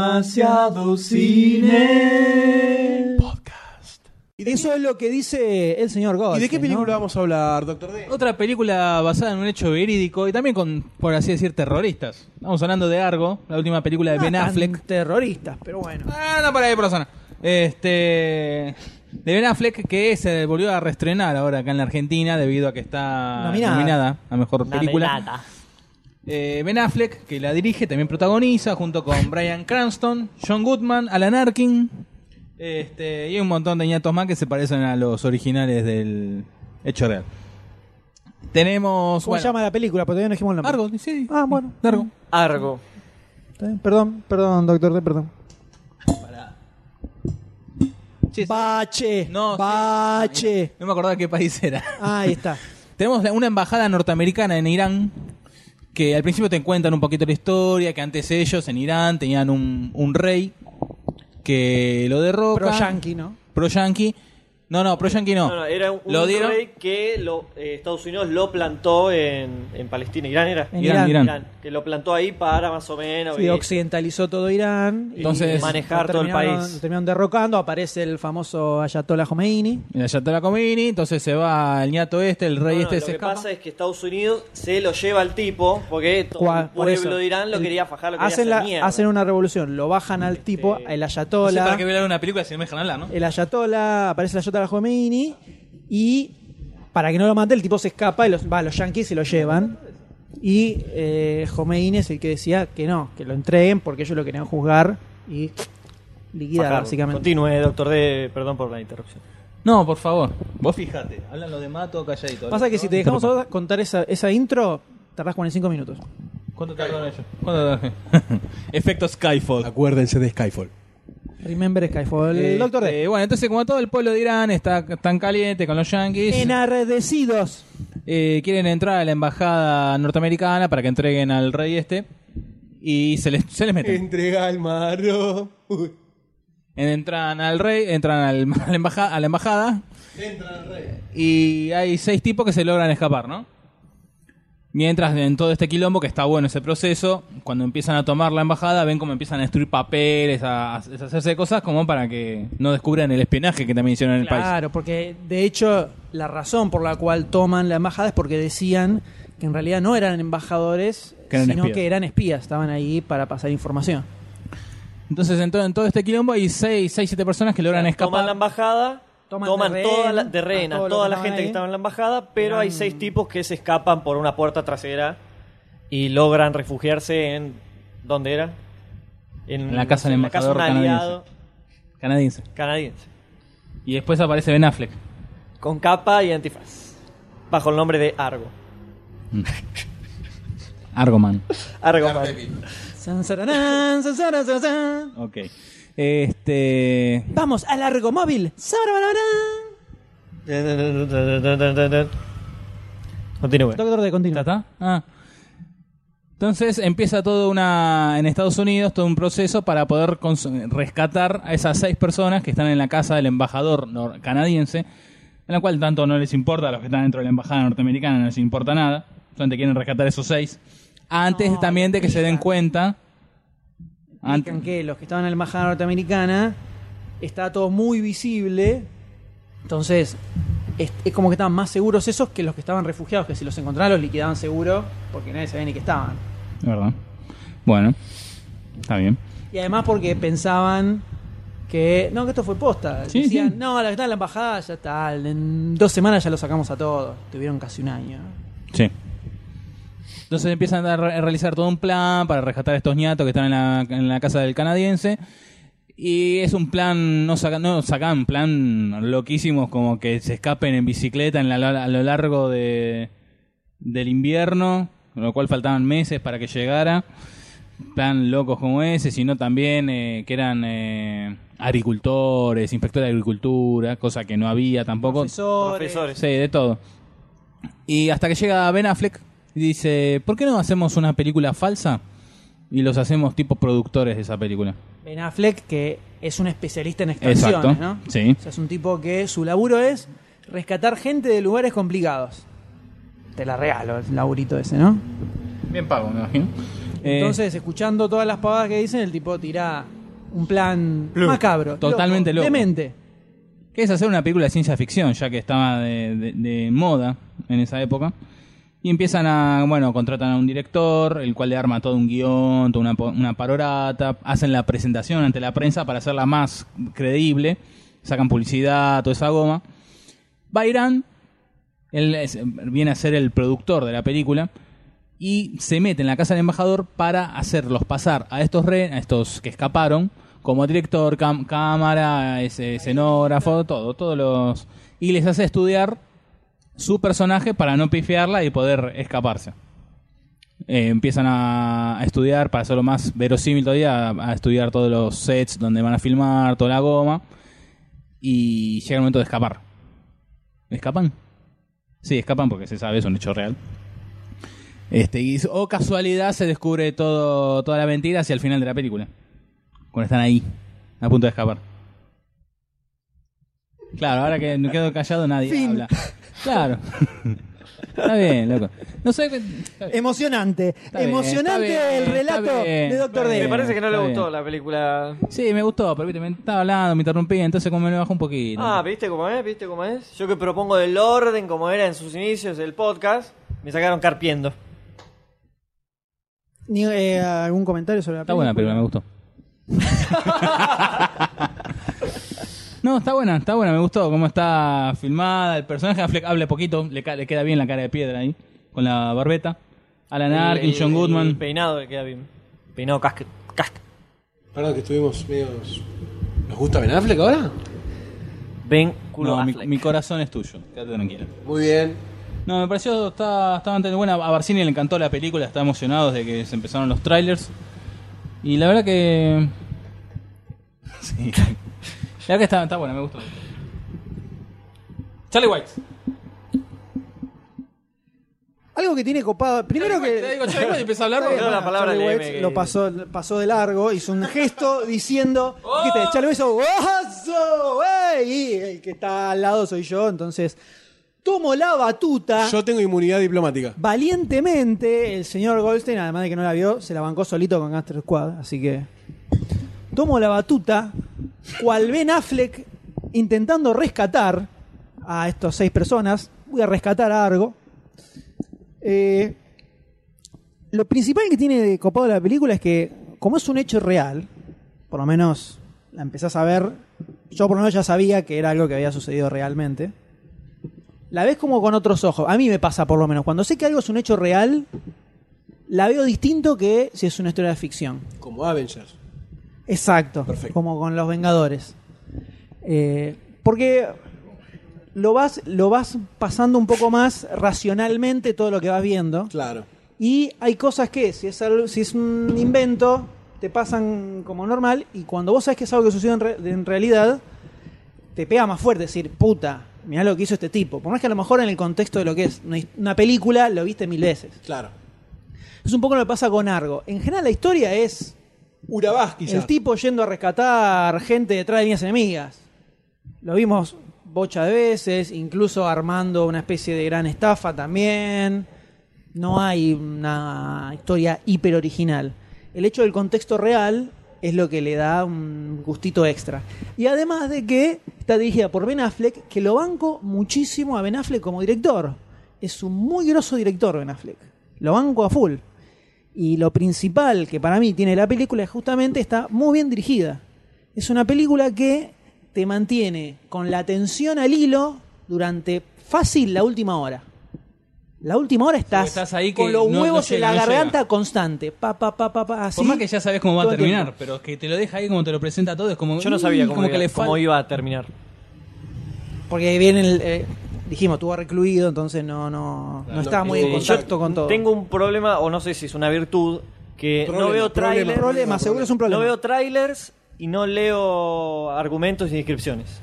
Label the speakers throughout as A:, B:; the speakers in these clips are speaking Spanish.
A: Demasiado cine.
B: Podcast. ¿Y de,
C: Eso es lo que dice el señor God.
B: y de qué película vamos a hablar, doctor D?
A: Otra película basada en un hecho verídico y también con, por así decir, terroristas. Estamos hablando de Argo, la última película de Ben Affleck.
C: Terroristas, pero bueno.
A: Ah, no para de persona. Este. De Ben Affleck que se volvió a reestrenar ahora acá en la Argentina debido a que está
C: Nominada.
A: nominada, a mejor película. Eh, ben Affleck, que la dirige, también protagoniza, junto con Brian Cranston, John Goodman, Alan Arkin, este, y un montón de ñatos más que se parecen a los originales del hecho real. Tenemos...
C: ¿Cómo
A: bueno,
C: se llama la película? Porque todavía no dijimos el nombre.
A: Argo, sí, sí.
C: Ah, bueno.
A: Argo.
D: Argo.
C: Está bien. Perdón, perdón, doctor D, perdón.
A: Sí, sí.
C: Bache.
A: No, sí.
C: bache.
A: No me acordaba qué país era.
C: Ahí está.
A: Tenemos la- una embajada norteamericana en Irán, que al principio te cuentan un poquito la historia, que antes ellos en Irán tenían un, un rey que lo derroca.
C: Pro yankee, ¿no?
A: Pro Yankee. No, no, Pro Yankee no.
D: No, no, era un,
A: lo
D: un
A: dieron.
D: rey que lo, eh, Estados Unidos lo plantó en, en Palestina. ¿Irán era?
C: En
A: Irán,
C: Irán.
A: Irán.
D: Que lo plantó ahí para más o menos. eh,
C: Sí,
D: y-
C: occidentalizó todo Irán. y
A: Entonces-
D: Manejar
C: lo
D: todo el
C: terminaron-
D: país.
C: lo terminaron derrocando. Aparece el famoso Ayatollah Khomeini.
A: En la Yatala Comini, entonces se va el ñato este, el
D: No,
A: rey
D: no,
A: este
D: lo
A: se
D: que
A: escapa.
D: pasa es que Estados Unidos se lo lleva al tipo porque todo
C: Cua-
D: el
C: por
D: pueblo
C: eso.
D: de Irán lo
C: El-
D: quería fajar, lo quería
C: hacen,
D: hacer
C: la-
D: mierda. Este,
C: hacen una revolución, lo bajan al tipo, el
A: No sé
C: Ayatollah.
A: para qué ver una película si no me dejan hablar, ¿no?
D: Eh,
C: el Ayatollah, aparece el Ayatollah Khomeini y para que no lo mate el tipo se escapa y los, va, los yanquis se lo llevan. Y eh, Khomeini es el que decía que no, que lo entreguen porque ellos lo querían juzgar y liquidar
D: Fajardo.
C: básicamente.
D: Continúe, doctor D. Eh, Perdón por la interrupción.
A: No, por favor. Vos fijate, hablan lo demás todo calladito.
C: Pasa que si te dejamos ahora contar esa, esa intro, tardás 45 minutos.
A: ¿Cuánto tardaron ellos? ¿Cuánto tardaron? Efecto Skyfall.
B: Acuérdense de Skyfall.
C: Remember Skyfall.
A: Eh,
C: Doctor D.
A: eh, bueno, entonces como todo el pueblo de Irán está tan caliente con los yanquis,
C: Enardecidos.
A: eh, quieren entrar a la embajada norteamericana para que entreguen al rey este y se les, se les meten.
B: Entrega el marro. Uy.
A: Entran al rey, entran al- a, la embajada, a la embajada y hay seis tipos que se logran escapar, ¿no? Mientras en todo este quilombo, que está bueno ese proceso, cuando empiezan a tomar la embajada, ven cómo empiezan a destruir papeles, a, a hacerse cosas como para que no descubran el espionaje que también hicieron en el país.
C: Claro, porque de hecho la razón por la cual toman la embajada es porque decían que en realidad no eran embajadores,
A: Que eran
C: sino
A: espías.
C: que eran espías, estaban ahí para pasar información.
A: Entonces, en todo, en todo este quilombo hay 6, 7 personas que logran
D: Toman la
A: escapar.
D: embajada,
C: Toman
D: toman,
C: de
D: toda
C: rehén
D: la, de rehén
C: a
D: a
C: todos los
D: toda
C: que
D: la
C: estaban
D: gente
C: ahí.
D: que estaba en la embajada, pero hay
C: Eran-
D: seis tipos que se escapan por una puerta trasera y logran refugiarse en. ¿Dónde era?
A: En la casa del
D: en la casa de un
A: embajador
D: aliado
A: Canadiense.
D: canadiense.
A: Y después aparece Ben Affleck.
D: Con capa y antifaz. Bajo el nombre de Argo.
A: Argoman.
D: Argo Man.
C: San, sararán, san, sararán, san, sararán.
A: Ok. Este.
C: Vamos al largo móvil. Sararán.
D: Continúe.
C: Doctor de
A: ¿Ya
C: continuo.
A: está? Ah. Entonces empieza todo una. En Estados Unidos, todo un proceso para poder cons- rescatar a esas seis personas que están en la casa del embajador nor- canadiense. En la cual tanto no les importa a los que están dentro de la embajada norteamericana, no les importa nada. Solamente quieren rescatar esos seis. Antes
C: No,
A: también de que se den
C: explican.
A: cuenta.
C: Indican que los que estaban en la embajada norteamericana está todo muy visible. Entonces, es, es como que estaban más seguros esos que los que estaban refugiados, que si los encontraban los liquidaban seguro, porque nadie sabía ni que estaban.
A: De verdad. Bueno, está bien.
C: Y además porque pensaban que. No, que esto fue posta.
A: Sí,
C: Decían,
A: sí.
C: no, la que está en la embajada ya está. En dos semanas ya lo sacamos a todos. Tuvieron casi un año.
A: Sí. Entonces empiezan a re- a realizar todo un plan para rescatar a estos ñatos que están en la, en la casa del canadiense. Y es un plan, no sacan, no sacan plan loquísimos como que se escapen en bicicleta en la- a lo largo de, del invierno, con lo cual faltaban meses para que llegara. Plan locos como ese, sino también eh, que eran eh, agricultores, inspectores de agricultura, cosa que no había tampoco.
C: Profesores.
D: Profesores.
A: Sí, de todo. Y hasta que llega Ben Affleck y dice, ¿por qué no hacemos una película falsa? Y los hacemos tipo productores de esa película.
C: Ben Affleck, que es un especialista en extorsiones,
A: Exacto,
C: ¿no?
A: sí.
C: O sea, es un tipo que su laburo es rescatar gente de lugares complicados. Te la regalo, el laburito ese, ¿no?
A: Bien pago, me imagino. Eh,
C: Entonces, escuchando todas las pavadas que dicen, el tipo tira un plan macabro.
A: Totalmente loco.
C: Demente.
A: que es hacer una película de ciencia ficción, ya que estaba de, de- de moda en esa época. Y empiezan a, bueno, contratan a un director, el cual le arma todo un guión, toda una, po- una parorata, hacen la presentación ante la prensa para hacerla más creíble, sacan publicidad, toda esa goma. Va a Irán, él es- viene a ser el productor de la película, y se mete en la casa del embajador para hacerlos pasar a estos re- a estos que escaparon como director, cam- cámara, ese- escenógrafo, todo, todos los y les hace estudiar su personaje para no pifiarla y poder escaparse. Eh, empiezan a, a estudiar, para hacerlo más verosímil todavía, a, a estudiar todos los sets donde van a filmar, toda la goma. Y llega el momento de escapar. ¿Escapan? Sí, escapan porque se sabe, es un hecho real. Este, y, o casualidad se descubre todo, toda la mentira hacia el final de la película. Cuando están ahí, a punto de escapar. Claro, ahora que me quedo callado nadie habla. Claro. está bien, loco. No sé. está bien.
C: Emocionante.
A: bien,
C: Em, Emocionante
A: está bien,
C: el relato
A: está bien,
C: de Doctor
A: está
C: D.
D: Me
A: bien.
D: parece que no le
A: está
D: gustó
A: bien.
D: la película.
A: Sí, me gustó, pero viste, me estaba hablando, me interrumpía, entonces como me lo bajó un poquito.
D: Ah, ¿viste cómo es? ¿Viste cómo es? Yo que propongo del orden como era en sus inicios del podcast, me sacaron carpiendo.
C: Ni- eh, ¿Algún comentario sobre la
A: Está buena, pero me gustó. no, está buena, está buena, me gustó cómo está filmada. El personaje afle- habla poquito, le, ca- le queda bien la cara de piedra ahí, con la barbeta. Alan Arkin,
D: El-
A: John
D: Eh, el
A: Goodman.
D: Peinado que queda bien. Peinado casca. casca.
B: Perdón, que estuvimos medios. ¿Nos gusta Ben Affleck ahora?
D: Ven, culo
A: No, mi,
D: Affleck.
A: mi corazón es tuyo, quédate tranquilo.
B: Muy bien.
A: No, me pareció, está, está bastante buena. A Barcini le encantó la película, está emocionado desde que se empezaron los trailers. Y la verdad que. Sí. La verdad que está, está buena, me gustó. Charlie White.
C: Algo que tiene copado. Primero que.
A: Te digo, Charlie White, empieza a hablar.
C: Está bien,
D: Era la
C: bueno,
D: palabra
C: Charlie
D: de
C: Watts
D: M que-
C: lo pasó, pasó de largo, hizo un gesto diciendo,
A: Oh.
C: dijiste, Charlie Watts hizo, "Guazo, wey", y el que está al lado soy yo, entonces tomo la batuta.
B: Yo tengo inmunidad diplomática.
C: Valientemente, el señor Goldstein, además de que no la vio, se la bancó solito con Gangster Squad, así que tomo la batuta, cual Ben Affleck intentando rescatar a estos seis personas, voy a rescatar a Argo. Eh, lo principal que tiene de copado la película es que, como es un hecho real, por lo menos la empezás a ver, yo por lo menos ya sabía que era algo que había sucedido realmente. La ves como con otros ojos. A mí me pasa por lo menos. Cuando sé que algo es un hecho real, la veo distinto que si es una historia de ficción.
B: Como Avengers.
C: Exacto.
B: Perfecto.
C: Como con los Vengadores. Eh, porque lo vas, lo vas pasando un poco más racionalmente todo lo que vas viendo.
B: Claro.
C: Y hay cosas que, si es, algo- si es un invento, te pasan como normal. Y cuando vos sabes que es algo que sucedió en, re- en realidad, te pega más fuerte decir, puta, mirá lo que hizo este tipo. Por más que a lo mejor en el contexto de lo que es una, his- una película, lo viste mil veces.
B: Claro.
C: Es un poco lo que pasa con Argo. En general, la historia es
B: Urabás, quizás.
C: el tipo yendo a rescatar gente detrás de líneas enemigas. Lo vimos bocha de veces, incluso armando una especie de gran estafa también. No hay una historia hiper original. El hecho del contexto real es lo que le da un gustito extra. Y además de que está dirigida por Ben Affleck, que lo banco muchísimo a Ben Affleck como director. Es un muy grosso director Ben Affleck. Lo banco a full. Y lo principal que para mí tiene la película es justamente está muy bien dirigida. Es una película que te mantiene con la atención al hilo durante fácil la última hora. La última hora estás,
A: estás ahí que
C: con los
A: no- no
C: huevos
A: llega,
C: en la
A: no
C: garganta
A: llega.
C: constante. Pa, pa, pa, pa, pa, así.
A: Por más que ya sabes cómo va
C: todo
A: a
C: el tiempo.
A: terminar, pero es que te lo deja ahí como te lo presenta todo, es como.
D: Yo no sabía
A: mm,
D: cómo,
A: como
D: iba,
A: que le
D: cómo
A: falta-
D: iba a terminar.
C: Porque viene el. eh, dijimos, estuvo recluido, entonces no, no, no
B: Claro,
C: estaba muy
B: eh,
C: en contacto con todo.
D: Tengo un problema, o no sé si es una virtud, que
B: Problema,
D: no veo
B: problema,
D: trailers.
C: un problema, seguro es un problema.
D: No veo trailers y no leo argumentos y descripciones.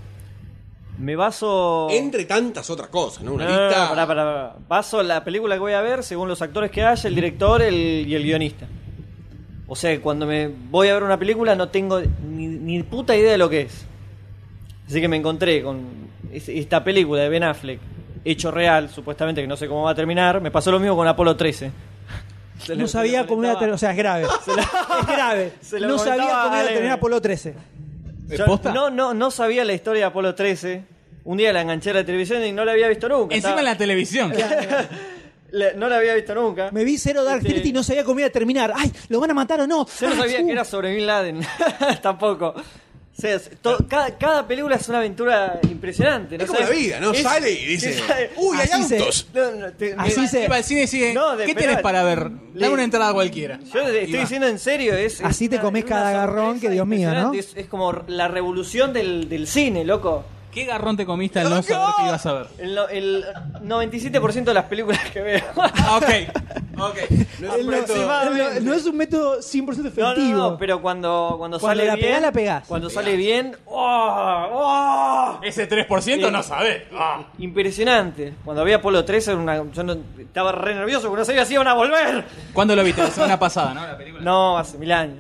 D: Me baso.
B: Entre tantas otras cosas, ¿no? Una
D: No, no, no,
B: lista.
D: Ah, pará, pará, pará. Baso la película que voy a ver según los actores que haya, el director el- y el guionista. O sea, que cuando me voy a ver una película no tengo ni, ni puta idea de lo que es. Así que me encontré con es- esta película de Ben Affleck, hecho real, supuestamente que no sé cómo va a terminar. Me pasó lo mismo con Apolo 13. Se
C: no
D: lo- se
C: sabía
D: lo
C: cómo iba a terminar.
D: comentaba.
C: O sea, es grave. es grave.
D: se lo
C: No sabía
D: comentaba
C: cómo iba a
D: Ale.
C: terminar Apolo 13.
D: Yo no, no, no sabía la historia de Apolo 13. Un día la enganché a la televisión y no la había visto
E: Encima
D: nunca.
E: en
D: Estaba-
E: la televisión.
D: la- No la había visto nunca.
C: Me vi cero Dark
D: Este-
C: Thirty y no sabía cómo iba a terminar. ¡Ay! ¿Lo van a matar o no?
D: Yo no
C: Ah,
D: sabía
C: uh.
D: que era sobre Bin Laden. Tampoco. O sea, es- to- cada, cada película es una aventura impresionante. ¿no
B: Es como la
D: sabes?
B: vida, ¿no?
D: Es-
B: Sale y dice, "Uh,
D: es-
B: uy, hay
C: Así se-
B: autos.
D: No, no, te-
C: Así
D: me-
C: se-
E: Iba al cine y sigue,
D: No, de-
E: ¿qué
D: pero-
E: tenés para ver?
D: le-
E: Dame una entrada cualquiera.
D: Yo te estoy
E: Y va.
D: diciendo en serio, es. es
C: Así te
D: una-
C: comes
D: una
C: cada agarrón que,
D: sorpresa
C: Dios mío, ¿no?
D: impresionante. Es, es como la revolución del, del cine, loco.
E: ¿Qué garrón te comiste al no saber qué ibas a ver?
D: El, no- el 97% de las películas que veo.
E: Ah, ok, ok.
B: No es un
C: No,
B: reto.
C: no- no es un método 100% efectivo.
D: No, no, no, pero cuando,
C: Cuando
D: cuando, sale
C: la
D: bien.
C: pegás, la pegás.
D: Cuando sale bien. ¡oh! ¡oh!
E: Ese 3% no sabés. Ah.
D: Impresionante. Cuando vi Apolo 13, era una- yo no- estaba re nervioso porque no sabía si iban a volver.
E: ¿Cuándo lo viste? La semana pasada, ¿no? La película.
D: No, hace mil años.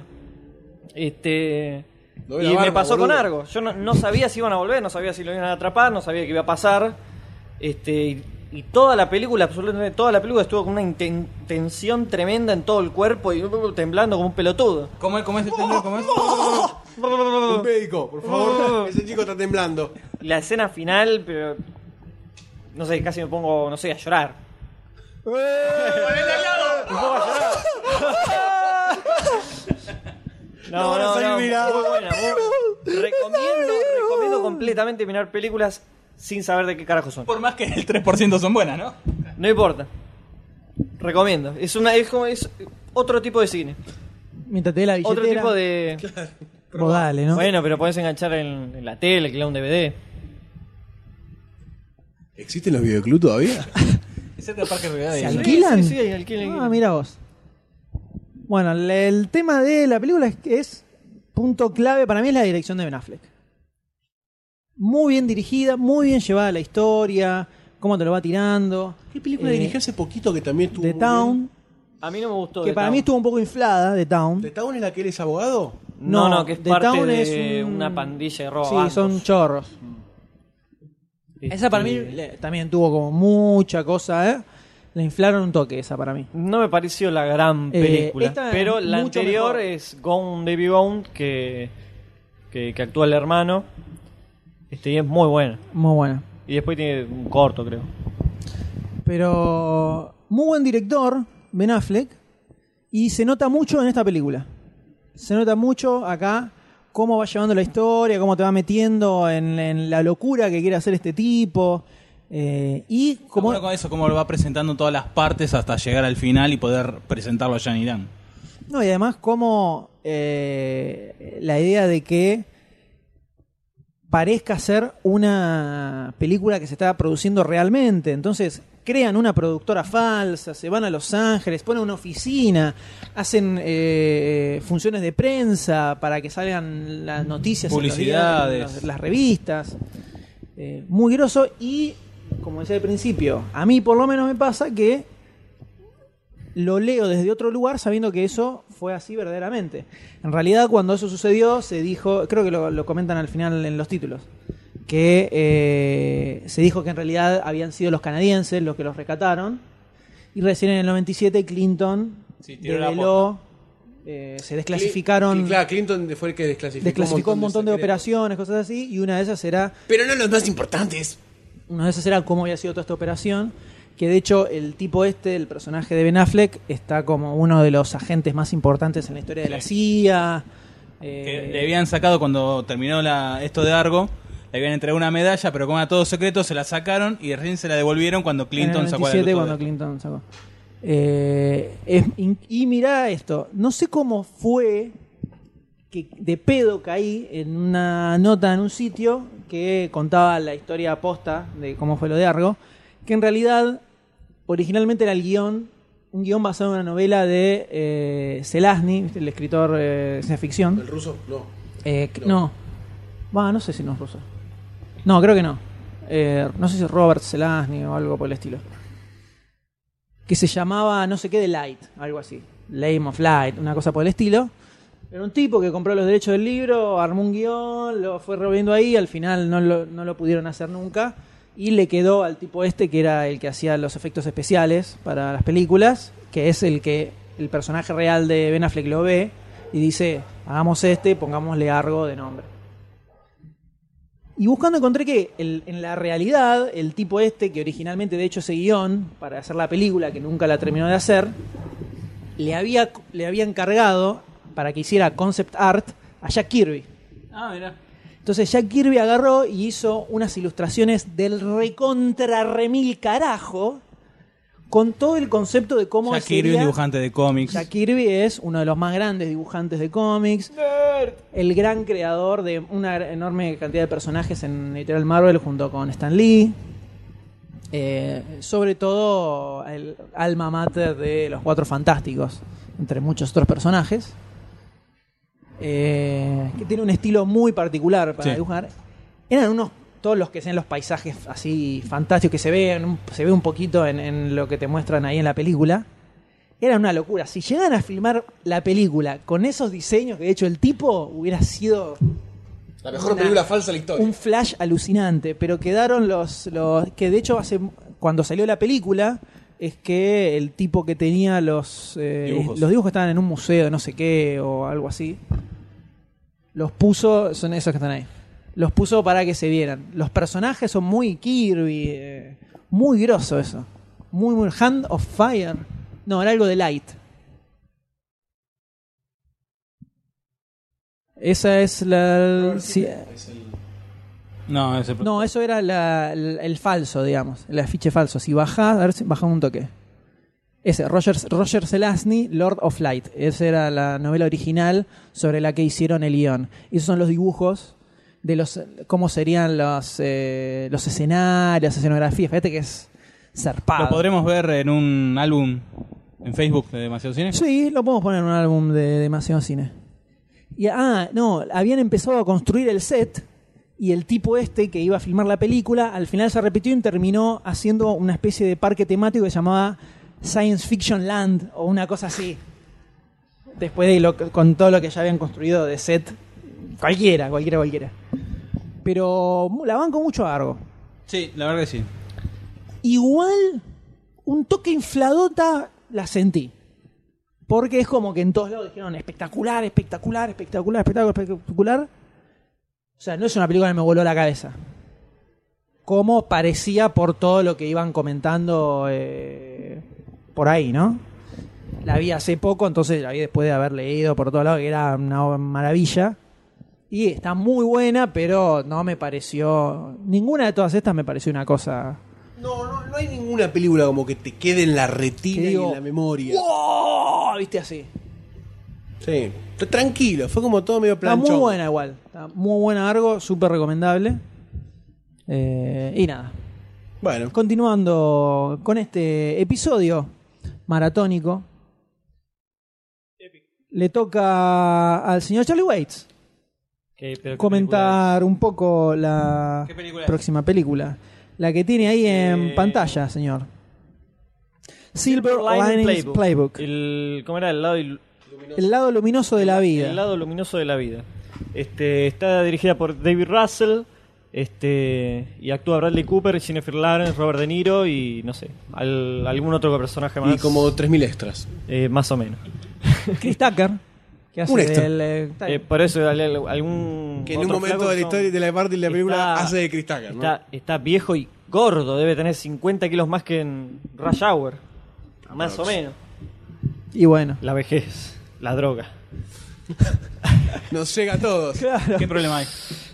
D: Este.
B: No
D: y
B: era
D: me
B: barba,
D: pasó con
B: boludo.
D: Argo. Yo no, no sabía si iban a volver, no sabía si lo iban a atrapar, no sabía qué iba a pasar. Este, y, y toda la película, absolutamente toda la película estuvo con una inten- tensión tremenda en todo el cuerpo y temblando como un pelotudo.
E: ¿Cómo, es- cómo es el tema? ¿Cómo es?
B: Un médico, por favor. Ese chico está temblando.
D: Y La escena final, pero. No sé, casi me pongo, no sé, a llorar.
B: ¡Eh!
D: No,
B: No,
D: no,
B: no soy
D: no,
B: mirado.
D: muy buena, muy- Recomiendo, recomiendo completamente mirar películas sin saber de qué carajo son.
E: Por más que el 3% son buenas, ¿no?
D: No importa. Recomiendo. Es una es como es otro tipo de cine,
C: Mientras te dé la billetera.
D: otro tipo de
C: vos dale, ¿no?
D: Bueno, pero podés enganchar en, en la tele, que un DVD.
B: ¿Existen los videoclubs todavía?
E: Excepto el Parque Rivadavia.
C: ¿Se
E: ¿no?
D: alqui-
C: alquilan?
D: sí, sí, alquilan,
C: Ah,
D: alquilan.
C: mira vos. Bueno, le- el tema de la película es que es punto clave para mí es la dirección de Ben Affleck. Muy bien dirigida, muy bien llevada la historia, cómo te lo va tirando.
B: ¿Qué película
C: Eh,
B: dirigió hace poquito que también estuvo?
C: The
B: muy
C: Town,
D: A mí no me gustó.
C: que
D: The
C: para
D: Town.
C: mí estuvo un poco inflada, The Town.
B: bien? ¿The Town es la que él es abogado?
D: No,
C: No,
D: no, que es
C: The
D: parte
C: Town
D: de
C: es un-
D: una pandilla de roba.
C: sí,
D: bancos.
C: son chorros.
D: Este,
C: Esa para mí le- también tuvo como mucha cosa, ¿eh? Le inflaron un toque esa para mí.
D: No me pareció la gran
C: Eh,
D: película.
C: esta es
D: pero la
C: mucho
D: anterior
C: mejor.
D: es Gone Baby Gone, que, que, que actúa el hermano. Este, y es muy buena.
C: Muy buena.
D: Y después tiene un corto, creo.
C: Pero muy buen director, Ben Affleck, y se nota mucho en esta película. Se nota mucho acá cómo va llevando la historia, cómo te va metiendo en, en la locura que quiere hacer este tipo. eh, y como...
E: Bueno, con eso, cómo lo va presentando todas las partes hasta llegar al final y poder presentarlo allá en Irán.
C: No, y además como eh, la idea de que parezca ser una película que se está produciendo realmente. Entonces crean una productora falsa, se van a Los Ángeles, ponen una oficina, hacen eh, funciones de prensa para que salgan las noticias, en los
E: Publicidades.
C: diarios, en las- las revistas. Eh, muy groso y, como decía al principio, a mí por lo menos me pasa que lo leo desde otro lugar sabiendo que eso fue así verdaderamente. En realidad, cuando eso sucedió, se dijo, creo que lo, lo comentan al final en los títulos, que eh, se dijo que en realidad habían sido los canadienses los que los rescataron. Y recién en el 97 Clinton
E: Sí, tiró la
C: develó, eh, se desclasificaron,
B: Cl- Claro, Clinton fue el que desclasificó,
C: desclasificó un montón de
B: secretos.
C: operaciones, cosas así, y una de esas era
B: Pero no los más importantes.
C: una de esas era cómo había sido toda esta operación. Que de hecho, el tipo este, el personaje de Ben Affleck, está como uno de los agentes más importantes en la historia de la CIA.
E: Que
C: eh,
E: le habían sacado cuando terminó la, esto de Argo, le habían entregado una medalla, pero como era todo secreto, se la sacaron y recién se la devolvieron cuando Clinton
C: en el
E: sacó a la luz
C: 97 cuando
E: todo.
C: Clinton sacó. Eh, es- in- y mirá esto, no sé cómo fue que de pedo caí en una nota en un sitio que contaba la historia aposta de cómo fue lo de Argo, que en realidad originalmente era el guión, un guión basado en una novela de eh, Zelazny, ¿viste? el escritor eh, de ciencia ficción.
B: ¿El ruso? No.
C: Eh, que- no. Va, no sé si no es ruso. No, creo que no. Eh, no sé si es Robert Zelazny o algo por el estilo. Que se llamaba no sé qué de Light, algo así. Lame of Light, una cosa por el estilo. Era un tipo que compró los derechos del libro, armó un guión, lo fue revolviendo ahí, al final no lo, no lo pudieron hacer nunca. Y le quedó al tipo este que era el que hacía los efectos especiales para las películas, que es el que el personaje real de Ben Affleck lo ve y dice, hagamos este, pongámosle algo de nombre. Y buscando encontré que el- en la realidad, el tipo este, que originalmente de hecho ese guión para hacer la película, que nunca la terminó de hacer, le había, le había encargado para que hiciera concept art a Jack Kirby.
E: Ah, mira.
C: Entonces Jack Kirby agarró y hizo unas ilustraciones del recontra remil carajo con todo el concepto de cómo
E: Jack Kirby, un
C: sería-
E: dibujante de cómics.
C: Jack Kirby es uno de los más grandes dibujantes de cómics, el gran creador de una enorme cantidad de personajes en Literal Marvel junto con Stan Lee. Eh, sobre todo el alma mater de los Cuatro Fantásticos, entre muchos otros personajes. Eh, que tiene un estilo muy particular para
E: Sí.
C: dibujar. Eran unos todos los que sean los paisajes así fantásticos que se ven, un- se ve un poquito en, en lo que te muestran ahí en la película. Era una locura. Si llegan a filmar la película con esos diseños que de hecho el tipo hubiera sido
B: La mejor
C: Una-
B: película falsa de la historia.
C: un flash alucinante, pero quedaron los, los que de hecho hace cuando salió la película es que el tipo que tenía los eh,
E: Dibujos.
C: los dibujos estaban en un museo, no sé qué o algo así. Los puso, son esos que están ahí. Los puso para que se vieran. Los personajes son muy Kirby, eh, muy grosso eso. Muy muy Hand of Fire. No, era algo de Light. Esa es la sí,
E: No, ese.
C: no, eso era la- el, el falso, digamos, el afiche falso. Si bajás, a ver si baja un toque. Ese, Roger, Roger Zelazny, Lord of Light. Esa era la novela original sobre la que hicieron el guión. Y esos son los dibujos de los cómo serían los, eh, los escenarios, escenografías. Fíjate que es zarpado.
E: Lo podremos ver en un álbum en Facebook de Demasiado Cine.
C: Sí, lo podemos poner en un álbum de demasiado cine. Y, ah, no, habían empezado a construir el set y el tipo este que iba a filmar la película al final se repitió y terminó haciendo una especie de parque temático que se llamaba Science Fiction Land o una cosa así. Después de lo, con todo lo que ya habían construido de set, cualquiera, cualquiera, cualquiera. Pero la banco mucho a Argo.
E: Sí, la verdad que sí.
C: Igual, un toque infladota la sentí. Porque es como que en todos lados dijeron espectacular, espectacular, espectacular, espectacular, espectacular. O sea, no es una película que me voló la cabeza. Como parecía por todo lo que iban comentando eh, por ahí, ¿no? La vi hace poco, entonces la vi después de haber leído por todos lados, que era una maravilla. Y está muy buena, pero no me pareció. Ninguna de todas estas me pareció una cosa
B: No, no, no hay ninguna película como que te quede en la retina
C: Que digo,
B: y en la memoria.
C: ¡Wow! ¿Viste así?
B: Sí. Está tranquilo, fue como todo medio
C: Está
B: planchón.
C: muy buena igual. Está muy buena Argo, súper recomendable. Eh, y nada.
B: Bueno,
C: Continuando con este episodio maratónico. Le toca al señor Charlie Waits comentar un poco la
E: ¿Qué película es?
C: próxima película. La que tiene ahí en
D: Eh,
C: pantalla, señor. Silver, Linings Playbook.
D: El, ¿Cómo era? El lado, ilu-
C: El lado luminoso de la vida.
D: el lado luminoso de la vida. Este, está dirigida por David Russell este, y actúa Bradley Cooper, Jennifer Lawrence, Robert De Niro y no sé, al- algún otro personaje más.
B: y como 3.000 extras.
D: eh, más o menos.
C: Chris Tucker, que hace
B: Un extra.
C: del, eh,
D: Eh, por eso al- al- algún
B: Que en un
D: otro
B: momento
D: flaco
B: de la
D: son-
B: historia de la parte de la película
D: está-
B: hace de Chris Tucker, ¿no?
D: Está, está viejo y gordo, debe tener 50 kilos más que en Rush Hour. Más o menos.
C: y bueno.
D: La vejez, la droga.
B: Nos llega a todos.
C: Claro.
E: ¿Qué problema hay?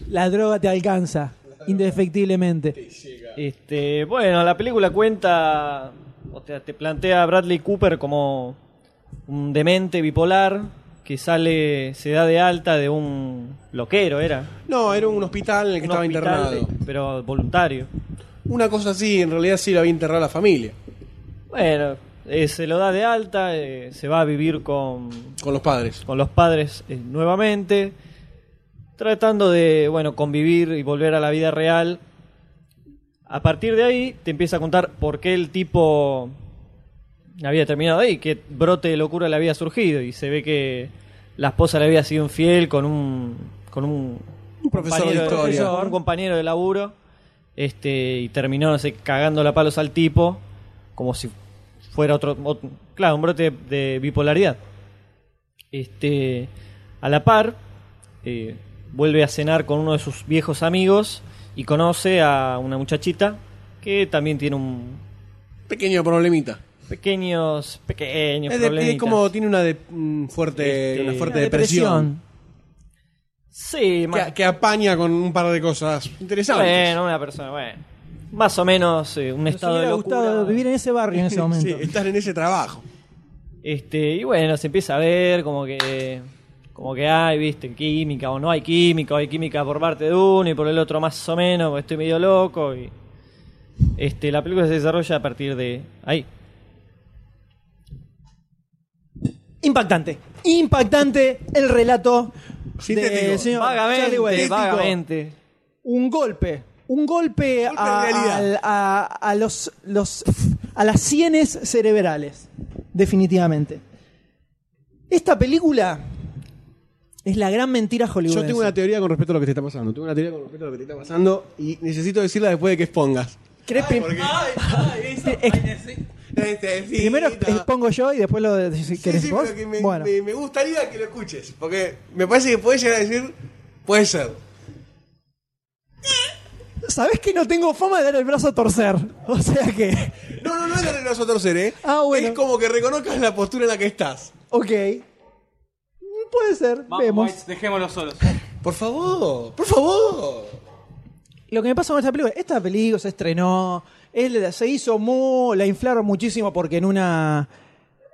C: La droga te alcanza, indefectiblemente.
D: Este, bueno, la película cuenta, o te, te plantea a Bradley Cooper como un demente bipolar que sale, se da de alta de un loquero, era.
B: No, era un hospital en el que
D: Un
B: estaba
D: hospital
B: internado.
D: de- pero voluntario.
B: Una cosa así, en realidad sí lo había enterrado la familia,
D: Bueno, eh, se lo da de alta, eh, se va a vivir con,
B: con los padres.
D: con los padres eh, nuevamente, tratando de, bueno, convivir y volver a la vida real. A partir de ahí te empieza a contar por qué el tipo había terminado ahí, qué brote de locura le había surgido y se ve que la esposa le había sido infiel con un con un,
B: Un profesor de
D: compañero
B: historia.
D: profesor, un compañero de laburo, este y terminó no sé, cagándole a palos al tipo como si fuera otro, ot- claro, un brote de bipolaridad. Este, a la par, eh, vuelve a cenar con uno de sus viejos amigos y conoce a una muchachita que también tiene un
B: Pequeño problemita.
D: pequeños, pequeños
B: Es, de- es
D: problemitas.
B: como tiene una de- mm, fuerte,
D: Este,
B: una fuerte
C: Una
B: depresión.
D: Sí, más-
B: Que, que apaña con un par de cosas interesantes.
D: bueno, una persona, bueno, más o menos eh, un
C: Nos
D: estado de
C: hubiera
D: locura.
C: gustado vivir en ese barrio en ese momento.
B: Sí, estás en ese trabajo.
D: Este, y bueno, se empieza a ver como que como que hay, viste, química o no hay química, o hay química por parte de uno y por el otro más o menos, porque estoy medio loco y este la película se desarrolla a partir de ahí.
C: Impactante. Impactante el relato
B: Sintético.
C: del señor Charlie
D: Vagamente,
C: Wade.
D: vagamente.
C: Un golpe. Un golpe
B: Golpe
C: a,
B: de realidad.
C: al- a- a los, los- a las sienes cerebrales. Definitivamente. Esta película es la gran mentira hollywoodense.
B: Yo tengo una teoría con respecto a lo que te está pasando. Tengo una teoría con respecto a lo que te está pasando y necesito decirla después de que expongas.
C: ¿Querés prim- Ex- Primero expongo yo y después lo de- si
B: Sí,
C: querés
B: Este, sí,
C: vos.
B: pero que me,
C: bueno.
B: me- me gustaría que lo escuches, porque me parece que puedes llegar a decir, puede ser.
C: Sabés que no tengo fama de dar el brazo a torcer. O sea que.
B: No, no, no es darle los otros seres, ¿eh?
C: Ah, bueno.
B: Es como que reconozcas la postura en la que estás.
C: Ok. Puede ser, vemos.
E: dejémoslo solos.
B: Por favor, por favor.
C: Lo que me pasa con esta película, esta película se estrenó, él se hizo muy, la inflaron muchísimo porque en una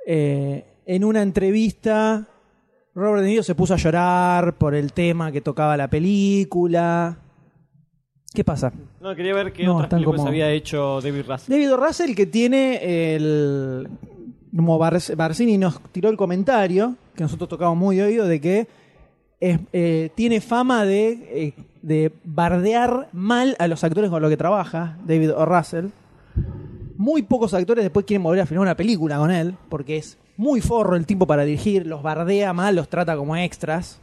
C: eh, en una entrevista Robert De Niro se puso a llorar por el tema que tocaba la película. ¿Qué pasa?
D: No, quería ver qué
C: No,
D: otras
C: están
D: películas
C: como-
D: había hecho David Russell.
C: David O. Russell que tiene el como Bar- Barcini nos tiró el comentario que nosotros tocamos muy de oído de que es- eh, tiene fama de, eh, de bardear mal a los actores con los que trabaja David O. Russell. Muy pocos actores después quieren volver a filmar una película con él porque es muy forro el tipo para dirigir, los bardea mal, los trata como extras.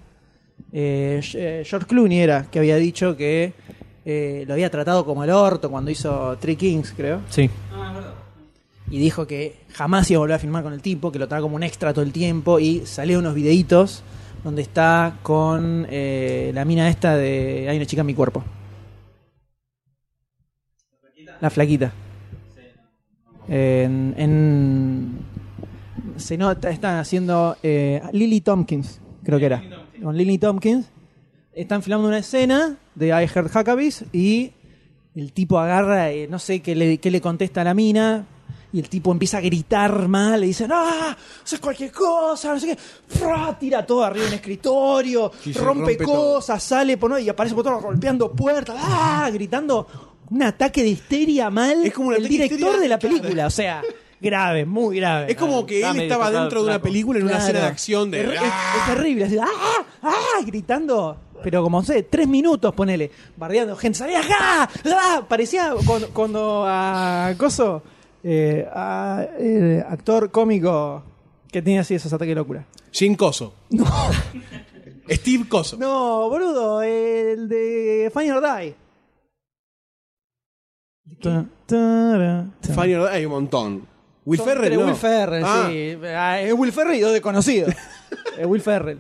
C: Eh, eh, George Clooney era que había dicho que eh, lo había tratado como el orto cuando hizo Three Kings, creo
D: Sí.
C: y dijo que jamás iba a volver a filmar con el tipo, que lo trae como un extra todo el tiempo y salió unos videitos donde está con eh, la mina esta de Hay una chica en mi cuerpo. La flaquita. En, en- se nota, están haciendo eh, Lily Tompkins, creo que era. Con Lily Tompkins. Están filmando una escena de I Heard Huckabees y el tipo agarra, eh, no sé qué le, qué le contesta a la mina, y el tipo empieza a gritar mal, le dice, ¡ah! haces cualquier cosa, no sé qué, ¡Fra! tira todo arriba en el escritorio,
B: Sí, se
C: rompe,
B: rompe todo.
C: cosas, sale por no, y aparece por todo golpeando puertas, ¡ah! gritando un ataque de histeria mal.
B: Es como un
C: el
B: ataque de
C: director
B: histeria,
C: de la
B: claro.
C: película, o sea, grave, muy grave.
B: Es como que
D: está
B: él
D: medio
B: estaba
D: tocado,
B: dentro de una
D: flaco.
B: película en una
C: Claro.
B: escena de acción de...
C: Es, es- es terrible, así, ¡ah! ¡ah! gritando. Pero como sé, tres minutos, ponele, bardeando gente, salía ¡ah! ¡ah! Parecía cuando, cuando a Coso, eh, a, eh, actor cómico que tenía así esos ataques de locura.
B: Jim Coso. No. Steve Coso.
C: No, boludo, el de Funny or Die. Ta- ta- ta-
B: Funny or Die, hay un montón. Will
C: Son
B: Ferrell,
C: tres
B: no.
C: Will Ferrell,
B: Ah,
C: sí. Ah, Es Will Ferrell y dos desconocidos. es Will Ferrell.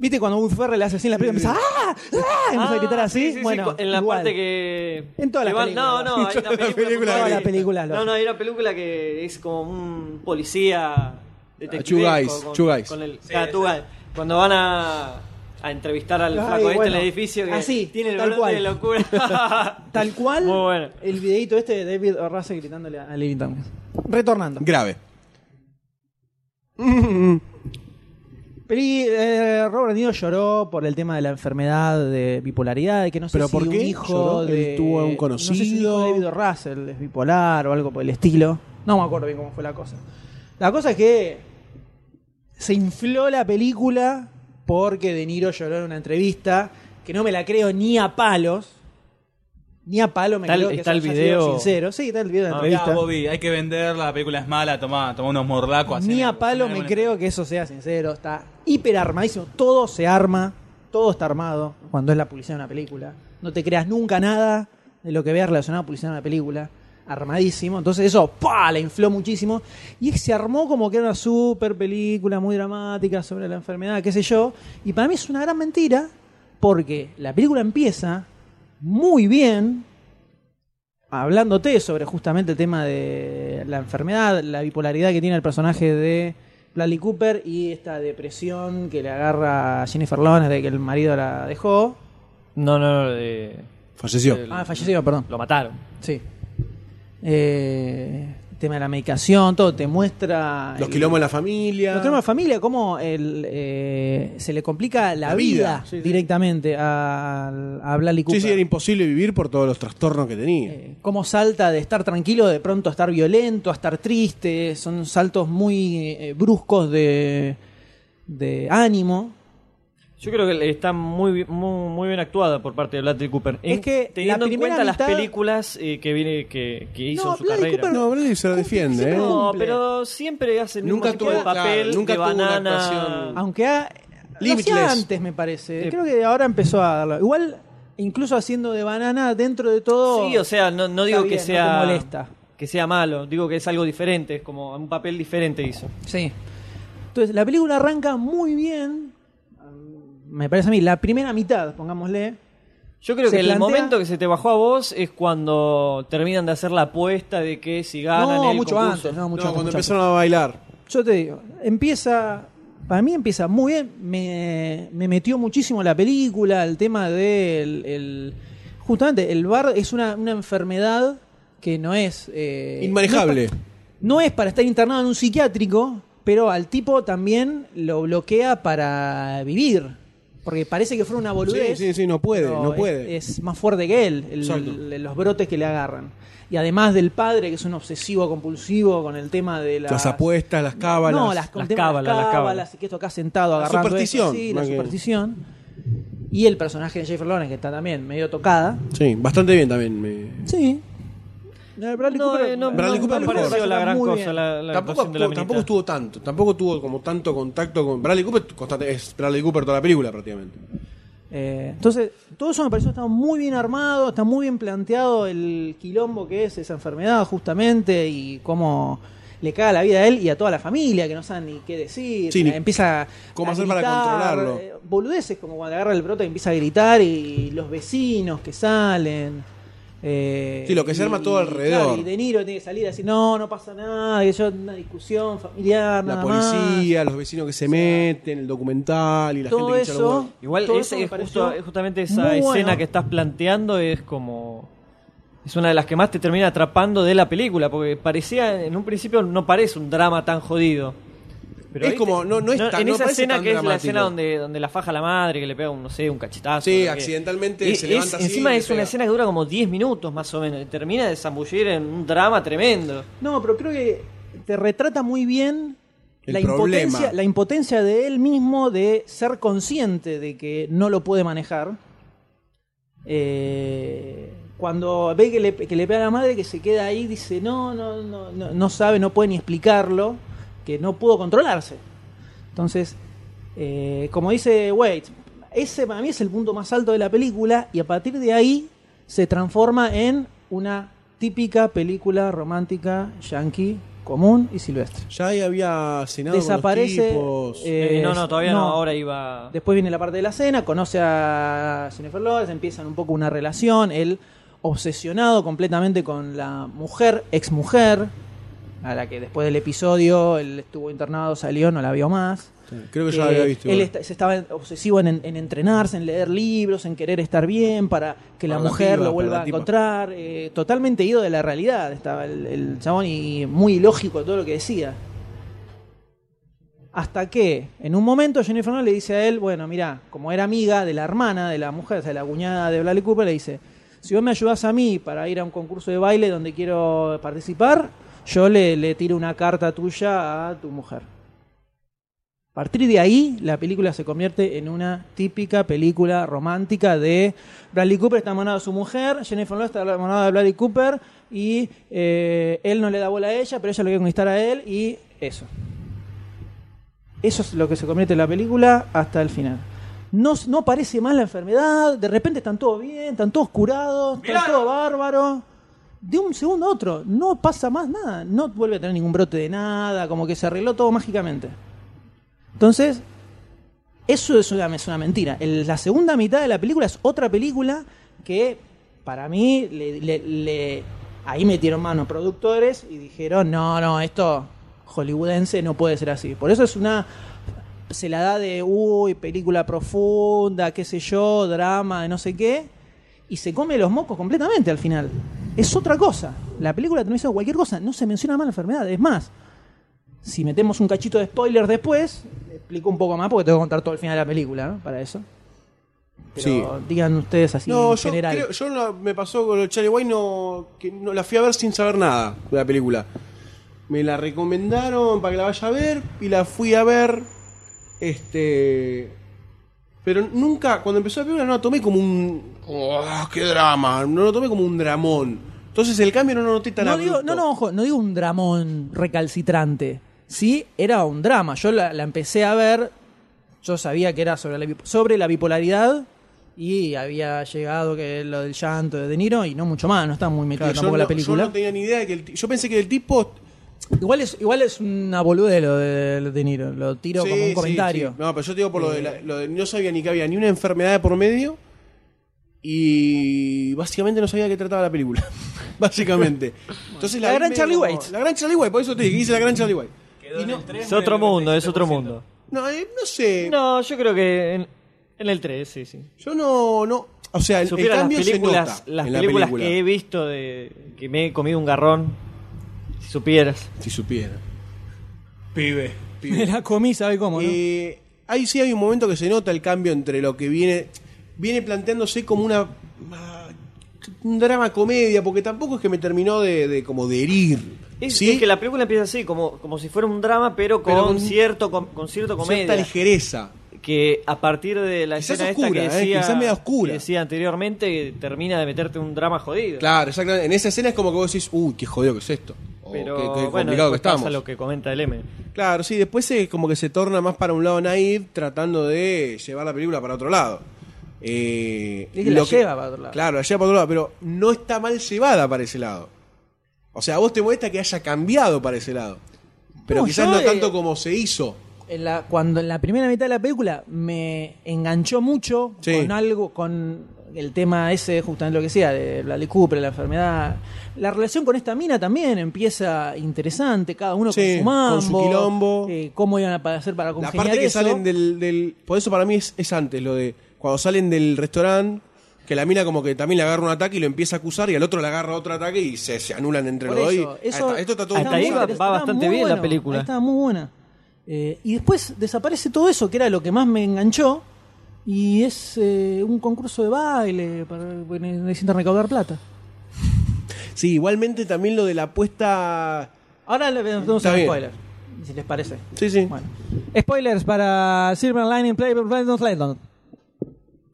C: ¿Viste cuando Will Ferrell hace así en la película? Empieza, ¡ah! ¡ah! Empieza a gritar así.
D: sí, sí,
C: bueno,
D: en la
C: igual.
D: parte que.
C: En todas
D: que
C: las
D: van-
C: películas.
D: No, no, hay una
B: Todas las
D: película.
B: películas
D: con-
B: Todas las
C: películas,
D: No,
C: loco.
D: no, hay una película que es como un policía.
B: Two Guys,
D: con-
B: Two Guys.
D: con el- ah, Two Guys. Cuando van a, a entrevistar al
C: Ay,
D: flaco este en
C: bueno.
D: el edificio que
C: Así,
D: tiene el
C: tal
D: brote de
C: cual.
D: locura.
C: Tal cual,
D: Muy bueno.
C: el videito este de David O'Rase gritándole a Levin Tompkins. Retornando.
B: Grave.
C: Peli- eh, Robert De Niro lloró por el tema de la enfermedad de bipolaridad, de que no sé
B: ¿Pero
C: si
B: por
C: un
B: qué
C: hijo
B: lloró?
C: de
B: ¿Él tuvo a un
C: No sé si un hijo
B: conocido?
C: de David O. Russell es bipolar o algo por el estilo. No me acuerdo bien cómo fue la cosa. La cosa es que se infló la película porque De Niro lloró en una entrevista que no me la creo ni a palos. Ni a palo me
D: Está el-
C: creo que
D: está
C: se
D: el
C: haya sido
D: video.
C: sincero. Sí, está el
A: Ah,
C: video de la entrevista.
E: Mirá, Bobby, hay que vender, la película es mala, toma, toma unos morlacos.
C: Ni a palo me creo que eso sea sincero. Está hiper armadísimo. Todo se arma. Todo está armado cuando es la publicidad de una película. No te creas nunca nada de lo que veas relacionado a publicidad de una película. armadísimo. Entonces eso, ¡pa! la infló muchísimo. Y se armó como que era una super película muy dramática sobre la enfermedad, qué sé yo. Y para mí es una gran mentira porque la película empieza muy bien hablándote sobre justamente el tema de la enfermedad, la bipolaridad que tiene el personaje de Bradley Cooper y esta depresión que le agarra a Jennifer Lawrence de que el marido la dejó.
D: No, no, no. eh,
B: Falleció.
D: el-
C: Ah, falleció, perdón.
D: Lo mataron.
C: Sí. Eh, tema de la medicación, todo te muestra.
B: los
C: el-
B: quilombos en la familia.
C: Los quilombos de familia, cómo el, eh, se le complica la,
B: La vida.
C: vida,
B: Sí, sí.
C: directamente al- a, Bradley Cooper.
B: Sí, sí, era imposible vivir por todos los trastornos que tenía.
C: Eh, cómo salta de estar tranquilo de pronto a estar violento, a estar triste. Son saltos muy eh, bruscos de, de ánimo.
D: Yo creo que está muy, bi- muy, muy bien actuada por parte de Bradley Cooper.
C: Es
D: En-
C: que
D: teniendo
C: la
D: en cuenta
C: primera
D: las
C: mitad-
D: películas eh, que viene que, que hizo
C: No,
D: en su
C: Bradley
D: carrera.
C: Cooper
B: no, Bradley se la defiende, ¿eh?
D: No,
C: cumple.
D: pero siempre hace el
B: Nunca
D: mismo tipo
B: tuvo-
D: de papel
B: claro, nunca
D: de
B: tuvo una
D: banana. Ah,
B: actuación-
C: Aunque ha, lo
B: Limitless.
C: hacía antes, me parece.
D: Sí.
C: Creo que ahora empezó a darlo. Igual, incluso haciendo de banana dentro de todo.
D: Sí, o sea, no,
C: está
D: no digo
C: bien,
D: que
C: no te
D: sea
C: molesta.
D: que sea malo, digo que es algo diferente, es como un papel diferente hizo.
C: Sí. Entonces, la película arranca muy bien. Me parece a mí, la primera mitad, pongámosle.
D: Yo creo
C: Se
D: que el
C: plantea-
D: momento que se te bajó a vos es cuando terminan de hacer la apuesta de que si ganan
C: no,
D: el
C: mucho
D: concurso.
C: antes, no,
B: No,
C: mucho antes,
B: cuando
C: mucho
B: empezaron a bailar.
C: Yo te digo, empieza, para mí empieza muy bien, me, me metió muchísimo la película, el tema del... el- justamente, el bar es una, una enfermedad que no es... eh, No
B: Inmanejable.
C: es, pa- no es para estar internado en un psiquiátrico, pero al tipo también lo bloquea para vivir, porque parece que fuera una
B: Sí,
C: boludez.
B: sí, sí, no puede,
C: pero
B: no
C: es-
B: puede.
C: Es, más fuerte que él, el-
B: Exacto.
C: el- los brotes que le agarran. Y además del padre, que es un obsesivo compulsivo con el tema de las,
B: las apuestas, las cábalas.
C: no, las, con
D: las
C: tema de
D: cábalas, las cábalas.
C: cábalas, que esto acá sentado
B: La
C: agarrando
B: superstición,
C: esto, sí, la
B: más que-
C: superstición. Y el personaje de Jennifer Lawrence que está también medio tocada.
B: Sí, bastante bien también. me-
C: Sí. La de Bradley
D: No,
C: Cooper-
D: eh, no,
B: Bradley
D: no, no
B: Cooper mejor.
D: pareció la gran
C: Muy
D: cosa
C: bien.
D: la, la
B: Tampoco,
D: actuación de la
B: actuó- tampoco
D: minita.
B: estuvo tanto, tampoco tuvo como tanto contacto con Bradley Cooper, constante- es Bradley Cooper toda la película prácticamente.
C: Eh, entonces, todo eso me pareció que está muy bien armado, está muy bien planteado el quilombo que es esa enfermedad, justamente, y cómo le caga la vida a él y a toda la familia, que no saben ni qué decir.
B: Sí, ni-
C: empieza
B: cómo
C: a
B: hacer para
C: gritar,
B: controlarlo.
C: eh, Boludeces, como cuando agarra el brote y empieza a gritar, y los vecinos que salen. eh,
B: Sí, lo que se
C: y-
B: arma todo
C: y,
B: alrededor.
C: claro, y De Niro tiene que salir a decir, no, no pasa nada, que yo, una discusión familiar,
B: La
C: nada más".
B: policía, los vecinos que se meten, el documental y la
C: todo
B: gente que hincha los
C: eso
B: huevos.
D: Igual
C: todo
D: ese
C: eso me
D: es
C: pareció
D: justo- es justamente esa
C: muy
D: escena
C: bueno.
D: que estás planteando es como es una de las que más te termina atrapando de la película porque parecía en un principio no parece un drama tan jodido. Pero
B: Es
D: ahí
B: como, no- no es tan-
D: en
B: no
D: esa
B: parece
D: escena
B: tan
D: que es la
B: dramático.
D: escena donde donde la faja la madre que le pega un no sé un cachetazo.
B: Sí,
D: no sé qué.
B: accidentalmente
D: Y-
B: se
D: es-
B: levanta así y
D: encima
B: le
D: es una
B: pega.
D: escena que dura como 10 minutos más o menos y termina de zambullir en un drama tremendo.
C: No, pero creo que te retrata muy bien
B: El
C: la
B: problema.
C: impotencia, la impotencia de él mismo de ser consciente de que no lo puede manejar. Eh, cuando ve que le, que le pega a la madre, que se queda ahí, dice, no, no, no, no, no sabe, no puede ni explicarlo, que no pudo controlarse. Entonces, eh, como dice Wade, ese para mí es el punto más alto de la película y a partir de ahí se transforma en una típica película romántica yankee común y silvestre.
B: Ya ahí había cenado
C: Desaparece.
B: con los tipos.
D: Eh,
C: eh,
D: no, no, todavía no, ahora iba
C: Después viene la parte de la cena, conoce a Jennifer Lawrence, empiezan un poco una relación, él obsesionado completamente con la mujer, ex mujer, a la que después del episodio él estuvo internado, salió, no la vio más.
B: Creo que ya la había
C: Eh,
B: visto.
C: Él
B: igual.
C: est- se estaba obsesivo en, en entrenarse, en leer libros, en querer estar bien para que la
B: Para la
C: mujer
B: piba,
C: lo
B: para
C: vuelva
B: la
C: a
B: tipa.
C: encontrar. eh, totalmente ido de la realidad estaba el, el chabón y muy ilógico todo lo que decía. Hasta que en un momento Jennifer Lawrence le dice a él, bueno, mira, como era amiga de la hermana de la mujer, o sea, de la cuñada de Bradley Cooper, le dice, si vos me ayudás a mí para ir a un concurso de baile donde quiero participar, yo le, le tiro una carta tuya a tu mujer. A partir de ahí, la película se convierte en una típica película romántica de Bradley Cooper está enamorado de su mujer, Jennifer Lawrence está enamorada de Bradley Cooper y eh, él no le da bola a ella, pero ella lo quiere conquistar a él y eso. Eso es lo que se convierte en la película hasta el final. No, no parece más la enfermedad, de repente están todos bien, están todos curados, están todos bárbaros. de un segundo a otro no pasa más nada, no vuelve a tener ningún brote de nada, como que se arregló todo mágicamente. Entonces, eso es una, es una mentira. El- la segunda mitad de la película es otra película que para mí le- le- le- ahí metieron mano productores y dijeron, no, no, esto hollywoodense no puede ser así. Por eso es una... Se la da de, uy, película profunda, qué sé yo, drama, de no sé qué. Y se come los mocos completamente al final. Es otra cosa. La película termina siendo cualquier cosa. No se menciona más la enfermedad. Es más, si metemos un cachito de spoiler después, explico un poco más porque tengo que contar todo el final de la película, ¿no? Para eso. Pero
B: Sí.
C: digan ustedes así
B: No,
C: en
B: yo,
C: general.
B: creo- yo no- me pasó con el Charlie White, no, que no, la fui a ver sin saber nada de la película. Me la recomendaron para que la vaya a ver y la fui a ver. Este. Pero nunca, cuando empezó la película, no la tomé como un. "Oh, ¡Qué drama! No lo tomé como un dramón. Entonces el cambio no lo noté tan
C: No, digo,
B: abrupto.
C: no, no, ojo, no digo un dramón recalcitrante. Sí, era un drama. Yo la, la empecé a ver, yo sabía que era sobre la, bi- sobre la bipolaridad y había llegado que lo del llanto de De Niro y no mucho más, no estaba muy metido
B: Claro, yo
C: tampoco en
B: no-
C: la película.
B: Yo no tenía ni idea de que el ti- Yo pensé que el tipo.
C: Igual, es, igual es una boludez lo de, lo de Niro, lo tiro
B: Sí,
C: como un
B: sí,
C: comentario. Eh.
B: sí. No, pero yo te digo por lo de, la- lo de- No sabía ni que había ni una enfermedad de por medio. Y básicamente no sabía de qué trataba la película. básicamente. Entonces,
C: La gran
B: vi
C: Charlie
B: medio
C: White.
B: La gran Charlie White, por eso te dije, hice la gran Charlie White. Y no,
D: Es otro mundo, es otro mundo.
B: no, eh, no sé.
D: No, yo creo que en, en el 3, sí, sí.
B: Yo no, no. O sea, el, el
D: Supieran
B: cambio
D: las
B: se nota.
D: películas, las
B: en la
D: películas
B: película.
D: que he visto de que me he comido un garrón, si supieras.
B: Si supiera. Pibe.
C: Me la comí, ¿sabe cómo? no?
B: Eh, ahí sí hay un momento que se nota el cambio entre lo que viene. Viene planteándose como una. ah, Un drama comedia, porque tampoco es que me terminó de, de como de herir.
D: Es,
B: ¿sí?
D: es que la película empieza así, como, como si fuera un drama, pero con,
B: Pero con-
D: cierto com- con cierto
B: Cierta
D: comedia.
B: ligereza.
D: Que a partir de la
B: Quizás
D: escena
B: oscura,
D: esta que
B: eh,
D: decía,
B: quizás media oscura.
D: que decía anteriormente, termina de meterte un drama jodido.
B: Claro, exactamente. En esa escena es como que vos decís, uy, qué jodido que es esto. O
D: Pero
B: Oh, qué, qué
D: bueno,
B: complicado que
D: después pasa
B: estamos.
D: lo que comenta el M.
B: Claro, sí, después se, como que se torna más para un lado naive, tratando de llevar la película para otro lado. Eh,
C: Es que la lleva para otro lado.
B: Claro, la lleva para otro lado, pero no está mal llevada para ese lado. O sea, a vos te molesta que haya cambiado para ese lado. Pero
C: No,
B: quizás
C: yo,
B: no
C: eh,
B: tanto como se hizo.
C: En la- cuando en la primera mitad de la película me enganchó mucho
B: Sí.
C: con algo, con el tema ese, justamente lo que decía, de Bradley Cooper, la enfermedad. La relación con esta mina también empieza interesante, cada uno
B: Sí,
C: con su mambo.
B: con su quilombo.
C: eh, cómo iban a hacer para
B: La
C: congeniar
B: parte que
C: eso.
B: salen del, del- Por eso para mí es, es antes, lo de cuando salen del restaurante, que la mina como que también le agarra un ataque y lo empieza a acusar, y al otro le agarra otro ataque y se, se anulan entre
C: Por
B: los dos. y-
C: eso,
B: Ahí
C: eso-
B: está, esto está todo
D: Hasta ahí
B: muy
D: va-
B: bien.
C: interesante,
D: bastante
C: muy
D: bien la
C: bueno,
D: película.
C: ahí Estaba muy buena. Eh, y después desaparece todo eso, que era lo que más me enganchó. Y es eh, un concurso de baile, para, necesitan recaudar plata.
B: Sí, igualmente también lo de la apuesta.
C: Ahora le damos
B: Está
C: un
B: bien.
C: spoiler, si les parece.
B: Sí, sí.
C: Bueno. Spoilers para Silver Lining Play Blindon Flydown.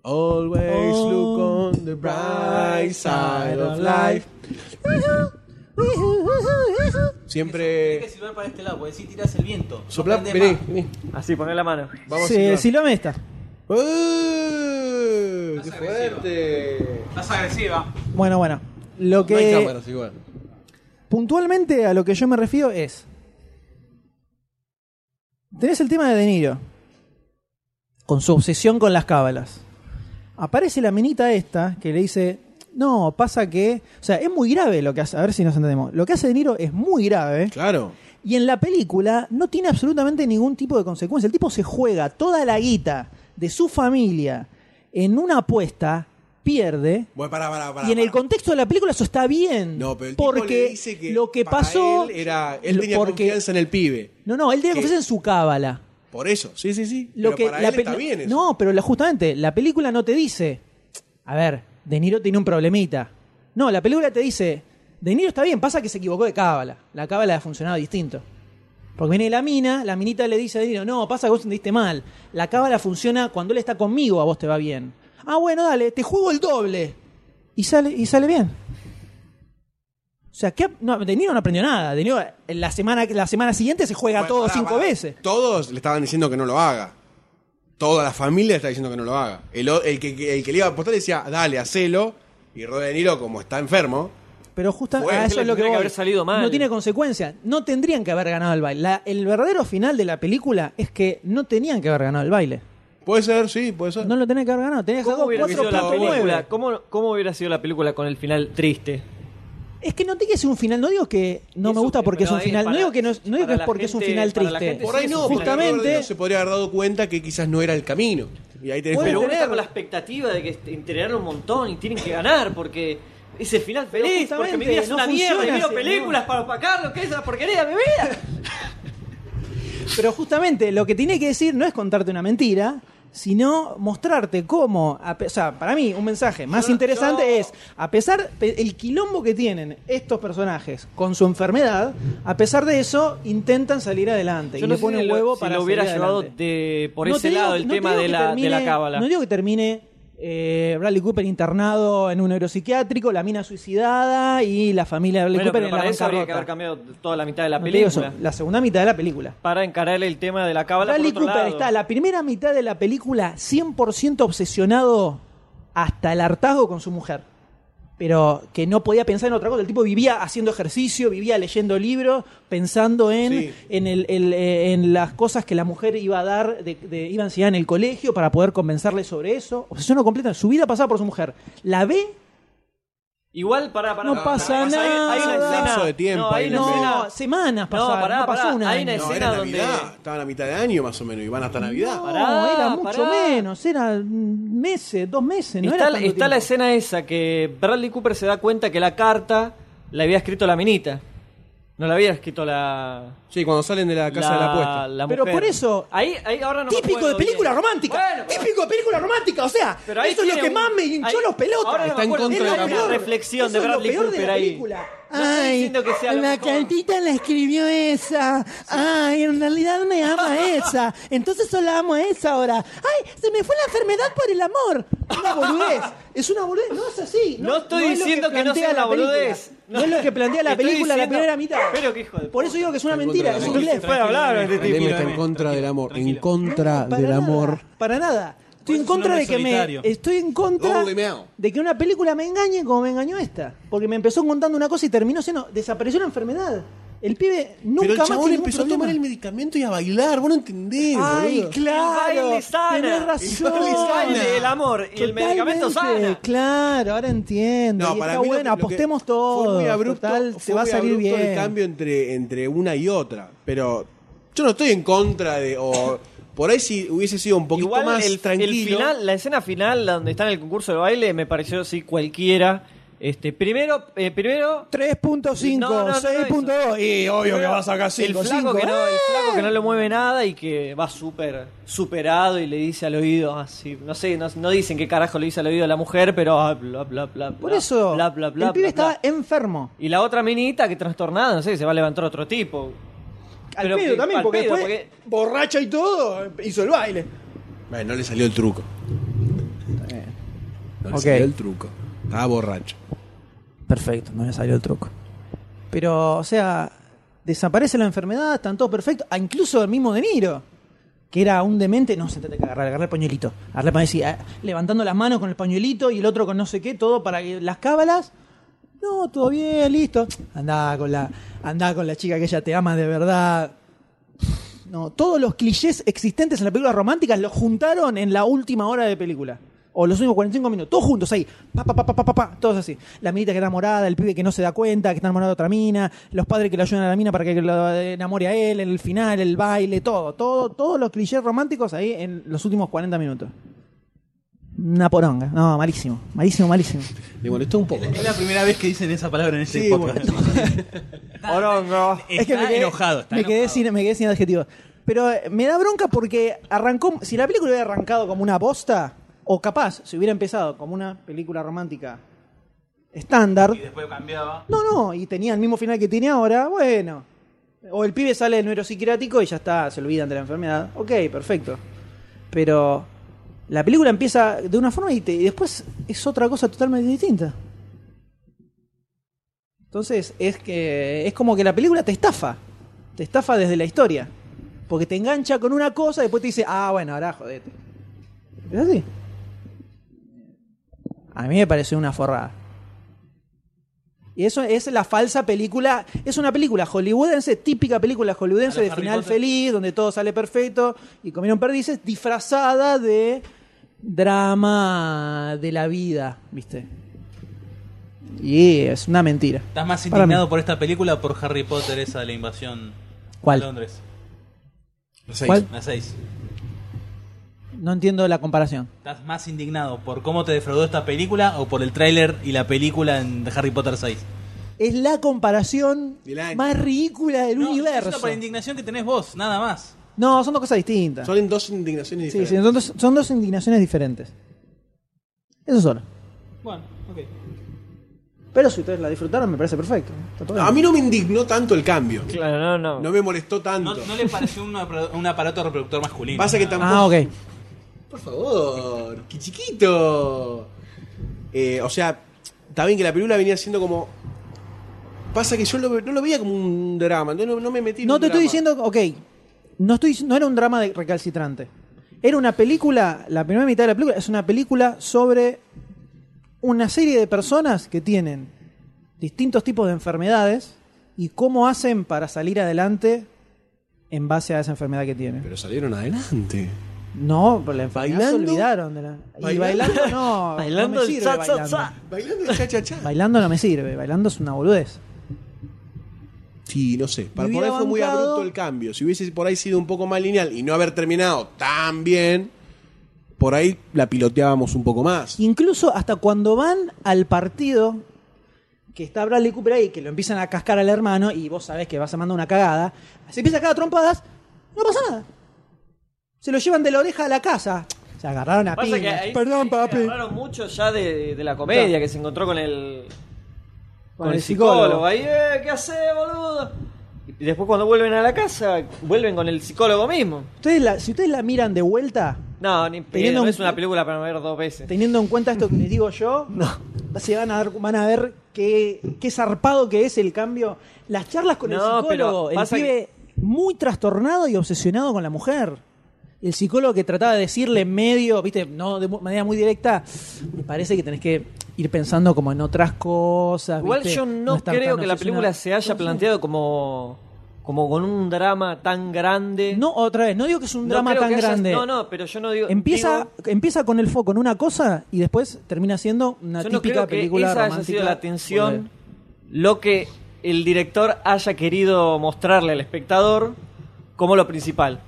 C: Oh,
B: Always look on the bright side of life. Siempre.
E: silbar para este lado, porque si tiras el viento.
B: Sopla, vení, vení.
D: Así, poné la mano.
B: Vamos
C: Sí,
B: a silbar.
C: Silome está.
B: ¡Eh! ¡Qué fuerte!
E: Estás agresiva.
C: Bueno, bueno. Lo
B: No hay
C: que
B: cámaras igual.
C: puntualmente a lo que yo me refiero es. Tenés el tema de De Niro. Con su obsesión con las cábalas. Aparece la minita esta que le dice. No, pasa que. O sea, es muy grave lo que hace. A ver si nos entendemos. Lo que hace De Niro es muy grave.
B: Claro.
C: Y en la película no tiene absolutamente ningún tipo de consecuencia. El tipo se juega toda la guita de su familia en una apuesta, pierde.
B: Bueno, pará, pará, pará.
C: y en el
B: pará.
C: contexto de la película eso está bien.
B: No, pero el tipo
C: porque
B: le dice que
C: lo que
B: para
C: pasó
B: él era. Él
C: lo-
B: tenía confianza en el pibe.
C: No, no, él tenía
B: que-
C: confianza en su cábala.
B: Por eso. Sí, sí, sí.
C: Lo
B: pero
C: que
B: para
C: la
B: él
C: pe-
B: está bien eso.
C: No, pero la- justamente la película no te dice, a ver, De Niro tiene un problemita. No, la película te dice, De Niro está bien, pasa que se equivocó de cábala. La cábala ha funcionado distinto. Porque viene la mina, la minita le dice a De Niro, no, pasa que vos entendiste mal. La cábala funciona cuando él está conmigo, a vos te va bien. Ah, bueno, dale, te juego el doble. Y sale, y sale bien. O sea, ¿qué, ap- no, De Niro no aprendió nada. De Niro, en la semana, la semana siguiente se juega
B: Bueno,
C: todo
B: pará,
C: cinco
B: pará.
C: veces.
B: Todos le estaban diciendo que no lo haga. Toda la familia le está diciendo que no lo haga. El, o- el que, el que le iba a apostar decía, dale, hacelo. Y Robert De Niro, como está enfermo,
C: Pero justo
D: Bueno,
C: a
D: es
C: eso
D: que
C: es lo que
D: tendría que
C: voy.
D: haber salido mal.
C: No tiene consecuencias. No tendrían que haber ganado el baile. La- el verdadero final de la película es que no tenían que haber ganado el baile.
B: Puede ser, sí, puede ser.
C: No lo tenían que haber ganado. Tenías que
D: ¿Cómo
C: haber
D: hubiera
C: cuatro
D: sido la
B: punto
D: película? ¿Cómo, cómo hubiera sido la película con el final triste?
C: Es que no tiene que ser un final. No digo que no
D: Es
C: me
D: un-
C: gusta porque es
D: pero
C: un
D: ahí
C: final.
D: para-
C: no digo que, no, es- no digo
D: para
C: que es
D: la
C: porque es un
D: gente-
C: final
D: para la
C: triste.
D: gente
B: Por
D: Sí,
B: ahí no,
D: eso
B: porque
C: justamente-
B: no se podría haber dado cuenta que quizás no era el camino. Y ahí tenés
D: Pero
B: como-
D: uno está con la expectativa de que este- entrenaron un montón y tienen que ganar porque es el final
C: Pero
D: feliz. Porque mi vida es
C: justamente,
D: una
C: no
D: mierda y
C: funciona
D: veo
C: ese,
D: películas para opacar lo que es la porquería de mi vida.
C: Pero justamente lo que tiene que decir no es contarte una mentira, sino mostrarte cómo, a pe- o sea, para mí un mensaje más
D: Yo-
C: interesante
D: yo-
C: es, a pesar pe- el quilombo que tienen estos personajes con su enfermedad, a pesar de eso intentan salir adelante y le
D: sé
C: ponen
D: si lo-
C: huevo
D: si
C: para
D: lo hubiera
C: salir
D: llevado
C: adelante.
D: de, por
C: No
D: ese
C: te digo-
D: lado el
C: no te
D: tema
C: digo
D: de
C: que
D: la, de la
C: termine-
D: cábala.
C: No digo que termine eh, Bradley Cooper internado en un neuropsiquiátrico, la mina suicidada y la familia de Bradley
D: Bueno,
C: Cooper
D: pero
C: en la
D: para eso habría que
C: bancarrota.
D: haber cambiado toda la mitad de la
C: No te digo eso,
D: película
C: la segunda mitad de la película.
D: para encarar el tema de la cábala por
C: Bradley
D: otro
C: Cooper
D: lado.
C: está la primera mitad de la película 100% obsesionado hasta el hartazgo con su mujer. Pero que no podía pensar en otra cosa. El tipo vivía haciendo ejercicio, vivía leyendo libros, pensando en,
B: Sí.
C: en, el- el, eh, en las cosas que la mujer iba a dar, de, de- iba a enseñar en el colegio para poder convencerle sobre eso. Obsesión completa. Su vida pasada por su mujer. La ve
D: Igual para, para
C: No pasa nada.
D: Hay, una
B: Un
D: escena-
B: lapso de tiempo
D: no, hay
B: ahí
D: una
B: no.
D: escena-
C: no, semanas
D: No,
C: pasaron,
D: pará,
C: no pasó
D: pará,
C: un
D: hay una
C: año.
B: No,
D: escena
B: era
D: donde-
B: Navidad. Estaban a mitad de año más o menos. Y van hasta Navidad.
C: No,
D: Pará,
C: era mucho
D: pará.
C: menos, eran meses, dos meses, no
D: está
C: era
D: la-
C: tanto
D: está la
C: tiempo.
D: escena esa que Bradley Cooper se da cuenta que la carta la había escrito la minita. No la había escrito la.
B: Sí, cuando salen de la casa de la apuesta.
D: la
C: Pero
D: mujer.
C: por eso-
D: Ahí, ahí ahora no me
C: Típico de
D: acuerdo
C: película
D: bien.
C: romántica.
D: Bueno, pero-
C: típico de película romántica. O sea,
D: Pero ahí
C: eso es lo
D: tiene
C: que
D: un-
C: más me hinchó
D: ahí-
C: los pelotas.
D: ahora no
B: Está en
D: me acuerdo
B: contra
D: si
B: de
D: era
B: la
D: una
B: mujer.
D: reflexión
C: Eso
D: de
C: es lo
D: Bradley
C: peor de la
D: Cooper ahí.
C: película.
D: No estoy diciendo que sea lo mejor.
C: la escribió esa. Ay, en realidad me ama esa. Entonces solo amo a esa ahora. Ay, se me fue la enfermedad por el amor. Una boludez. Es una boludez. No es así.
D: No estoy
C: es lo
D: diciendo que no
C: plantea
D: sea
C: la
D: una
C: película.
D: boludez.
C: No, es lo que plantea la
D: Estoy
C: película la
D: diciendo-
C: primera mitad.
D: Pero qué hijo de
C: Por eso digo que es una
B: Está en
C: mentira.
B: contra de
C: Es
B: la
C: un
B: película.
C: inglés.
D: Fue a hablar este
B: El
D: tipo.
B: lema está en contra del amor. En
E: tranquilo.
B: contra
C: Para
B: del
C: nada,
B: amor.
C: Para nada. Estoy
E: Por eso
C: en
E: es un
C: contra de
E: hombre
C: que me.
E: solitario.
C: Estoy en contra
B: Lonely man.
C: de que una película me engañe como me engañó esta. Porque me empezó contando una cosa y terminó siendo. Desapareció la enfermedad. El pibe nunca
B: Pero el
C: más
B: chabón
C: tiene ningún
B: empezó a
C: problema.
B: tomar el medicamento y a bailar. Vos no entendés,
C: Ay,
B: boludo.
D: El
C: claro.
D: baile sana.
C: Tenés
D: El
C: razón.
B: baile sana.
D: El baile, el amor y el medicamento
C: Totalmente,
D: sana.
C: Claro, ahora entiendo. y está
B: mí lo que-
C: bueno,
B: lo que
C: apostemos todo.
B: Fue muy abrupto,
C: Total,
B: fue
C: se va a
B: muy
C: salir
B: abrupto
C: bien.
B: el cambio entre, entre una y otra. Pero yo no estoy en contra de. O, por ahí si hubiese sido un poquito
D: Igual
B: más
D: el,
B: tranquilo.
D: el final, la escena final donde está en el concurso de baile me pareció así cualquiera. Este, primero, eh, primero
C: 3.5,
D: No, no, no,
C: 6.2. Y obvio que vas a sacar
D: el
C: 5.
D: flaco, que no, el flaco que no le mueve nada y que va súper superado y le dice al oído así, no sé, no, no dicen qué carajo le dice al oído a la mujer, pero ah, bla bla bla. bla,
C: Por eso,
D: bla, bla, bla,
C: el pibe
D: bla,
C: estaba
D: bla.
C: enfermo.
D: Y la otra minita que trastornada, no sé, se va a levantar otro tipo.
C: Al
D: Pero
C: pedo
D: que-
C: también,
D: al
C: porque
D: pedo,
C: después, borracha y todo, hizo el baile.
B: Bueno, no le salió el truco. No le
C: Ok.
B: salió el truco. Estaba borracho.
C: Perfecto, no le salió el truco. Pero, o sea, desaparece la enfermedad, están todos perfectos. Ah, incluso el mismo De Niro, que era un demente. No, sentate que agarrar, agarrar el pañuelito. Agarrar el pañuelito, sí, ah, levantando las manos con el pañuelito y el otro con no sé qué, todo para que las cábalas. No, todo bien, listo. Andá con la, andá con la chica que ella te ama de verdad. No, todos los clichés existentes en la película romántica los juntaron en la última hora de película. O los últimos 45 minutos, todos juntos ahí. Pa, pa, pa, pa, pa, pa, pa, todos así. La minita que está enamorada, el pibe que no se da cuenta, que está enamorado de otra mina, los padres que le ayudan a la mina para que lo enamore a él, el final, el baile, todo. todo todos los clichés románticos ahí en los últimos 40 minutos. Una poronga. No, malísimo. Malísimo, malísimo.
B: Le molestó un poco.
E: Es la primera vez que dicen esa palabra en este
B: Sí,
E: podcast.
D: Orongo.
E: Está
C: Es que me quedé,
E: enojado. Está
C: me, Quedé
E: enojado.
C: sin, me quedé sin adjetivos. Pero eh, me da bronca porque arrancó. Si la película hubiera arrancado como una bosta, o capaz, si hubiera empezado como una película romántica estándar.
E: Después cambiaba.
C: No, no, y tenía el mismo final que tiene ahora, bueno. O el pibe sale del neuropsiquiátrico y ya está, se olvidan de la enfermedad. Ok, perfecto. Pero la película empieza de una forma y, te- y después es otra cosa totalmente distinta. Entonces es que es como que la película te estafa. Te estafa desde la historia. Porque te engancha con una cosa y después te dice, ah, bueno, ahora jodete. ¿Es así? A mí me pareció una forrada. Y eso es la falsa película. Es una película hollywoodense, típica película hollywoodense
E: A la
C: de
E: Harry
C: final
E: Potter.
C: feliz, donde todo sale perfecto y comieron perdices, disfrazada de drama de la vida, ¿viste? Y es una mentira.
A: ¿Estás más
C: Para mí.
A: indignado por esta película o por Harry Potter, esa de la invasión
C: ¿Cuál?
A: de Londres?
B: Las seis.
C: ¿Cuál?
A: La 6.
C: No entiendo la comparación.
A: ¿Estás más indignado por cómo te defraudó esta película o por el tráiler y la película en de Harry Potter 6?
C: Es la comparación
B: Del año.
C: más ridícula del
A: No, estoy diciendo
C: universo.
A: por la indignación que tenés vos, nada más.
C: No, son dos cosas distintas.
B: Son dos indignaciones
C: Sí,
B: diferentes.
C: sí, son dos, son dos indignaciones diferentes. Eso solo.
E: Bueno, ok.
C: Pero si ustedes la disfrutaron, me parece perfecto. Está todo
B: No, a
C: bien.
B: mí no me indignó tanto el cambio.
D: Claro, no, no.
B: No me molestó
A: No,
B: tanto.
A: no le pareció un, apra- un aparato reproductor masculino.
B: Pasa que tampoco.
C: Ah, ok.
B: Por favor, qué chiquito. Eh, o sea, está bien que la película venía siendo como. Pasa que yo lo- no lo veía como un drama, entonces no, no me metí en
C: No
B: un
C: te estoy
B: drama.
C: diciendo, ok. No, estoy, no era un drama de recalcitrante. Era una película, la primera mitad de la película es una película sobre una serie de personas que tienen distintos tipos de enfermedades y cómo hacen para salir adelante en base a esa enfermedad que tienen.
B: Pero salieron adelante.
C: No, por la enfermedad
B: ¿Bailando?
C: se olvidaron de la. Y
B: ¿Bailando?
C: bailando no.
D: Bailando
C: no me
D: el
C: sirve
D: cha, cha,
C: bailando.
D: cha.
B: Bailando el cha-cha-cha.
C: Bailando no me sirve, bailando es una boludez.
B: Sí, no sé. Para
C: Me
B: por ahí
C: hubiera
B: fue muy
C: bancado-
B: abrupto el cambio. Si hubiese por ahí sido un poco más lineal y no haber terminado tan bien, por ahí la piloteábamos un poco más.
C: Incluso hasta cuando van al partido que está Bradley Cooper ahí, que lo empiezan a cascar al hermano y vos sabés que vas a mandar una cagada, se empieza a cagar a trompadas, no pasa nada. Se lo llevan de la oreja a la casa. Se agarraron a
D: Pasa que
C: piñas.
D: ahí
C: Perdón,
D: se
C: papi.
D: agarraron mucho ya de, de la comedia que se encontró con el, con
C: el
D: el psicólogo. Ahí, eh, ¿qué hace, boludo? Y después cuando vuelven a la casa, vuelven con el psicólogo mismo.
C: Ustedes la- si ustedes la miran de vuelta,
D: No, ni
C: Teniendo
D: pedo, no
C: un-
D: es una película para ver dos veces.
C: teniendo en cuenta esto que les digo yo, se van a, dar, van a ver qué, qué zarpado que es el cambio. Las charlas con
D: No,
C: el psicólogo,
D: pero
C: el
D: pasa
C: pibe muy trastornado y obsesionado con la mujer. El psicólogo que trataba de decirle en medio, viste, no de mu- manera muy directa, me parece que tenés que ir pensando como en otras cosas.
D: Igual
C: ¿viste?
D: yo no,
C: estar
D: creo
C: tan
D: que la
C: obsesionado.
D: película se haya
C: No sé.
D: planteado como, como con un drama tan grande.
C: No, otra vez, no digo que es un
D: No
C: drama
D: creo
C: tan
D: que haya-
C: grande.
D: No, no, pero yo no digo...
C: Empieza,
D: digo,
C: empieza con el foco en una cosa y después termina siendo una
D: yo no
C: típica
D: creo que
C: película
D: esa haya
C: romántica.
D: sido la
C: Volver.
D: tensión, lo que el director haya querido mostrarle al espectador como lo principal.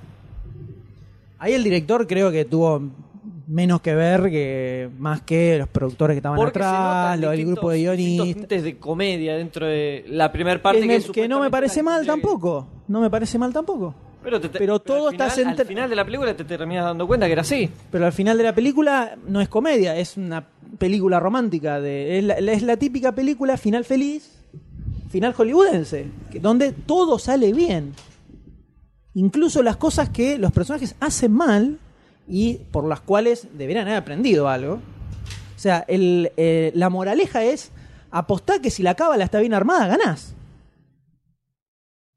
C: Ahí el director creo que tuvo menos que ver que más que los productores que estaban
D: Porque se
C: atrás,
D: notan
C: lo del
D: distintos-
C: grupo de
D: distintos
C: guionistas.
D: tintes de comedia dentro de la primera
C: Que,
D: parte.
C: me-
D: es
C: que no me
D: supuestamente
C: parece
D: la
C: mal
D: que-
C: tampoco. No me parece mal tampoco.
D: Pero, te- te-
C: Pero todo
D: al
C: está
D: final-
C: centra-
D: Al final de la película te terminas dando cuenta que era así.
C: Pero al final de la película no es comedia, es una película romántica. De, es, la, es la típica película final feliz, final hollywoodense, que- donde todo sale bien. Incluso las cosas que los personajes hacen mal y por las cuales deberían haber aprendido algo. O sea, el, eh, la moraleja es apostar que si la cábala está bien armada, ganás.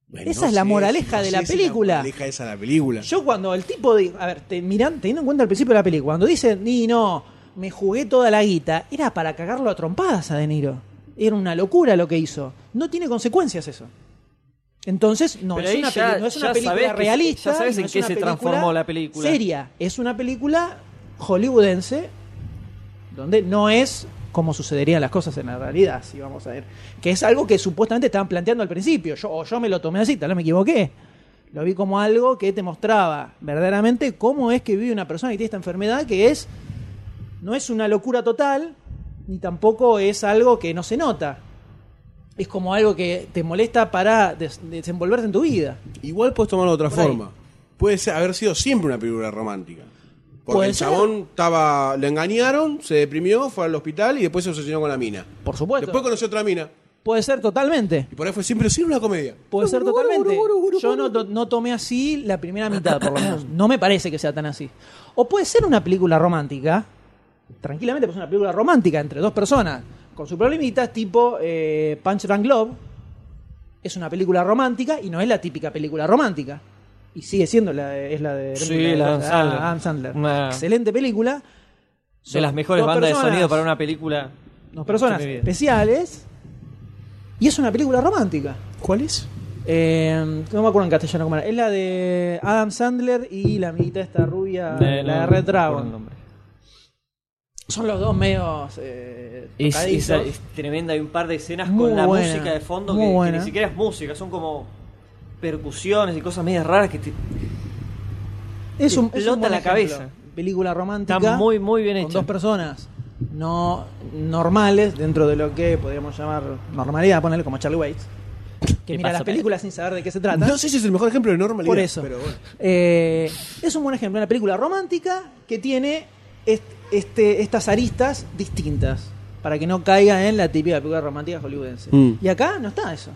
B: Bueno,
C: Esa es la moraleja de la
B: si
C: película.
B: La moraleja esa de la película.
C: Yo cuando el tipo de, a ver, te, miran, teniendo en cuenta el principio de la película, cuando dicen, ni no, me jugué toda la guita, era para cagarlo a trompadas a De Niro. Era una locura lo que hizo. No tiene consecuencias eso. Entonces, no,
D: Pero
C: es
D: ahí
C: una,
D: ya-
C: peli- no es
D: ya
C: una película
D: sabés que-
C: realista.
D: ya sabés
C: no
D: en
C: es
D: qué
C: una
D: se
C: película
D: transformó la película.
C: Seria. Es una película hollywoodense donde no es como sucederían las cosas en la realidad, si vamos a ver. Que es algo que supuestamente estaban planteando al principio. Yo, o yo me lo tomé así, tal vez me equivoqué. Lo vi como algo que te mostraba verdaderamente cómo es que vive una persona que tiene esta enfermedad, que es no es una locura total, ni tampoco es algo que no se nota. Es como algo que te molesta para des- desenvolverte en tu vida.
B: Igual puedes tomarlo de otra
C: Por ahí.
B: forma. Puede ser- haber sido siempre una película romántica. Porque
C: Puede
B: el
C: ser.
B: chabón estaba, lo engañaron, se deprimió, fue al hospital y después se obsesionó con la mina.
C: Por supuesto.
B: Después conoció otra mina.
C: Puede ser totalmente.
B: Y por ahí fue siempre sí una comedia.
C: Puede ser totalmente. Yo no, to- no tomé así la primera mitad, por lo menos. No me parece que sea tan así. O puede ser una película romántica. Tranquilamente, pues una película romántica entre dos personas. Con sus problemitas, tipo eh, Punch Drunk Love. Es una película romántica y no es la típica película romántica. Y sigue siendo la de, es la de Ah,
D: Sí, la de Adam Sandler.
C: Adam Sandler.
D: Una-
C: Excelente película.
D: De las mejores
C: dos
D: bandas de
C: personas-
D: sonido para una película.
C: Dos personas
D: Sí, mi vida.
C: especiales Y es una película romántica.
B: ¿Cuál es?
C: Eh, no me acuerdo en castellano cómo era. Es la de Adam Sandler y la amiguita esta rubia, la de
D: De-
C: Red
D: no, no recuerdo el
C: Dragon.
D: nombre.
C: Son los dos medios. Eh,
D: Es,
C: tocadizos.
D: es- es tremenda, hay un par de escenas
C: Muy
D: con la
C: buena,
D: música de fondo
C: muy
D: que, que
C: buena.
D: ni siquiera es música, son como percusiones y cosas medias raras que te-
C: Es un, es un
D: explota
C: buen
D: la
C: ejemplo.
D: cabeza.
C: Película romántica.
D: están muy muy bien
C: Con
D: hechas.
C: dos personas no normales, dentro de lo que podríamos llamar normalidad, ponerle como Charlie Waits, que
D: ¿Qué
C: mira
D: pasa,
C: las películas sin saber de qué se trata.
B: No sé si es el mejor ejemplo de normalidad.
C: Por eso.
B: Pero bueno.
C: Eh, es un buen ejemplo, una película romántica que tiene est- este, estas aristas distintas para que no caiga en la típica película romántica hollywoodense.
B: Mm.
C: Y acá no está eso.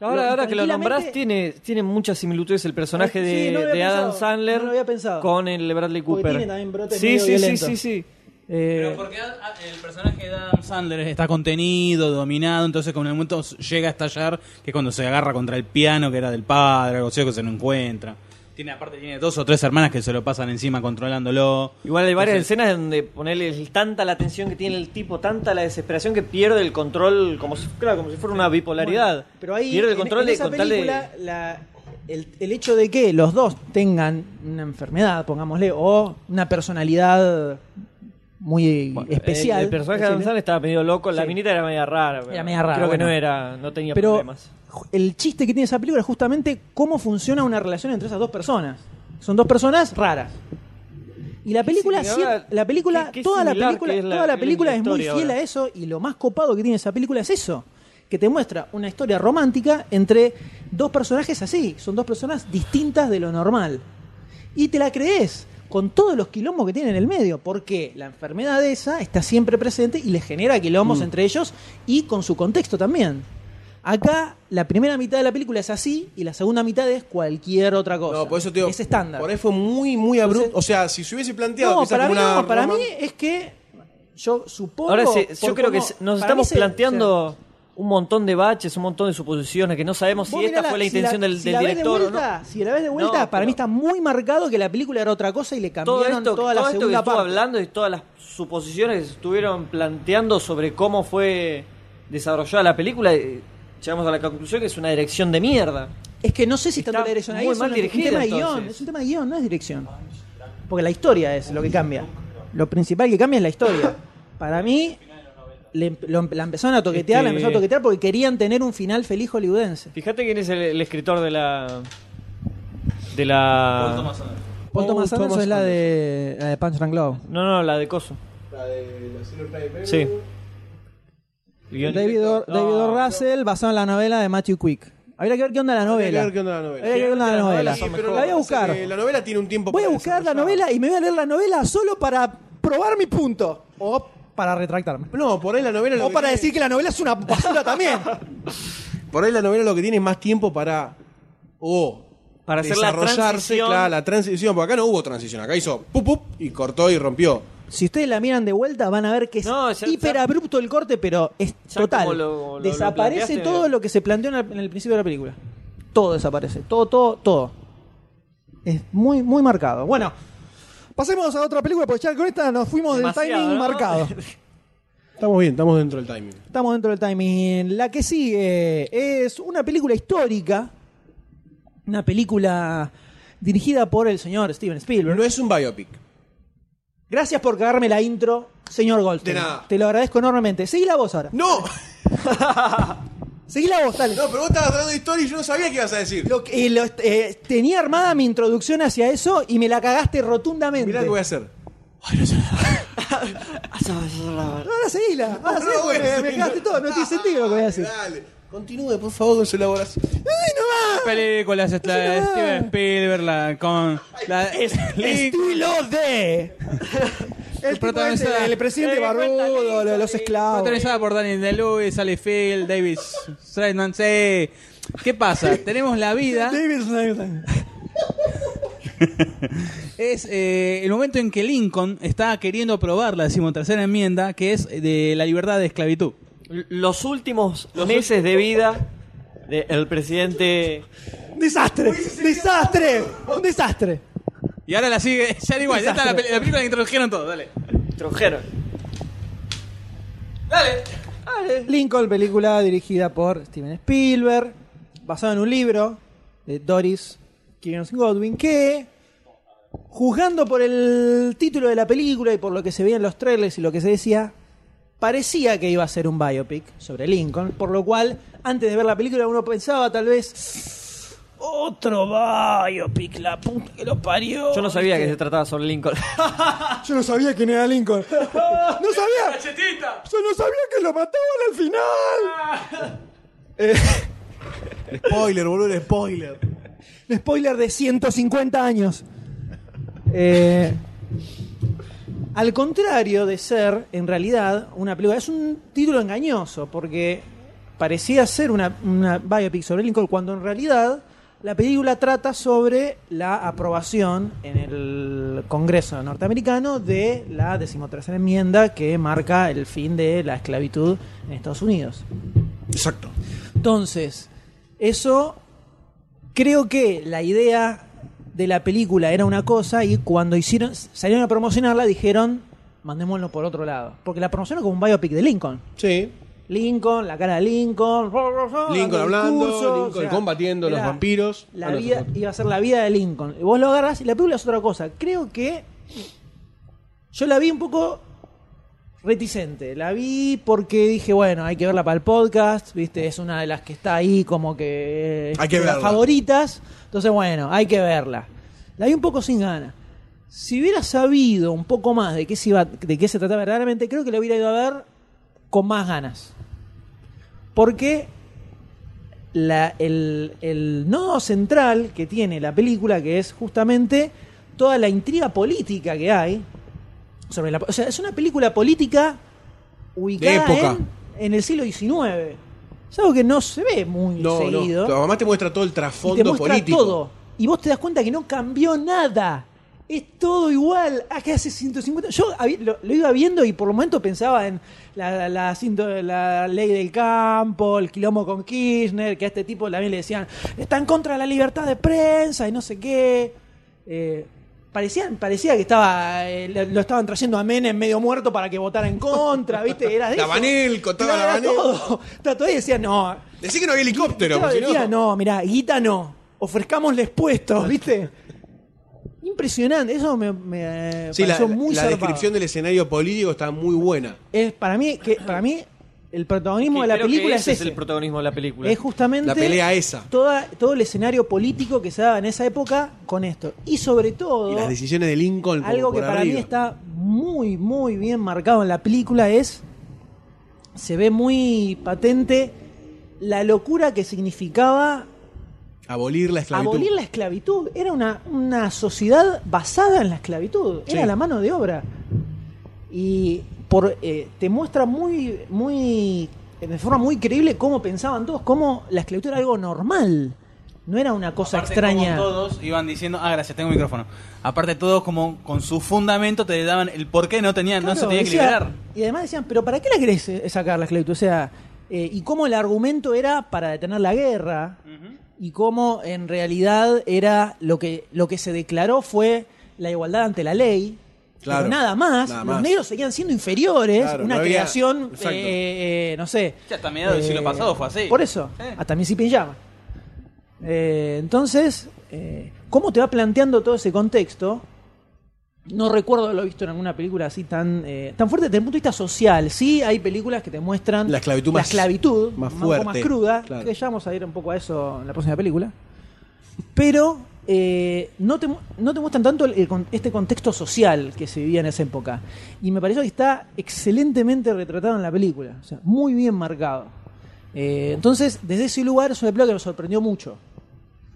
D: Ahora,
C: Lo-
D: ahora que lo
C: tranquilamente-
D: nombrás, tiene, tiene muchas similitudes el personaje de,
C: Sí, no lo había
D: de Adam
C: pensado,
D: Sandler
C: no lo había pensado.
D: con el Bradley
C: Porque
D: Cooper.
C: tiene también brotes
D: sí,
C: medio
D: sí, sí,
C: violentos.
D: sí, sí.
C: Eh,
E: Pero porque Ad- Ad- el personaje de Adam Sandler está contenido, dominado, entonces con el momento llega a estallar, que es cuando se agarra contra el piano que era del padre, algo así que se lo encuentra. Tiene aparte tiene dos o tres hermanas que se lo pasan encima controlándolo.
D: Igual hay varias
E: Entonces-
D: escenas donde ponerle el- tanta la tensión que tiene el tipo, tanta la desesperación que pierde el control, como si, claro, como si fuera una bipolaridad.
C: Bueno, pero ahí,
D: pierde el
C: en-
D: control
C: en
D: de,
C: esa
D: con tal de-
C: película, la- el, el hecho de que los dos tengan una enfermedad, pongámosle, o una personalidad muy
D: Bueno,
C: Eh, especial.
D: El, el personaje de Adam
C: decirle,
D: Sandler estaba medio loco, la
C: Sí.
D: minita era media rara. pero
C: media rara,
D: Creo
C: bueno.
D: que no era, no tenía
C: pero
D: problemas.
C: ju- el chiste que tiene esa película es justamente cómo funciona una relación entre esas dos personas. Son dos personas raras. Y la película,
D: Sí,
C: sí,
D: ahora,
C: la película,
D: qué- qué
C: toda, la
D: similar
C: película
D: que es la-
C: toda la
D: que es la
C: película es muy
D: historia
C: fiel
D: ahora.
C: a eso y lo más copado que tiene esa película es eso, que te muestra una historia romántica entre dos personajes así, son dos personas distintas de lo normal. Y te la crees con todos los quilombos que tiene en el medio, porque la enfermedad esa está siempre presente y le genera
B: Mm.
C: quilombos entre ellos y con su contexto también. Acá la primera mitad de la película es así y la segunda mitad es cualquier otra cosa.
B: No, por eso te digo,
C: es estándar.
B: Por ahí fue muy, muy abrupto.
C: Entonces-
B: O sea, si se hubiese planteado.
C: No,
B: quizás
C: para mí
B: como una
C: no, para mí
B: Roma-
C: es que yo supongo...
D: Ahora sí, yo
C: por
D: creo que
C: cómo-
D: se- nos
C: para mí
D: estamos
C: se-
D: planteando un montón de baches, un montón de suposiciones que no sabemos si
C: Vos
D: esta
C: mirá la-
D: fue la
C: si
D: intención del,
C: si
D: del
C: la ves de
D: director
C: vuelta-
D: o no.
C: Si la ves de vuelta,
D: No,
C: para mí está
D: pero-
C: muy marcado que la película era otra cosa y le
D: Todo
C: cambiaron
D: esto,
C: toda la
D: todo esto que
C: segunda
D: estuvo
C: parte.
D: hablando y todas las suposiciones que se estuvieron planteando sobre cómo fue desarrollada la película, eh, llegamos a la conclusión que es una dirección de mierda.
C: Es que no sé si
D: Está
C: tanto la dirección ahí
D: muy
C: es
D: mal
C: un,
D: dirigida,
C: un tema de
D: entonces.
C: guión, es un tema de guión, no es dirección. Porque la historia es lo que cambia. Lo principal que cambia es la historia. Para mí le- lo- em-, la empezaron a toquetear, la
D: Este-
C: empezaron a toquetear porque querían tener un final feliz hollywoodense.
D: Fíjate quién es el, el escritor de la de la
C: Paul Thomas
D: Paul
C: Anderson
D: Thomas
C: es la de, la de Punch and Glow.
D: No, no, la de Coso.
B: La de la Silver Play Paper.
D: Sí.
C: David, O-
D: No,
C: David O.
D: no.
C: Russell basado en la novela de Matthew Quick. Habría que ver qué onda la
B: Habría que
C: novela.
B: ver qué onda la novela.
C: Habría que ver qué onda la
D: Generalmente
C: novela.
D: las novelas son
B: pero
C: la voy a
B: me
C: buscar.
B: parece que La novela tiene un tiempo.
C: Voy a
B: para
C: buscar la
B: desarrollar.
C: novela y me voy a leer la novela solo para probar mi punto. O para retractarme.
B: No, por ahí la novela. lo
C: O
B: que
C: para
B: tiene-
C: decir que la novela es una basura también.
B: Por ahí la novela lo que tiene es más tiempo para. O.
D: Para hacer la transición.
B: claro, la transición. Porque acá no hubo transición. Acá hizo pup, pup y cortó y rompió.
C: Si ustedes la miran de vuelta, van a ver que es
D: No, ya-
C: hiper
D: ya-
C: abrupto el corte, pero es
D: Ya como
C: total.
D: lo- lo- lo
C: desaparece
D: planteaste,
C: todo
D: me-
C: lo que se planteó en el, en el principio de la película. Todo desaparece. Todo, todo, todo. Es muy, muy marcado. Bueno, pasemos a otra película, porque ya con esta nos fuimos
D: Demasiado,
C: del timing
D: ¿no?
C: marcado.
B: Estamos bien, estamos dentro del timing.
C: Estamos dentro del timing. La que sigue es una película histórica. Una película dirigida por el señor Steven Spielberg.
B: No es un biopic.
C: Gracias por cagarme la intro, señor Goldstein.
B: De nada.
C: Te lo agradezco enormemente. Seguí la voz ahora.
B: ¡No!
C: Seguí la voz, dale.
B: No, pero vos estabas hablando de historia y yo no sabía qué ibas a decir.
C: Lo que- eh, lo- eh, tenía armada mi introducción hacia eso y me la cagaste rotundamente.
B: Mirá lo que voy a hacer.
C: Ah, Ahora seguíla. Ahora
B: No,
C: seguí,
B: voy
C: me-
B: a
C: me
B: hacer-
C: cagaste todo. No tiene sentido lo que voy a decir.
B: Dale. Continúe, por favor, con su elaboración.
E: películas es la de
C: no.
E: Steven Spielberg la con la
C: Estilo de. El, tipo
E: protagonista-
C: este, el
B: Eh,
C: presidente barbudo, lo de los esclavos.
E: protagonizada por Danny DeLuis, Sally Field, David Straitman. Sí. ¿Qué pasa? Tenemos la vida.
C: David Snyder.
E: Es eh, el momento en que Lincoln está queriendo aprobar la decimotercera enmienda, que es de la libertad de esclavitud.
D: Los últimos meses de vida del presidente
C: Desastre. Desastre. Un desastre.
E: Y ahora la sigue ya igual. Ya está la, peli- la película que introdujeron todo. Dale.
D: Trujero.
E: Dale.
C: Lincoln, película dirigida por Steven Spielberg, basada en un libro de Doris Kearns Godwin, que, juzgando por el título de la película y por lo que se veía en los trailers y lo que se decía, parecía que iba a ser un biopic sobre Lincoln, por lo cual, antes de ver la película, uno pensaba tal vez... Otro biopic, la puta que lo parió.
D: Yo no sabía que
C: ¿viste?
D: se trataba sobre Lincoln.
C: Yo no sabía quién era Lincoln. ¡No sabía! ¡Yo no sabía que lo mataban al final!
B: Spoiler, boludo, spoiler.
C: Un spoiler de 150 años. Eh, al contrario de ser, en realidad, una película. Es un título engañoso, porque parecía ser una, una biopic sobre Lincoln, cuando en realidad la película trata sobre la aprobación en el Congreso norteamericano de la decimotercera enmienda que marca el fin de la esclavitud en Estados Unidos.
B: Exacto.
C: Entonces, eso creo que la idea de la película era una cosa y cuando hicieron salieron a promocionarla dijeron mandémoslo por otro lado, porque la promocionó como un biopic de Lincoln.
B: Sí.
C: Lincoln, la cara de Lincoln, ro, ro, ro, dando
B: Lincoln hablando,
C: discurso,
B: Lincoln combatiendo a los
C: era
B: vampiros.
C: La
B: Ah, no,
C: vida
B: eso no.
C: iba a ser la vida de Lincoln. Y vos lo agarras y la película es otra cosa. Creo que yo la vi un poco reticente. La vi porque dije, bueno, hay que verla para el podcast, ¿viste? Es una de las que está ahí como que es
B: Hay que
C: de las
B: verla.
C: favoritas. Entonces, bueno, hay que verla. La vi un poco sin ganas. Si hubiera sabido un poco más de qué se iba de qué se trataba verdaderamente, creo que la hubiera ido a ver con más ganas. Porque la- el, el nodo central que tiene la película, que es justamente toda la intriga política que hay. Sobre la, o sea, es una película política ubicada
B: época.
C: En, en el siglo XIX. Es algo que no se ve muy
B: No,
C: seguido.
B: no. Tu mamá te muestra todo el
C: y te
B: trasfondo
C: muestra
B: político.
C: todo. Y vos te das cuenta que no cambió nada. Es todo igual. Ah, que hace 150. Yo habí- lo, lo iba viendo y por el momento pensaba en la, la- la cinto- la ley del campo, el quilombo con Kirchner, que a este tipo también le decían, está en contra de la libertad de prensa y no sé qué. Eh, parecían, parecía que estaba eh, lo- lo estaban trayendo a Menem medio muerto para que votara en contra, ¿viste? Era de eso.
B: Dabanel, contaba
C: Claro, era
B: Dabanel.
C: todo. Estaba todo ahí y decían, no,
B: Decí que no había helicóptero.
C: Claro,
B: porque si
C: decía,
B: no...
C: no, mirá, guita no. Ofrezcámosles puestos, ¿viste? Impresionante, eso me, me
B: Sí, la,
C: pareció
B: la-
C: muy
B: la
C: zarpado.
B: descripción del escenario político está muy buena.
C: es para mí que para mí el protagonismo de
D: Creo
C: la
D: que
C: película es
D: ese es
C: ese.
D: el protagonismo de la película.
C: es justamente
B: La pelea esa.
C: toda- todo el escenario político que se daba en esa época con esto y sobre todo
B: Y las decisiones de Lincoln. como
C: algo que
B: por
C: para
B: arriba.
C: mí está muy, muy bien marcado en la película es. Se ve muy patente la locura que significaba
B: Abolir la esclavitud.
C: abolir la esclavitud. Era una, una sociedad basada en la esclavitud. Era
B: Sí.
C: la mano de obra. Y por, eh, te muestra muy, muy, de forma muy creíble cómo pensaban todos, cómo la esclavitud era algo normal. No era una cosa
A: Aparte,
C: extraña.
A: como todos iban diciendo, ah, gracias, tengo micrófono. Aparte, todos como con su fundamento te daban el por qué no tenían, no se
C: Claro,
A: tenía que
C: decía-
A: liberar.
C: Y además decían, ¿pero para qué la querés eh, sacar la esclavitud? O sea, eh, y cómo el argumento era para detener la guerra, y cómo en realidad era lo que, lo que se declaró fue la igualdad ante la ley.
B: Claro,
C: pero nada más,
B: nada
C: los
B: más.
C: negros seguían siendo inferiores,
B: Claro,
C: una
B: no había-
C: creación,
B: exacto.
C: eh, eh, no sé.
A: Ya hasta mediados del
C: eh,
A: siglo pasado fue así.
C: Por eso,
A: Sí.
C: hasta Mississippi en llama. Eh, entonces, eh, ¿cómo te va planteando todo ese contexto? No recuerdo haberlo visto en alguna película así tan, eh, tan fuerte desde el punto de vista social. Sí, hay películas que te muestran
B: La esclavitud más-
C: esclavitud,
B: más
C: un poco más
B: fuerte,
C: cruda,
B: claro.
C: que ya vamos a ir un poco a eso en la próxima película. Pero eh, no, te, mu- no te muestran tanto el- el con- este contexto social que se vivía en esa época. Y me pareció que está excelentemente retratado en la película, o sea, muy bien marcado. Eh, entonces, desde ese lugar es una película que me sorprendió mucho.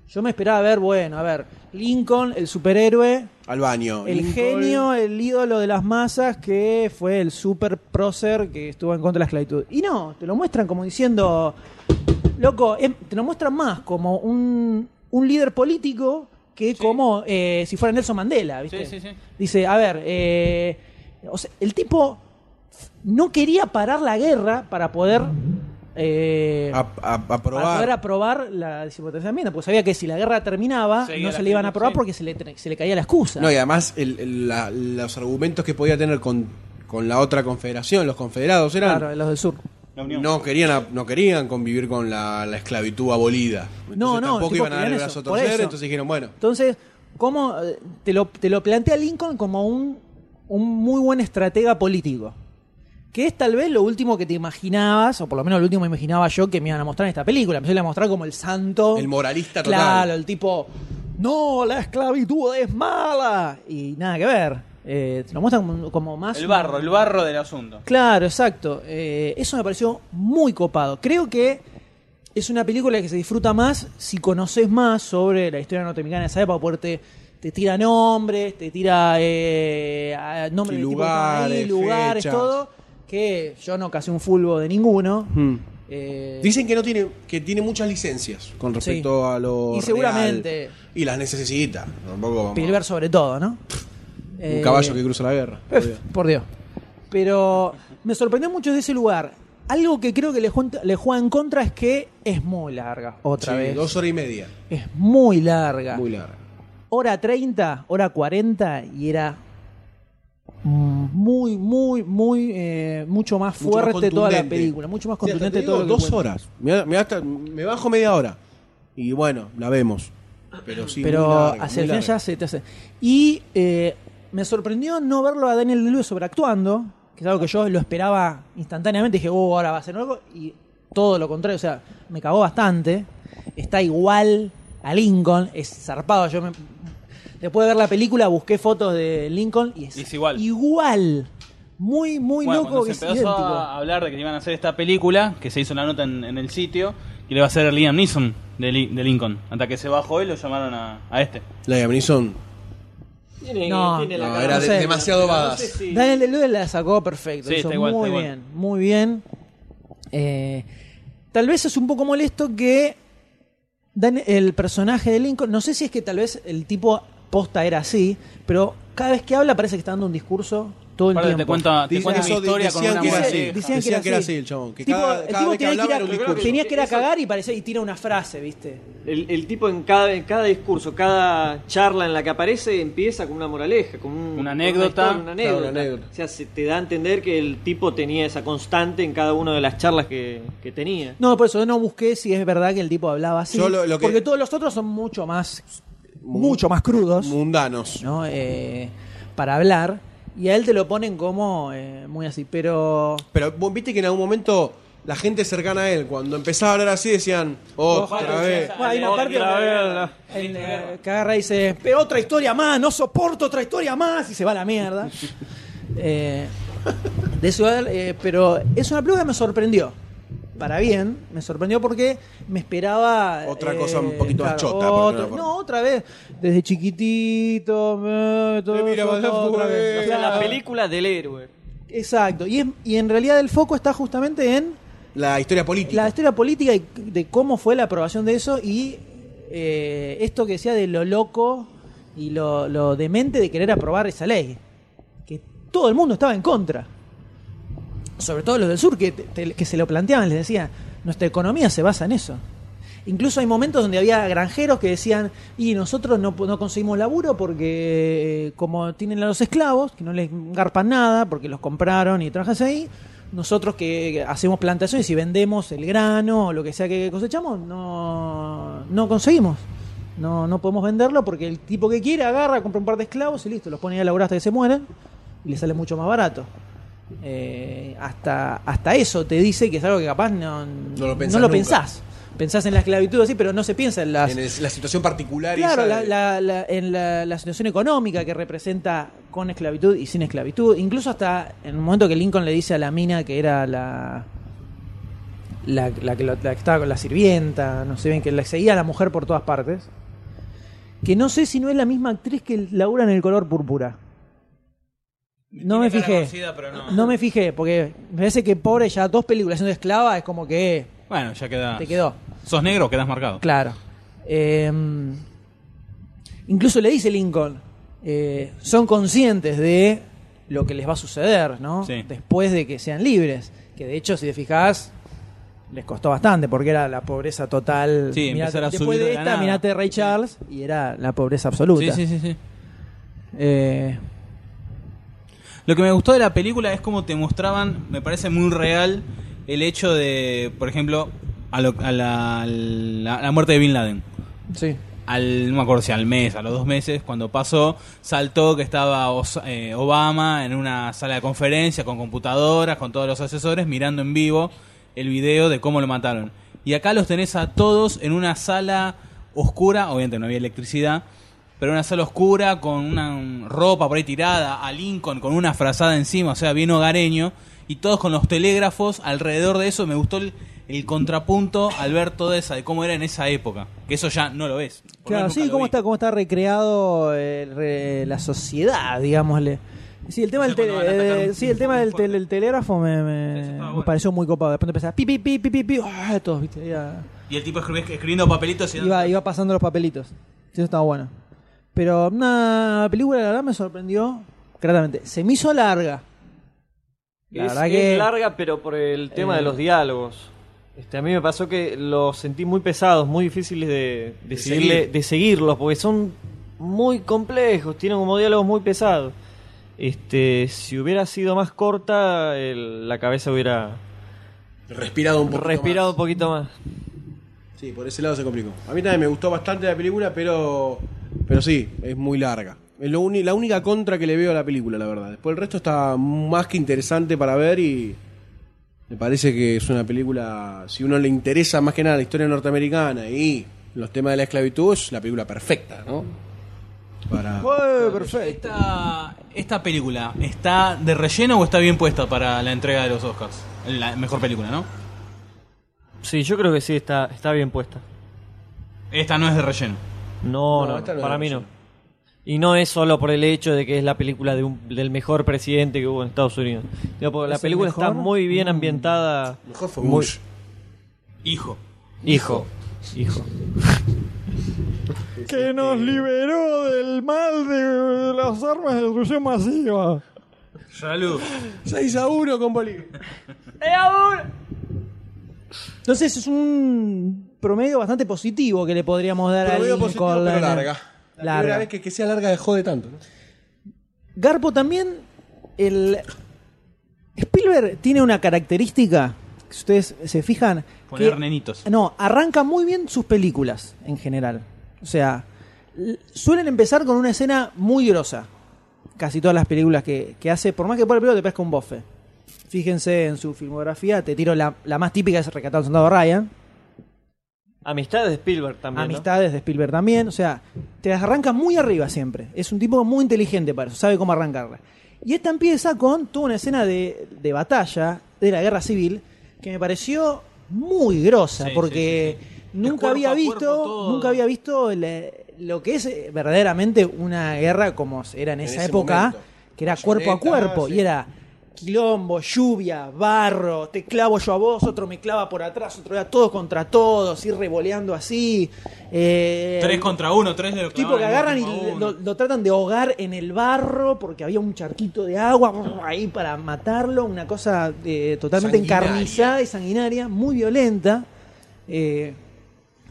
C: Yo me esperaba ver, bueno, a ver, Lincoln, el superhéroe,
B: Al baño.
C: el
B: Lincoln-
C: genio, el ídolo de las masas, que fue el super prócer que estuvo en contra de la esclavitud. Y no, te lo muestran como diciendo, loco, em- te lo muestran más como un, un líder político que como eh, si fuera Nelson Mandela, ¿viste?
A: Sí, sí, sí.
C: Dice, a ver, eh, o sea, el tipo no quería parar la guerra para poder... eh,
B: A, a- a
C: para poder
B: probar.
C: aprobar la decimotercera enmienda, porque sabía que si la guerra terminaba,
A: Seguía
C: no
A: la
C: se le iban a
A: firma,
C: aprobar
A: sí.
C: porque se le, tre- se le caía la excusa.
B: No, y además el- el- la- los argumentos que podía tener con, con la otra confederación, los confederados, eran.
C: Claro, los del sur.
F: La unión.
B: No querían, a- no querían convivir con la, la esclavitud abolida.
C: No,
B: Entonces,
C: no,
B: Tampoco
C: tipo,
B: iban a dar el
C: querían
B: brazo a
C: eso, por
B: torcer,
C: eso.
B: entonces dijeron, bueno,
C: Entonces, ¿cómo eh, te lo, te lo plantea Lincoln como un, un muy buen estratega político? Que es tal vez lo último que te imaginabas, o por lo menos lo último que imaginaba yo que me iban a mostrar en esta película. Me iban a mostrar como el santo.
B: el moralista total.
C: Claro, el tipo, no, la esclavitud es mala. Y nada que ver. Eh, te lo muestran como, como más.
F: El barro, el barro del asunto.
C: Claro, exacto. Eh, eso me pareció muy copado. Creo que es una película que se disfruta más si conoces más sobre la historia norteamericana de esa época, porque te, te tira nombres, te tira eh, a- nombres de tipo que estaban ahí,
B: Lugares,
C: lugares,
B: fechas.
C: todo. Que yo no casé un fulbo de ninguno.
B: Mm.
C: Eh,
B: Dicen que no tiene, que tiene muchas licencias con respecto a lo
C: Y seguramente-
B: real. y las necesita. Tampoco vamos-
C: Spielberg eh, sobre todo, ¿no?
B: un caballo que cruza la guerra. obvio.
C: Por Dios. Pero me sorprendió mucho de ese lugar. Algo que creo que le, junta- le juega en contra es que es muy larga, otra
B: Sí,
C: vez.
B: Dos horas y media.
C: Es muy larga.
B: Muy larga.
C: Hora 30, hora 40 y era mm, muy, muy, muy, eh, mucho más
B: Mucho más
C: fuerte toda la
B: contundente.
C: película. Mucho más
B: Sí, hasta
C: contundente
B: te
C: todo
B: digo,
C: lo que
B: dos
C: cuenta.
B: horas. Me, me bajo media hora. Y bueno, la vemos. Pero sí,
C: Pero
B: muy larga,
C: hacia
B: muy
C: el final
B: larga.
C: ya se te hace. Y eh, me sorprendió no verlo a Daniel Delue sobreactuando, que es algo que yo lo esperaba instantáneamente. Dije, oh, ahora va a ser algo. Y todo lo contrario, o sea, me cagó bastante. Está igual a Lincoln, es zarpado. Yo me- Después de ver la película, busqué fotos de Lincoln y es,
F: Y es igual.
C: Igual. Muy, muy
F: Bueno,
C: loco
F: cuando
C: que
F: se
C: es
F: empezó
C: idéntico.
F: a hablar de que iban a hacer esta película, que se hizo la nota en, en el sitio, que le iba a hacer Liam Neeson de, Li- de Lincoln. Hasta que se bajó y lo llamaron a, a este.
B: Liam Neeson.
D: Tiene,
C: No,
D: tiene
B: no,
D: cara-
B: era
C: no
B: de-
C: sé.
B: demasiado badass.
D: si-
C: Daniel Deleuze la sacó perfecto.
F: Sí,
C: hizo
F: está igual,
C: muy
F: está igual.
C: bien, muy bien. Eh, tal vez es un poco molesto que Dan- el personaje de Lincoln, no sé si es que tal vez el tipo posta era así, pero cada vez que habla parece que está dando un discurso todo el
F: Aparte,
C: tiempo.
F: te cuenta, te
B: Dice-
F: cuenta una
B: eso de-
F: historia con
B: decían
F: una
B: que era
F: moraleja.
B: así.
C: Decían que
B: Decían
C: era
B: que era
C: así.
B: así el chabón, que
C: Tipo,
B: cada-
C: el
B: cada
C: tipo
B: vez que
C: tenía
B: hablaba
C: ir a-
B: era un discurso.
C: tenías que ir a
D: Eso-
C: cagar y parece y tira una frase, ¿viste?
D: El, el tipo en cada, en cada discurso, cada charla en la que aparece empieza con una moraleja, con un-
F: Una anécdota.
D: Una, historia, una
B: Claro,
D: anécdota.
B: una anécdota.
D: O sea, se te da a entender que el tipo tenía esa constante en cada una de las charlas que, que tenía.
C: No, por eso yo no busqué si es verdad que el tipo hablaba así,
B: Yo lo- lo que-
C: porque todos los otros son mucho más mucho más crudos.
B: Mundanos.
C: ¿no? Eh, para hablar. Y a él te lo ponen como eh, muy así. Pero.
B: Pero vos viste que en algún momento la gente cercana a él, cuando empezaba a hablar así, decían, oh, otra vez.
C: Bueno, hay una parte
D: Otra
C: donde- en, eh, que agarra y dice, pero otra historia más, no soporto otra historia más. Y se va a la mierda. Eh, de eso, eh, pero es una película que me sorprendió. Para bien, me sorprendió porque me esperaba.
B: Otra
C: eh,
B: cosa un poquito más chota, por
C: otro-
B: una forma.
C: no, otra vez. Desde chiquitito. eh, todo,
B: Te
C: todo,
B: miraba de
C: otra
B: afuera,
C: vez.
B: eh.
D: O sea, la
C: Claro.
D: película del héroe.
C: Exacto. Y, es- y en realidad el foco está justamente en
B: La historia política.
C: la historia política y de cómo fue la aprobación de eso y eh, esto que decía de lo loco y lo, lo demente de querer aprobar esa ley. Que todo el mundo estaba en contra. Sobre todo los del sur que, te- que se lo planteaban, les decía, nuestra economía se basa en eso. Incluso hay momentos donde había granjeros que decían, y nosotros no, po- no conseguimos laburo porque eh, como tienen a los esclavos, que no les garpan nada porque los compraron y trabajas ahí, nosotros que hacemos plantaciones y vendemos el grano o lo que sea que cosechamos, no, no conseguimos. No, no podemos venderlo porque el tipo que quiere agarra, compra un par de esclavos y listo, los pone ahí a laburar hasta que se mueran y le sale mucho más barato. Eh, hasta, hasta eso te dice que es algo que capaz no,
B: lo pensás
C: no lo
B: nunca.
C: pensás. Pensás en la esclavitud así, pero no se piensa en las...
B: En el- la situación particular.
C: claro,
B: esa
C: la,
B: de-
C: la- la- en la, la situación económica que representa con esclavitud y sin esclavitud. Incluso hasta en el momento que Lincoln le dice a la mina que era la... La, la que, lo- la que estaba con la sirvienta, no sé bien, que la seguía a la mujer por todas partes. Que no sé si no es la misma actriz que labura en el color púrpura. No me
A: Tiene cara
C: fijé.
A: conocida, pero no.
C: No me fijé, porque me parece que pobre ya dos películas siendo esclava es como que
E: Bueno, ya
A: Ah.
E: queda.
C: te quedó.
E: ¿Sos negro o quedás marcado?
C: Claro. Eh, incluso le dice Lincoln, eh, son conscientes de lo que les va a suceder, ¿no?
E: Sí.
C: Después de que sean libres. Que de hecho, si te fijas, les costó bastante, porque era la pobreza total.
E: Sí, empezar a
C: después
E: subir
C: de
E: de la
C: esta,
E: nada.
C: mirate Ray Charles, y era la pobreza absoluta.
E: Sí, sí, sí, sí.
C: Eh,
E: Lo que me gustó de la película es cómo te mostraban, me parece muy real,
A: el hecho de, por ejemplo, a, lo- a la, la- la muerte de Bin Laden.
C: Sí.
A: Al, no me acuerdo si al mes, a los dos meses, cuando pasó, saltó que estaba Os- eh, Obama en una sala de conferencia con computadoras, con todos los asesores, mirando en vivo el video de cómo lo mataron. Y acá los tenés a todos en una sala oscura, obviamente no había electricidad, pero una sala oscura con una un- ropa por ahí tirada, a Lincoln con una frazada encima, o sea, bien hogareño, y todos con los telégrafos alrededor de eso. Me gustó el, el contrapunto al ver toda esa, de cómo era en esa época, que eso ya no lo ves. Por lo
C: Claro,
A: menos nunca
C: sí,
A: lo
C: cómo
A: vi.
C: está, cómo está recreado eh, re- la sociedad, digámosle. Sí, el tema
A: O
C: del,
A: sea, cuando van a
C: tele- eh,
A: atacar un-
C: sí, el tema del, tel- el telégrafo me, me-
A: Eso estaba
C: me
A: bueno.
C: pareció muy copado. De pronto empezaba pi, pi, pi, pi, pi, pi, ah, todos, ¿viste? Era-
A: Y el tipo escribi- escribiendo papelitos y...
C: iba, iba pasando los papelitos. Eso estaba bueno. Pero una película, la verdad, me sorprendió gratamente. Se me hizo larga. La
D: es,
C: verdad
D: es
C: que-
D: larga, pero por el tema
C: Eh.
D: de los diálogos. Este, a mí me pasó que los sentí muy pesados, muy difíciles de, de seguirle-
A: seguir.
D: de seguirlos, porque son muy complejos, tienen como diálogos muy pesados. Este, si hubiera sido más corta, el- la cabeza hubiera
B: Respirado un poco.
D: respirado un poquito más.
B: Sí, por ese lado se complicó. A mí también me gustó bastante la película, pero pero sí, es muy larga. Es lo uni- la única contra que le veo a la película, la verdad. Después el resto está más que interesante para ver y me parece que es una película, si uno le interesa más que nada la historia norteamericana y los temas de la esclavitud, es la película perfecta, ¿no? Para...
C: perfecto.
A: Esta, esta película, ¿está de relleno o está bien puesta para la entrega de los Oscars? La mejor película, ¿no?
D: Sí, yo creo que sí, está, está bien puesta.
A: Esta no es de relleno.
D: No,
B: No,
D: no,
B: esta no
D: para
B: es
D: mí no.
B: opción.
D: Y no es solo por el hecho de que es la película de un- del mejor presidente que hubo en Estados Unidos. Digo, porque la
C: ¿Es el
D: película está
C: mejor? Mm.
D: muy bien ambientada.
B: Mejor fue
D: Muy-
B: Bush.
A: Hijo.
D: Hijo. Hijo.
C: Que nos liberó del mal de las armas de destrucción masiva.
A: Salud.
B: 6 a 1 con Bolivia.
C: Entonces es un promedio bastante positivo que le podríamos dar a
B: Promedio
C: Lincoln.
B: positivo, pero
C: la-
B: larga. La
C: larga.
B: primera vez que, que sea larga jode tanto, ¿no?
C: Garpo también el Spielberg tiene una característica que si ustedes se fijan
A: Poner
C: que-
A: nenitos.
C: No, arranca muy bien sus películas en general. O sea, l- suelen empezar con una escena muy grosa. Casi todas las películas que, que hace, por más que por el te pesca un bofe. Fíjense en su filmografía, te tiro la, la más típica es Recatado al Soldado Ryan.
D: Amistades de Spielberg también. ¿no?
C: Amistades de Spielberg también. O sea, te las arranca muy arriba siempre. Es un tipo muy inteligente para eso, sabe cómo arrancarla. Y esta empieza con toda una escena de, de batalla de la guerra civil que me pareció muy grosa
A: Sí,
C: porque
A: sí, sí, sí. Es
C: nunca
A: cuerpo
C: había
A: a cuerpo,
C: visto
A: todo.
C: nunca había visto la- lo que es eh, verdaderamente una guerra como era en
B: En
C: esa
B: ese
C: época
B: momento.
C: que era cuerpo a
B: Bayoneta,
C: cuerpo
B: sí.
C: y era quilombo, lluvia, barro, te clavo yo a vos, otro me clava por atrás, otro era todo contra todos, ir revoleando así. eh,
A: Tres contra uno, tres de los
C: Tipo que
A: clavaban,
C: agarran y
A: uno contra
C: lo,
A: uno.
C: lo tratan de ahogar en el barro porque había un charquito de agua brr, ahí para matarlo, una cosa eh, totalmente
B: Sanguinaria.
C: encarnizada y sanguinaria, muy violenta. eh,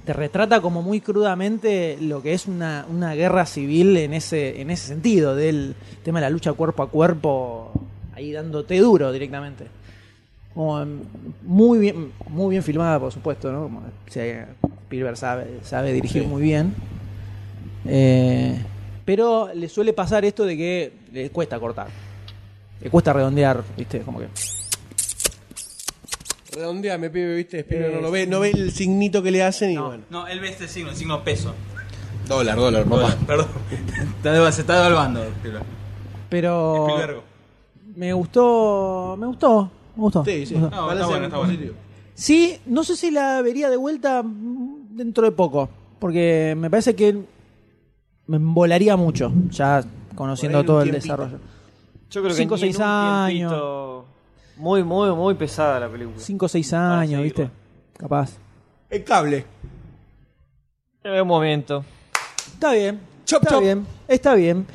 C: te retrata como muy crudamente lo que es una, una guerra civil en ese, en ese sentido, del tema de la lucha cuerpo a cuerpo, ahí dándote duro directamente. Como, mm, muy bien, muy bien filmada, por supuesto, ¿no? Como, o sea, Spielberg sabe, sabe dirigir
B: Sí.
C: muy bien. Eh, pero le suele pasar esto de que le cuesta cortar. Le cuesta redondear, ¿viste? Como que.
B: Redondeame, pibe, viste, Spielberg
C: Eh,
B: no lo ve, no ve el signito que le hacen y
C: No.
B: bueno.
A: No, él ve este signo, el signo peso.
B: Dólar, dólar, papá.
A: Perdón. Está de- se está devaluando. Spielberg.
C: Pero.
A: Spielberg.
C: Me gustó. Me gustó. Me gustó.
B: Sí, sí. Ah,
C: me gustó.
A: No, está bueno, está bueno.
B: positivo.
C: Sí, no sé si la vería de vuelta mm, dentro de poco, porque me parece que me embolaría mucho, ya
B: Por
C: conociendo
B: ahí un
C: todo el
B: tiempito.
C: desarrollo.
D: Yo creo
C: Cinco,
D: que ni en
C: seis
D: un
C: años.
D: tiempito- Muy, muy, muy pesada la película.
C: Cinco o seis
D: Para
C: años,
D: seguirla.
C: ¿viste? Capaz.
B: El cable.
D: En un momento.
C: Está bien.
B: Chop,
C: está
B: chop.
C: bien. Está bien.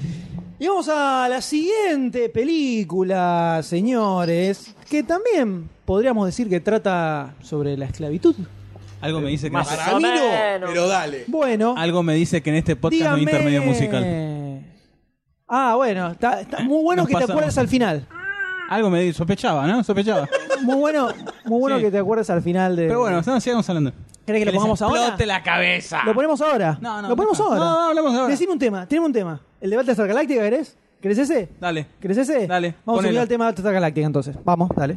C: Y vamos a la siguiente película, señores, que también podríamos decir que trata sobre la esclavitud.
A: Algo me dice que... este,
D: Más.
B: Para mí no,
D: menos.
B: pero dale.
C: Bueno,
A: Algo me dice que en este podcast no hay
C: díganme.
A: intermedio musical.
C: Ah, bueno, está, está muy bueno
A: Nos
C: que te
A: pasamos.
C: acuerdes al final.
A: Algo me di- sospechaba, ¿no? Sospechaba.
C: Muy bueno, muy bueno
A: Sí.
C: que te acuerdes al final de.
A: Pero bueno, no, sigamos hablando.
C: ¿Querés que lo
A: les
C: pongamos ahora?
A: explote la cabeza!
C: Lo ponemos ahora.
A: No, no,
C: Lo ponemos
A: no.
C: ahora.
A: No, no, hablamos ahora.
C: Decime un tema, tenemos un tema. El debate de Star Galáctica, ¿querés? ¿Querés ese?
A: Dale.
C: ¿Querés ese?
A: Dale,
C: Vamos a subir
A: ponelo.
C: al tema de Star Galáctica entonces. Vamos, dale.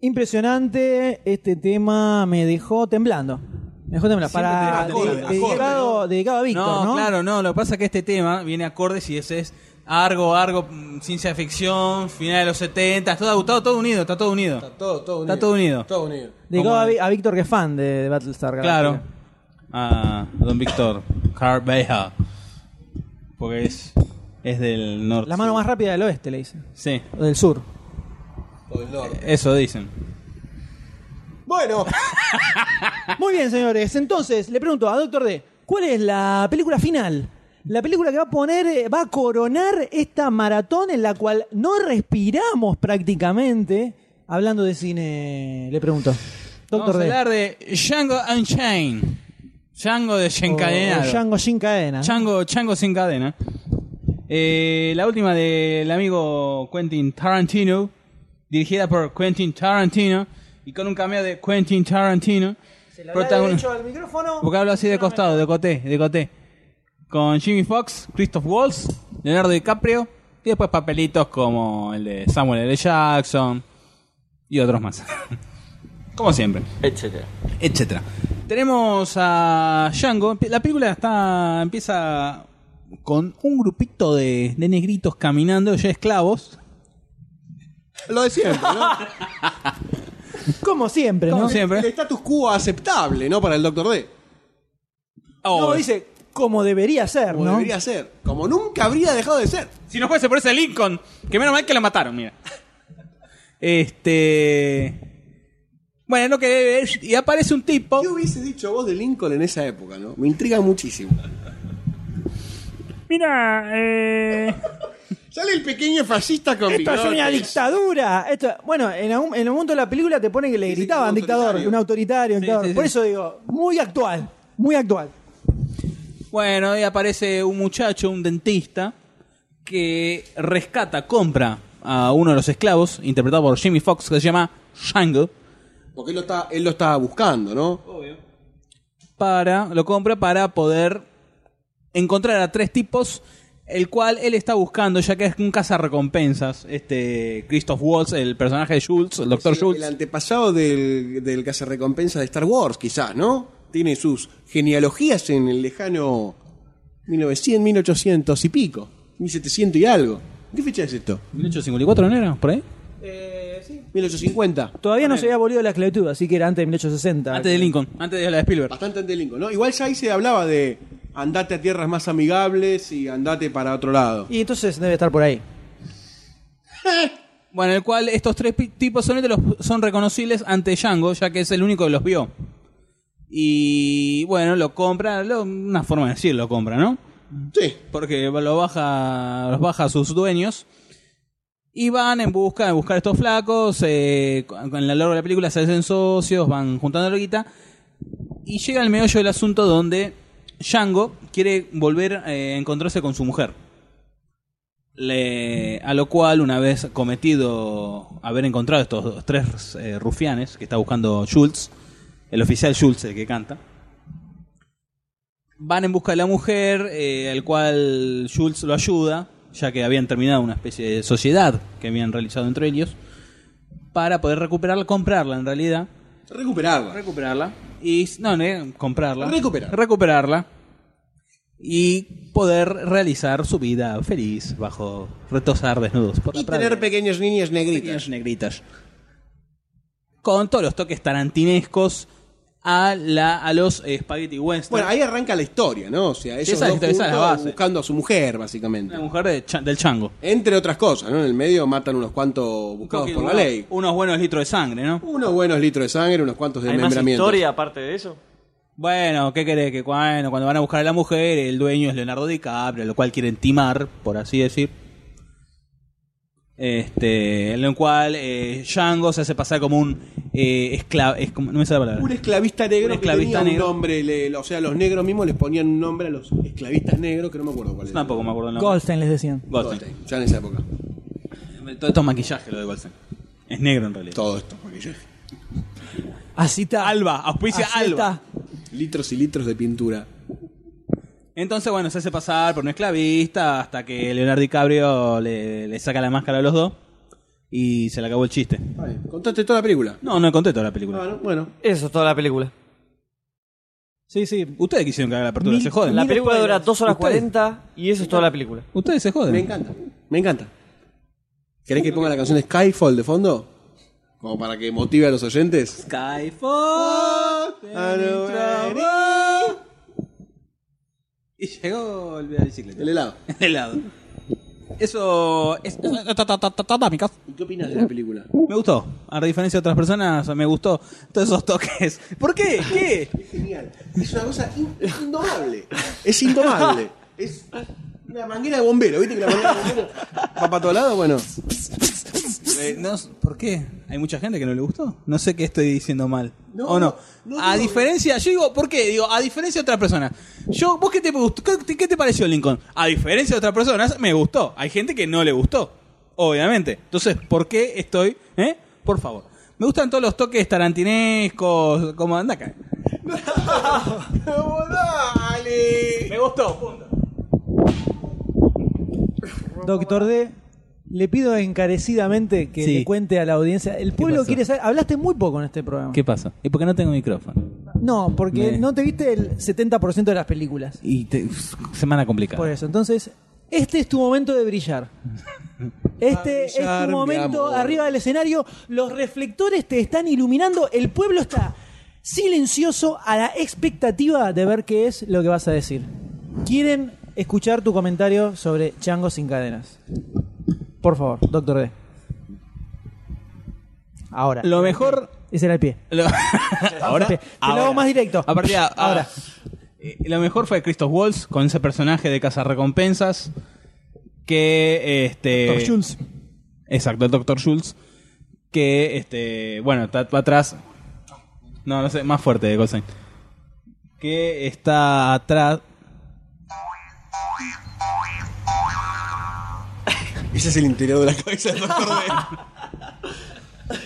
C: Impresionante, este tema me dejó temblando. Me dejó temblando. Para,
A: te deja
C: de-
A: acorde,
C: dedicado, dedicado a Víctor, ¿no?
A: No, claro, no. Lo que pasa es que este tema viene acordes y ese es argo, argo, mm, ciencia ficción, final de los 70, todo, todo, todo unido, está todo unido.
B: Todo, todo unido.
A: Está todo unido.
B: Todo unido.
C: Dedicado
A: Como-
C: a, Vi- a Víctor que es fan de, de Battlestar Galactica.
A: Claro. A Ah, don Víctor Carveja. Porque es, es del norte.
C: La mano más rápida del oeste, le dicen.
A: Sí,
C: O del sur.
B: Todo el norte.
A: eso dicen.
B: Bueno,
C: Muy bien, señores. Entonces, le pregunto a Doctor D, ¿cuál es la película final? La película que va a poner, eh, va a coronar esta maratón en la cual no respiramos prácticamente. Hablando de cine, le pregunto. Doctor
A: Vamos a
C: D.
A: hablar de Django Unchained. Django desencadenado.
C: O- o Oh, Django sin cadena.
A: Chango, Chango sin cadena. Eh, la última del amigo Quentin Tarantino, dirigida por Quentin Tarantino y con un cameo de Quentin Tarantino. Protagon-
C: al micrófono.
A: Porque hablo así de costado, de coté, de coté. Con Jimmy Fox, Christoph Waltz, Leonardo DiCaprio y después papelitos como el de Samuel L. Jackson y otros más. Como siempre.
G: etcétera.
A: etcétera. Tenemos a Django. La película está empieza con un grupito de, de negritos caminando, ya esclavos.
B: Lo de siempre, ¿no?
C: Como siempre,
A: Como
C: ¿no?
A: siempre.
B: El status quo aceptable, ¿no? Para el Doctor D.
A: Oh,
C: No, dice, como debería ser,
B: Como
C: ¿no?
B: debería ser. Como nunca habría dejado de ser.
A: Si no fuese por ese Lincoln, que menos mal que lo mataron, mira. Este. Bueno, no que y aparece un tipo.
B: ¿Qué hubiese dicho vos de Lincoln en esa época, no? Me intriga muchísimo.
E: Mira, eh...
B: Sale el pequeño fascista con
C: Esto es una
B: bigotes.
C: dictadura. Esto, bueno, en algún, en algún momento de la película te ponen que le
B: Sí, sí,
C: gritaban
B: un
C: dictador,
B: autoritario.
C: un autoritario. dictador.
A: sí, sí.
C: Por eso digo, muy actual, muy actual.
A: Bueno, y aparece un muchacho, un dentista, que rescata, compra a uno de los esclavos, interpretado por Jimmy Fox, que se llama Django,
B: Porque él lo, está, él lo estaba buscando, ¿no?
A: para, lo compra para poder encontrar a tres tipos, el cual él está buscando, ya que es un cazarrecompensas, este Christoph Waltz, el personaje de Schultz, el doctor
B: Es el, el
A: Schultz.
B: antepasado del, del que hace recompensa de Star Wars, quizás, ¿no? Tiene sus genealogías en el lejano 1900, 1800 y pico. 1700 y algo. ¿Qué fecha es esto?
A: 1854 no era, por ahí.
B: 1850.
C: Todavía no se había abolido la esclavitud, así que era antes de 1860.
A: Antes de Lincoln, antes de la de Spielberg.
B: Bastante antes de Lincoln, ¿no? Igual ya ahí se hablaba de andate a tierras más amigables y andate para otro lado.
C: Y entonces debe estar por ahí.
A: Bueno, el cual estos tres pi- tipos solamente los, son reconocibles ante Django, ya que es el único que los vio. Y bueno, lo compra, lo- una forma de decir lo compra, ¿no?
B: Sí.
A: Porque lo baja, los baja a sus dueños. Y van en busca de buscar a estos flacos. eh, cu- en la largo de la película se hacen socios, van juntando la guita. Y llega el meollo del asunto donde Django quiere volver eh, a encontrarse con su mujer. Le- a lo cual, una vez cometido haber encontrado estos dos- tres eh, rufianes que está buscando Schultz, el oficial Schultz, el que canta, van en busca de la mujer, eh, al cual Schultz lo ayuda, ya que habían terminado una especie de sociedad que habían realizado entre ellos, para poder recuperarla, comprarla en realidad.
B: Recuperarla.
A: Recuperarla. Y, no, no, comprarla.
B: Recuperar.
A: Recuperarla. Y poder realizar su vida feliz bajo retosar desnudos. Por la
B: Y
A: pradera.
B: tener pequeños niños negritos.
A: Pequeños negritas. Con todos los toques tarantinescos a, la, a los eh, Spaghetti Western.
B: Bueno, ahí arranca la historia, ¿no? O sea, ellos
A: esa es la
B: dos
A: historia, esa es la
B: juntos
A: base.
B: buscando a su mujer, básicamente.
A: la mujer de Cha- del chango.
B: Entre otras cosas, ¿no? En el medio matan unos cuantos buscados
A: Creo que
B: por la
A: unos-
B: ley.
A: Unos buenos litros de sangre, ¿no?
B: Unos buenos litros de sangre, unos cuantos
D: ¿Hay más
B: desmembramientos.
D: historia aparte de eso?
A: Bueno, ¿qué querés? Que bueno, cuando van a buscar a la mujer, el dueño es Leonardo DiCaprio, lo cual quieren timar, por así decir. Este, en lo cual eh, Django se hace pasar como un eh, esclavo. Es, como- no me sale la palabra.
B: Un esclavista negro
A: Un esclavista
B: que tenía
A: negro.
B: un nombre, le- o sea, los negros mismos les ponían un nombre a los esclavistas negros, que no me acuerdo cuál era.
A: Tampoco me acuerdo el nombre.
C: Goldstein les decían.
A: Goldstein.
B: Ya en esa época.
A: Todo esto es maquillaje lo de Goldstein. Es negro en realidad.
B: Todo esto, maquillaje.
C: Así está.
A: Alba, auspicia
C: Así
A: Alba.
C: está.
B: Litros y litros de pintura.
A: Entonces, bueno, se hace pasar por un esclavista hasta que Leonardo DiCaprio le, le saca la máscara a los dos y se le acabó el chiste.
B: Vale, contaste toda la película.
A: No, no conté toda la película.
B: Ah, no, bueno.
D: Eso es toda la película.
C: Sí, sí.
A: Ustedes quisieron que haga la apertura,
C: Mil-
A: se joden.
D: La película dura
C: spoilers.
D: 2 horas
A: Ustedes-
D: 40 y eso es toda la película.
A: Ustedes se joden.
B: Me encanta. Me encanta. ¿Querés que ponga la canción de Skyfall de fondo? Como para que motive a los oyentes.
A: Skyfall. Y llegó el de la bicicleta.
B: El helado.
A: El helado. Eso es amigos.
B: ¿Y qué opinas de la película?
A: Me gustó. A diferencia de otras personas, me gustó todos esos toques. ¿Por qué? ¿Qué?
B: Genial. Es una cosa in- indomable. Es indomable. Es una manguera de bombero. ¿Viste que la manguera de bombero va para todo lado? Bueno.
A: Eh, no, ¿Por qué? Hay mucha gente que no le gustó. No sé qué estoy diciendo mal.
B: No,
A: ¿O no?
B: no, no,
A: a
B: no.
A: diferencia, yo digo, ¿por qué? Digo, a diferencia de otras personas. Yo, ¿vos qué te gustó? ¿Qué, te- qué te pareció Lincoln? A diferencia de otras personas, me gustó. Hay gente que no le gustó, obviamente. Entonces, ¿por qué estoy? ¿Eh? Por favor. Me gustan todos los toques tarantinescos, como anda acá.
B: ¡Dale!
A: Me gustó, punto.
C: Doctor D. Le pido encarecidamente que
A: Sí.
C: le cuente a la audiencia. El pueblo
A: pasó?
C: quiere saber. Hablaste muy poco en este programa.
A: ¿Qué pasa? ¿Y por qué no tengo micrófono?
C: No, porque
A: Me-
C: no te viste el 70% de las películas.
A: Y te- semana complicada.
C: Por eso. Entonces, este es tu momento de brillar. Este
B: brillar,
C: es
B: mi
C: tu momento
B: amor.
C: arriba del escenario. Los reflectores te están iluminando. El pueblo está silencioso a la expectativa de ver qué es lo que vas a decir. Quieren escuchar tu comentario sobre Chango sin cadenas. Por favor, doctor D. Ahora.
A: Lo mejor.
C: Ese era el pie.
A: lo- ahora.
C: Te lo hago más directo.
A: A partir de a-
C: Ahora.
A: Eh, lo mejor fue Christoph Waltz con ese personaje de Cazarrecompensas. Que este.
C: Doctor Schultz.
A: Exacto, el Dr. Schultz. Que, este, bueno, está está atrás. No, no sé, más fuerte, Goldstein. Que está atrás.
B: Ese es el interior de la cabeza del doctor D.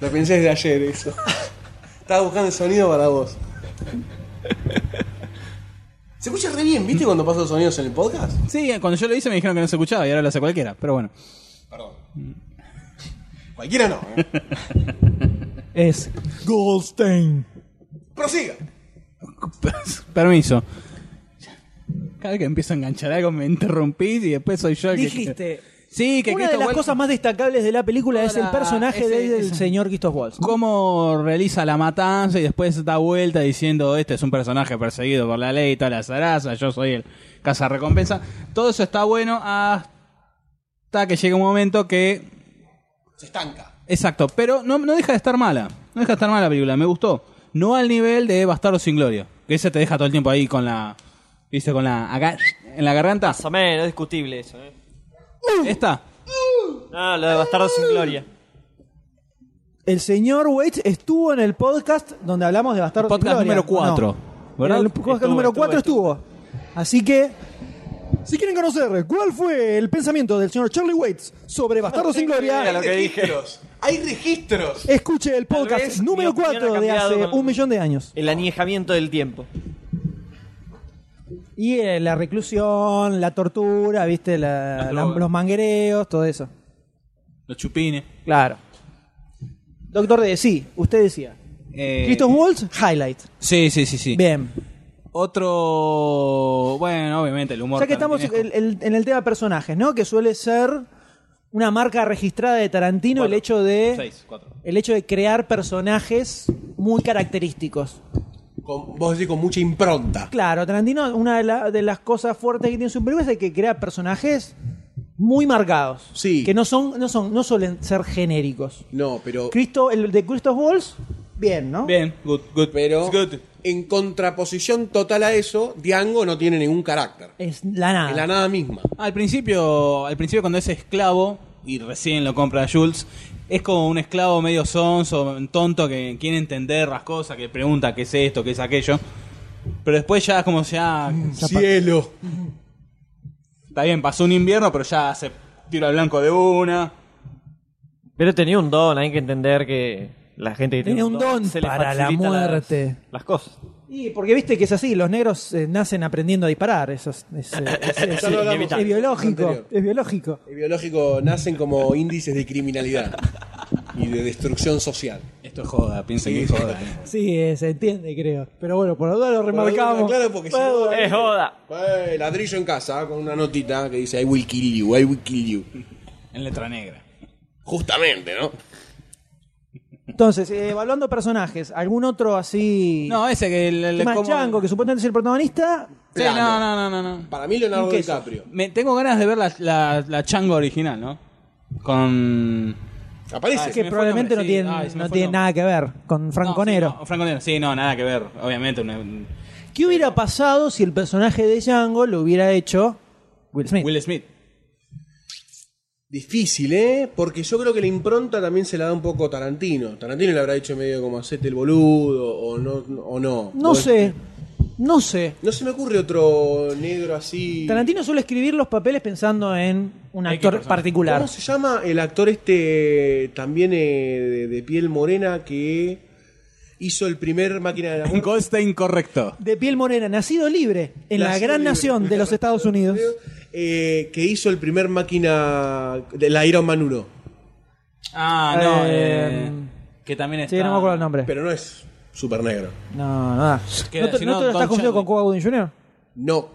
B: Lo pensé desde ayer, eso. Estaba buscando el sonido para vos. Se escucha re bien, ¿viste cuando paso los sonidos en el podcast?
A: Sí, cuando yo lo hice me dijeron que no se escuchaba y ahora lo hace cualquiera, pero bueno.
B: Cualquiera no. ¿eh?
C: Es Goldstein.
B: Prosiga.
A: Permiso. Cada vez que empiezo a enganchar algo me interrumpís y después soy yo el que-
C: Dijiste.
A: Sí, que
C: Una de
A: Christoph
C: las
A: Waltz-
C: cosas más destacables de la película es el
A: Ahora,
C: personaje
A: ese-
C: del
A: ese-
C: señor Christoph Waltz.
A: cómo realiza la matanza y después da vuelta diciendo este es un personaje perseguido por la ley, toda la zaraza, yo soy el caza recompensa. Todo eso está bueno hasta que llega un momento que...
B: Se estanca.
A: Exacto, pero no, no deja de estar mala. No deja de estar mala la película, me gustó. No al nivel de Bastardo sin Gloria, que ese te deja todo el tiempo ahí con la... ¿Viste? Con la... acá, en la garganta.
D: Más o menos, es discutible eso. ¿eh?
A: Esta.
D: No, lo de Bastardo sin Gloria.
C: El señor Waits estuvo en el podcast donde hablamos de Bastardo
A: Podcast número cuatro, ¿verdad?
C: En el podcast
D: Estuvo,
C: número
D: estuvo,
C: 4 estuvo, Así que, si quieren conocer cuál fue el pensamiento del señor Charlie Waits sobre Bastardo sin
D: Era
C: Gloria,
D: lo que dije.
B: registros. Hay registros.
C: escuche el
D: Tal
C: podcast
D: vez
C: número
D: mi opinión
C: 4
D: ha
C: de
D: cambiado
C: hace
D: con-
C: un millón de años.
D: El aniejamiento del tiempo.
C: Y eh, la reclusión, la tortura, viste, La-
A: Las
C: la-
A: drogas.
C: los manguereos, todo eso.
A: Los chupines.
C: Claro. Doctor D, sí, usted decía.
A: Eh,
C: Christoph Waltz, highlight.
A: Sí, sí, sí, sí.
C: Bien.
A: Otro... Bueno, obviamente el humor.
C: Ya que estamos
A: tarantinesco.
C: el- el- en el tema de personajes, ¿no? Que suele ser una marca registrada de Tarantino el
A: Cuatro.
C: hecho de
A: Seis, cuatro.
C: el hecho de crear personajes muy característicos.
B: Con, vos decís con mucha impronta.
C: Claro, Tarantino, una de, la- de las cosas fuertes que tiene su película es que crea personajes muy marcados,
B: Sí.
C: que no son no son no suelen ser genéricos.
B: No, pero.
C: Cristo, el de Christoph Waltz, bien, ¿no?
A: Bien, good, good.
B: Pero.
A: It's good.
B: En contraposición total a eso, Diango no tiene ningún carácter.
C: Es la nada.
B: En la nada misma.
A: Al principio, al principio cuando es esclavo y recién lo compra Jules, es como un esclavo medio sonso, tonto que quiere entender las cosas, que pregunta qué es esto, qué es aquello. Pero después ya es como ya
B: Cielo.
A: está bien, pasó un invierno, pero ya se tira al blanco de una.
D: Pero tenía un don, hay que entender que la gente que
C: Tenía un don para la
D: facilita las-
C: muerte.
D: Las, cosas.
C: Y porque viste que es así, los negros eh, nacen aprendiendo a disparar, eso es, es, eh, es- es-
B: Ya lo hablamos.
C: es biológico,
B: Anterior.
C: es biológico.
B: El biológico nacen como índices de criminalidad y de destrucción social.
A: Esto es joda, piensen que es joda. eh.
C: Sí, eh, se entiende, creo. Pero bueno, por lo duda lo remarcamos.
B: Claro, porque si no-
D: Es joda.
B: Eh, ladrillo en casa con una notita que dice I will kill you, I will kill you.
A: En letra negra.
B: Justamente, ¿no?
C: Entonces, eh, evaluando personajes, algún otro así.
A: No, ese que el, el-
C: más
A: como-
C: Django, que supuestamente es el protagonista.
A: Sí, no, no, no, no, no.
B: Para mí Leonardo
C: Un queso.
B: DiCaprio.
A: Me, tengo ganas de ver la, la, la changa original, ¿no? Con
B: Aparece.
A: Ah, se
C: que
A: me fue el
C: probablemente
A: nombre,
C: no
A: sí.
C: tiene,
A: Ay, se me
C: no
A: fue
C: tiene
A: el nombre.
C: nada que ver con Franconero.
A: No, sí, no, Franconero, sí, no, nada que ver, obviamente. una- un-
C: ¿Qué hubiera pasado si el personaje de Django lo hubiera hecho Will Smith?
A: Will Smith.
B: Difícil, ¿eh? Porque yo creo que la impronta también se la da un poco Tarantino. Tarantino le habrá dicho medio como hacete el boludo o no. O no.
C: No
B: O- este,
C: sé, no sé.
B: No se me ocurre otro negro así.
C: Tarantino suele escribir los papeles pensando en un
A: X
C: actor
A: persona.
C: particular.
B: ¿Cómo se llama el actor este también eh, de, de piel morena que hizo el primer máquina de la muerte?
A: Goldstein correcto.
C: De piel morena, nacido libre en la
B: Nacido
C: gran
B: libre.
C: nación de los Estados Unidos.
B: eh, que hizo el primer máquina de la Iron Man 1.
A: Ah, no.
C: Eh,
A: eh, que también está.
C: Sí, no me acuerdo el nombre.
B: Pero no es super negro.
C: No, no da.
A: Que-
C: ¿No, te-
A: si
C: no
A: no,
C: te lo
A: Don
C: estás confundiendo
A: Chadwick.
C: con Cuba Gooding Jr.?
B: No.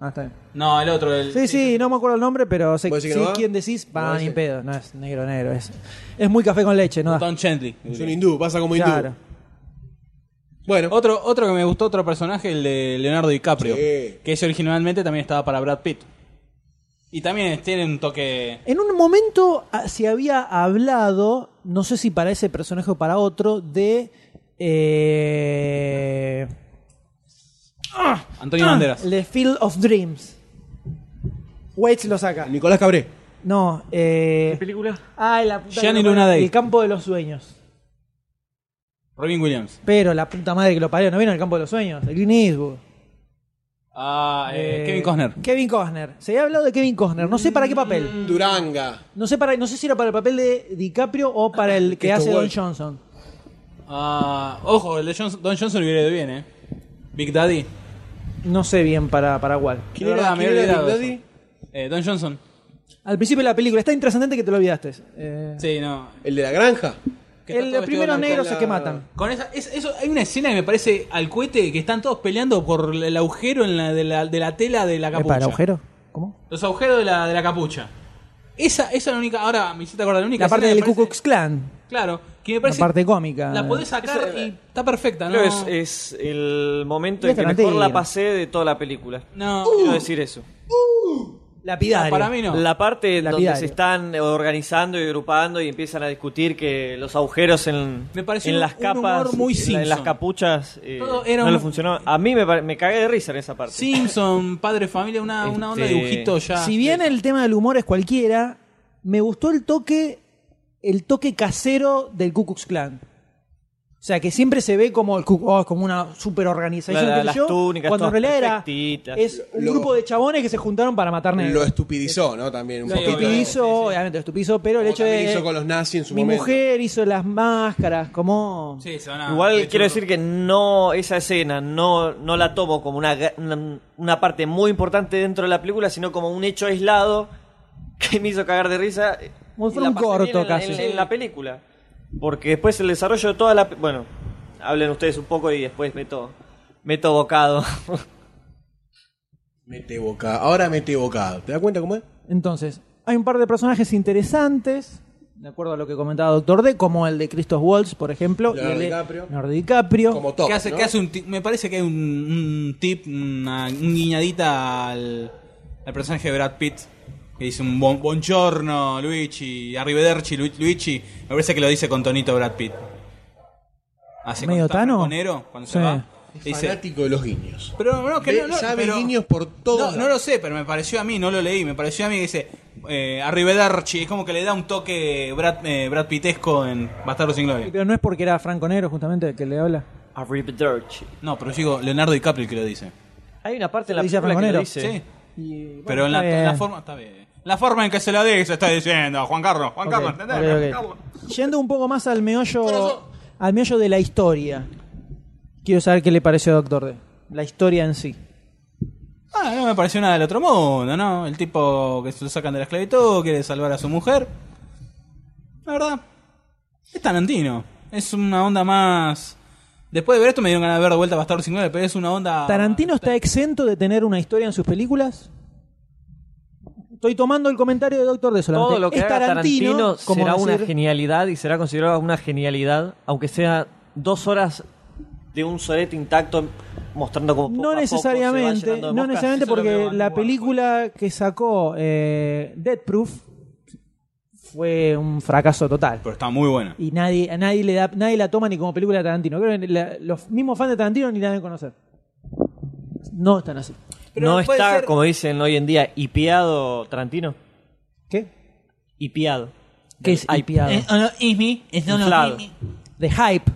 C: Ah, está bien.
A: No, el otro. El,
C: Sí, sí, no me acuerdo el nombre, pero sé
B: ¿Vos decís que
C: sé
B: no va?
C: quién decís.
B: No,
C: Va, ni
B: ese.
C: pedo. No es negro, negro. Es, es muy café con leche, ¿no? da.
A: Don Gently.
B: Es un hindú, pasa como hindú.
C: Claro.
B: Bueno,
A: Otro, otro que me gustó, otro personaje, el de Leonardo DiCaprio.
B: Sí.
A: Que ese originalmente también estaba para Brad Pitt. Y también tiene un toque.
C: En un momento ah, se había hablado, no sé si para ese personaje o para otro, de. Eh,
A: Antonio Banderas.
C: The Ah, Field of Dreams. Waits lo saca.
B: Ah, Nicolás Cabré.
C: No, eh.
D: película?
C: Ah, la puta que
A: Gianni
C: lo parió,
A: Luna Day.
C: El campo de los sueños.
A: Robin Williams.
C: Pero la puta madre que lo parió, ¿no vieron el campo de los sueños? El Green Eastwood.
A: Ah, eh,
C: Eh,
A: Kevin Costner.
C: Kevin Costner. Se había hablado de Kevin Costner. No sé para qué papel.
B: Duranga.
C: No sé, para, no sé si era para el papel de DiCaprio o para el que
B: Esto
C: hace Don
B: bueno.
C: Johnson.
A: Ah, ojo, el de Johnson- Don Johnson hubiera ido bien, ¿eh? Big Daddy.
C: No sé bien para, para cuál.
B: ¿Quién
A: De
B: era,
A: verdad,
B: quién
A: me
B: era
A: había
B: Big
A: olvidado
B: Daddy?
A: Eh, Don Johnson.
C: Al principio de la película. Está intrascendente que te lo olvidaste. Eh,
A: Sí, no.
B: El de la granja.
A: Que está
C: el de
A: todo vestido
C: primeros
A: blanco.
C: negros
B: la-
C: que matan.
A: Con esa, es- eso, hay una escena que me parece al cohete que están todos peleando por el agujero en la, de, la, de la tela de la capucha.
C: ¿Para el agujero? ¿Cómo?
A: Los agujeros de la, de la capucha. Esa, esa es la única. Ahora me hiciste acordar la única.
C: La parte
A: escena
C: del
A: que me
C: Ku
A: parece-
C: Klux
A: Ah,
C: Klan.
A: Claro, que me
C: La
A: parece.
C: parte cómica.
A: La podés sacar y está perfecta, ¿no?
D: Creo que es, eh, es el momento
C: Y
D: en que mejor
C: Tarantino.
D: la pasé de toda la película.
A: No,
D: Quiero decir eso.
C: Lapidario.
A: para mí no.
D: La parte donde
C: Lapidario.
D: se están organizando y agrupando y empiezan a discutir que los agujeros en,
A: Me pareció
D: en
A: un-
D: las
A: un
D: capas,
A: humor muy
D: en la- en las
A: Simpson.
D: capuchas, eh,
A: Todo era
D: no
A: un-
D: le funcionó. A mí me, pare- me cagué de risa en esa parte.
A: Simpson, padre, familia, una, una onda de
D: Este-
A: dibujito ya.
C: Si bien el tema del humor es cualquiera, me gustó el toque, el toque casero del Ku Klux Klan. O sea, que siempre se ve como el Ku- oh, como una super organización.
D: La-
C: qué sé
D: las
C: yo,
D: túnicas
C: cuando en
D: todas
C: realidad era
D: perfectitas.
C: es un
B: Lo-
C: grupo de chabones que se juntaron para matar
B: Lo
C: negros.
B: estupidizó, ¿no? También un
A: Sí,
B: poquito.
A: obvio.
C: Estupizo, obviamente lo estupizo, pero el
B: Como
C: hecho
B: también
C: de
B: hizo con los nazis en su
C: mi
B: momento.
C: mujer hizo las máscaras, como
A: Sí, se van a-
D: Igual
A: de
D: quiero
A: churro.
D: decir que no esa escena no, no la tomo como una, ga- una, una parte muy importante dentro de la película, sino como un hecho aislado que me hizo cagar de risa. eh,
C: Como
D: Y
C: fue
D: la
C: un
D: pasé bien
C: corto
D: en la-
C: casi.
D: En, en la película. Porque después el desarrollo de toda la... pe- Bueno, hablen ustedes un poco y después meto, meto bocado.
B: Mete boca. Ahora mete bocado. ¿Te das cuenta cómo es?
C: Entonces, hay un par de personajes interesantes, de acuerdo a lo que comentaba Doctor D, como el de Christoph Waltz, por ejemplo, y el
B: Leonardo
C: de
B: DiCaprio.
C: Leonardo DiCaprio.
B: Como top.
A: que hace,
B: ¿no?
A: que hace un ti- me parece que hay un, un tip, una, un guiñadita al, al personaje de Brad Pitt. Que dice un bon, buongiorno, Luigi, arrivederci, Lu- Luigi. Me parece que lo dice con tonito Brad Pitt. Así
C: ¿Medio
A: cuando está
C: Tano?
A: franconero, cuando se
C: Sí.
A: va. Dice,
B: Fanático de los guiños.
A: pero no, que
B: Ve-
A: no, no,
B: sabe
A: pero-
B: guiños por todo.
A: no, no lo sé, pero me pareció a mí, no lo leí, me pareció a mí que dice eh, arrivederci. Es como que le da un toque Brad, eh, Brad Pittesco en Bastardo sin Gloria.
C: Pero no es porque era Franco Negro, justamente, el que le habla.
D: Arrivederci.
A: No, pero yo digo Leonardo DiCaprio el que lo dice.
D: Hay una parte en la
C: Dice
D: película que lo
C: Ramonero.
D: dice.
A: sí.
C: Y, bueno, eh,
A: Pero en
C: está
A: la, en la
C: bien.
A: forma está bien. La forma en que se lo dice está diciendo Juan Carlos, Juan
C: Ok,
A: Carlos, ¿entendés?
C: ok, ok.
A: Juan Carlos.
C: Yendo un poco más al meollo, al meollo de la historia. Quiero saber qué le pareció a Doctor D. La historia en sí.
A: Ah, no me pareció nada del otro mundo, ¿no? El tipo que se lo sacan de la esclavitud, quiere salvar a su mujer. La verdad, es Tarantino. Es una onda más. Después de ver esto me dieron ganas de ver de vuelta Bastardo sin Gloria, pero es una onda.
C: ¿Tarantino está exento de tener una historia en sus películas? Estoy tomando el comentario de Doctor D solamente.
D: Todo lo que
C: es
D: haga Tarantino,
C: como
D: será una
C: decir-
D: genialidad y será considerado una genialidad, aunque sea dos horas de un solete intacto mostrando como
C: No necesariamente, no necesariamente
A: Eso es lo que
C: porque
A: evalúa,
C: la
A: bueno.
C: película que sacó eh, Death Proof fue un fracaso total.
A: Pero está muy buena.
C: Y nadie, a nadie le da, nadie la toma ni como película de Tarantino. Creo que la- los mismos fans de Tarantino ni la deben conocer. No están así.
A: Pero
D: no
A: puede
D: está,
A: ser-
D: como dicen hoy en día, hipeado Tarantino.
C: ¿Qué?
D: Hipeado. Eh,
C: ¿Qué es
D: Ay,
C: hipeado?
D: Inflado.
C: De hype.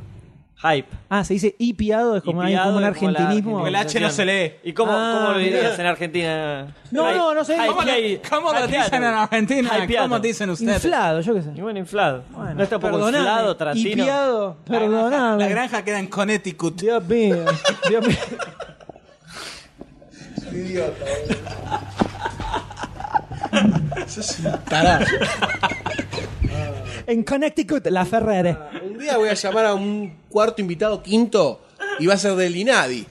D: Hype.
C: Ah, se dice hipiado, es como, hay
D: Hipeado
C: como un
D: es como la
C: argentinismo.
A: Porque el H no se lee.
D: ¿Y cómo,
C: Ah,
D: cómo lo
C: mirá.
D: dirías en Argentina?
C: No,
D: Hype-
C: no, no sé.
D: hypeado.
A: ¿Cómo, lo- cómo lo
D: Hypeado.
A: dicen en Argentina?
D: Hypeado.
A: ¿Cómo dicen ustedes?
C: Inflado, yo qué sé.
D: Y bueno, inflado.
C: Bueno,
D: no está un poco
C: perdoname,
D: inflado Tarantino.
C: Hipiado,
A: La granja-
C: perdoname.
A: La granja queda en Connecticut.
C: Dios mío, Dios mío.
B: Tarado.
C: En Connecticut, la Ferrere.
B: Un día voy a llamar a un cuarto invitado, quinto, y va a ser del Inadi.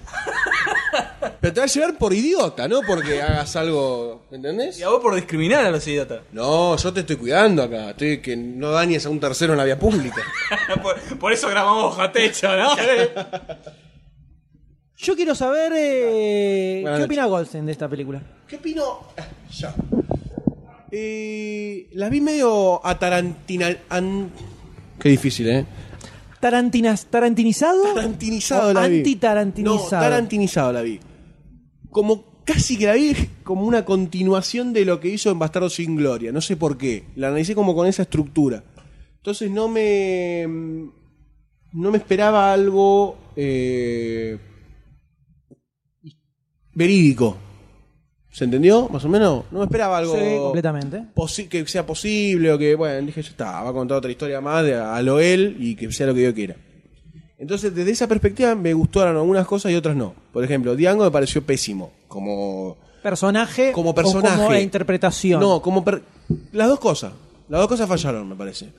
B: Pero te va a llevar por idiota, ¿no? Porque hagas algo, ¿entendés?
A: Y a vos por discriminar a los idiotas.
B: No, yo te estoy cuidando acá. Estoy que no dañes a un tercero en la vía pública.
A: por, por eso grabamos bajo techo, ¿no?
C: Yo quiero saber eh, qué
B: Buenas noches.
C: opina Goldstein de esta película.
B: ¿Qué opino? Ah, Yo. Eh, las vi medio atarantinal... an- Qué difícil, ¿eh?
C: Tarantinas, tarantinizado.
B: Tarantinizado
C: o
B: la vi.
C: antitarantinizado.
B: No, tarantinizado la vi. Como casi que la vi como una continuación de lo que hizo en Bastardo sin Gloria. No sé por qué. La analicé como con esa estructura. Entonces no me. No me esperaba algo. eh, verídico. ¿Se entendió? Más o menos. No me esperaba algo.
C: Sí, completamente.
B: posi- que sea posible o que, bueno, dije, ya está, va a contar otra historia más de, a lo él y que sea lo que yo quiera. Entonces, desde esa perspectiva me gustaron algunas cosas y otras no. Por ejemplo, Diango me pareció pésimo, como...
C: Personaje.
B: Como
C: o
B: personaje.
C: como interpretación.
B: No, como... per- Las dos cosas. Las dos cosas fallaron, me parece.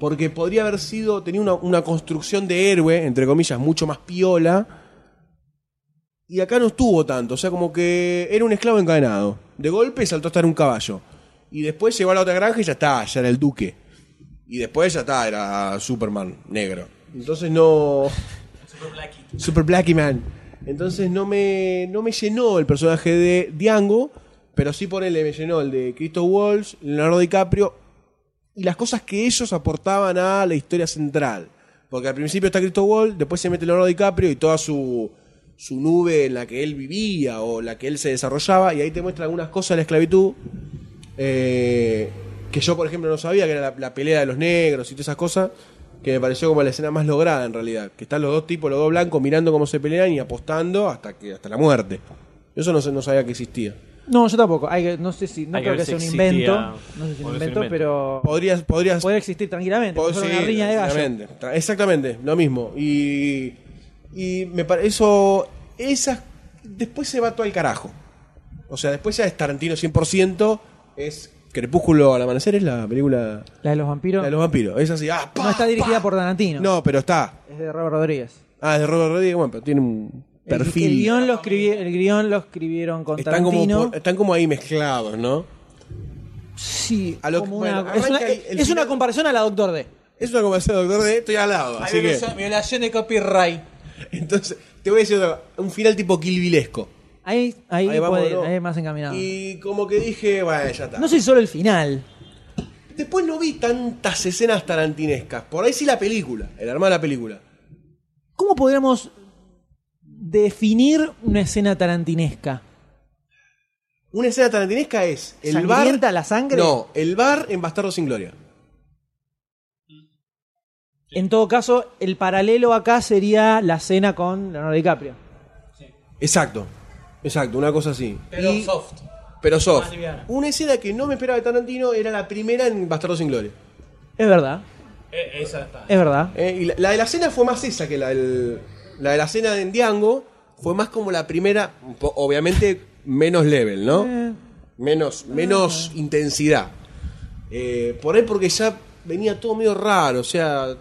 B: Porque podría haber sido, tenía una, una construcción de héroe, entre comillas, mucho más piola. Y acá no estuvo tanto, o sea, como que era un esclavo encadenado. De golpe saltó a estar un caballo. Y después llegó a la otra granja y ya está, ya era el duque. Y después ya está, era Superman negro. Entonces no. Super Blacky Man. Entonces no me, no me llenó el personaje de Diango, pero sí por él me llenó el de Christo Walsh, Leonardo DiCaprio y las cosas que ellos aportaban a la historia central. Porque al principio está Christo Walsh, después se mete Leonardo DiCaprio y toda su, su nube en la que él vivía o la que él se desarrollaba, y ahí te muestra algunas cosas de la esclavitud eh, que yo, por ejemplo, no sabía, que era la, la pelea de los negros y todas esas cosas, que me pareció como la escena más lograda en realidad. Que están los dos tipos, los dos blancos, mirando cómo se pelean y apostando hasta que hasta la muerte. Eso no, se- no sabía que existía.
C: No, yo tampoco. Hay que- no sé si. No
D: Hay que
C: creo
D: ver
C: que
D: si
C: sea un
D: existía-
C: invento. No sé si
D: podría ser un
C: un invento,
D: invento.
C: pero.
B: Podrías, podrías,
C: Podría existir tranquilamente.
B: Pod-
C: como fuera
B: sí,
C: una riña de gallo.
B: exactamente. Tra- Exactamente, lo mismo. Y, y me parece eso. Esas, después se va todo al carajo. O sea, después ya es Tarantino 100%. Es Crepúsculo al amanecer, es la película
C: La de los vampiros.
B: la de los vampiros. Es así. ah, pa,
C: no está dirigida
B: pa.
C: por Tarantino.
B: No, pero está.
C: Es de Robert Rodríguez.
B: Ah, es de Robert Rodríguez, bueno, pero tiene un
C: El-
B: perfil.
C: El, guión, lo escribi- el guión lo escribieron con
B: están, como
C: Tarantino.
B: por- están como ahí mezclados, ¿no?
C: Sí,
B: a lo-
C: como
B: bueno,
C: una- es, una,
B: arranca el- el
C: es una
B: final-
C: comparación a la Doctor D.
B: Es una conversación, doctor, de estoy al lado. Así que,
A: Violación de copyright.
B: entonces, te voy a decir otra- un final tipo kilvilesco.
C: Ahí, ahí,
B: vamos,
C: puede,
B: ¿no?
C: ahí es más encaminado.
B: Y como que dije, bueno, ya está.
C: No sé si solo el final.
B: Después no vi tantas escenas tarantinescas. Por ahí sí la película, el arma de la película.
C: ¿Cómo podríamos definir una escena tarantinesca?
B: Una escena tarantinesca es el bar.
C: ¿Sangrienta la sangre?
B: No, el bar en Bastardo sin Gloria.
C: En todo caso, el paralelo acá sería la cena con Leonardo DiCaprio.
B: Exacto, exacto, una cosa así.
A: Pero
B: Y-
A: soft.
B: Pero soft.
A: liviana.
B: Una escena que no me esperaba de Tarantino era la primera en Bastardo sin Gloria.
C: Es verdad,
A: esa está.
C: es verdad.
B: Eh, y la, la de la cena fue más esa que la del- La de la cena de Endiango fue más como la primera, un po- obviamente menos level,
C: Eh,
B: ¿no? Menos, menos intensidad. Eh, por ahí porque ya venía todo medio raro, o sea,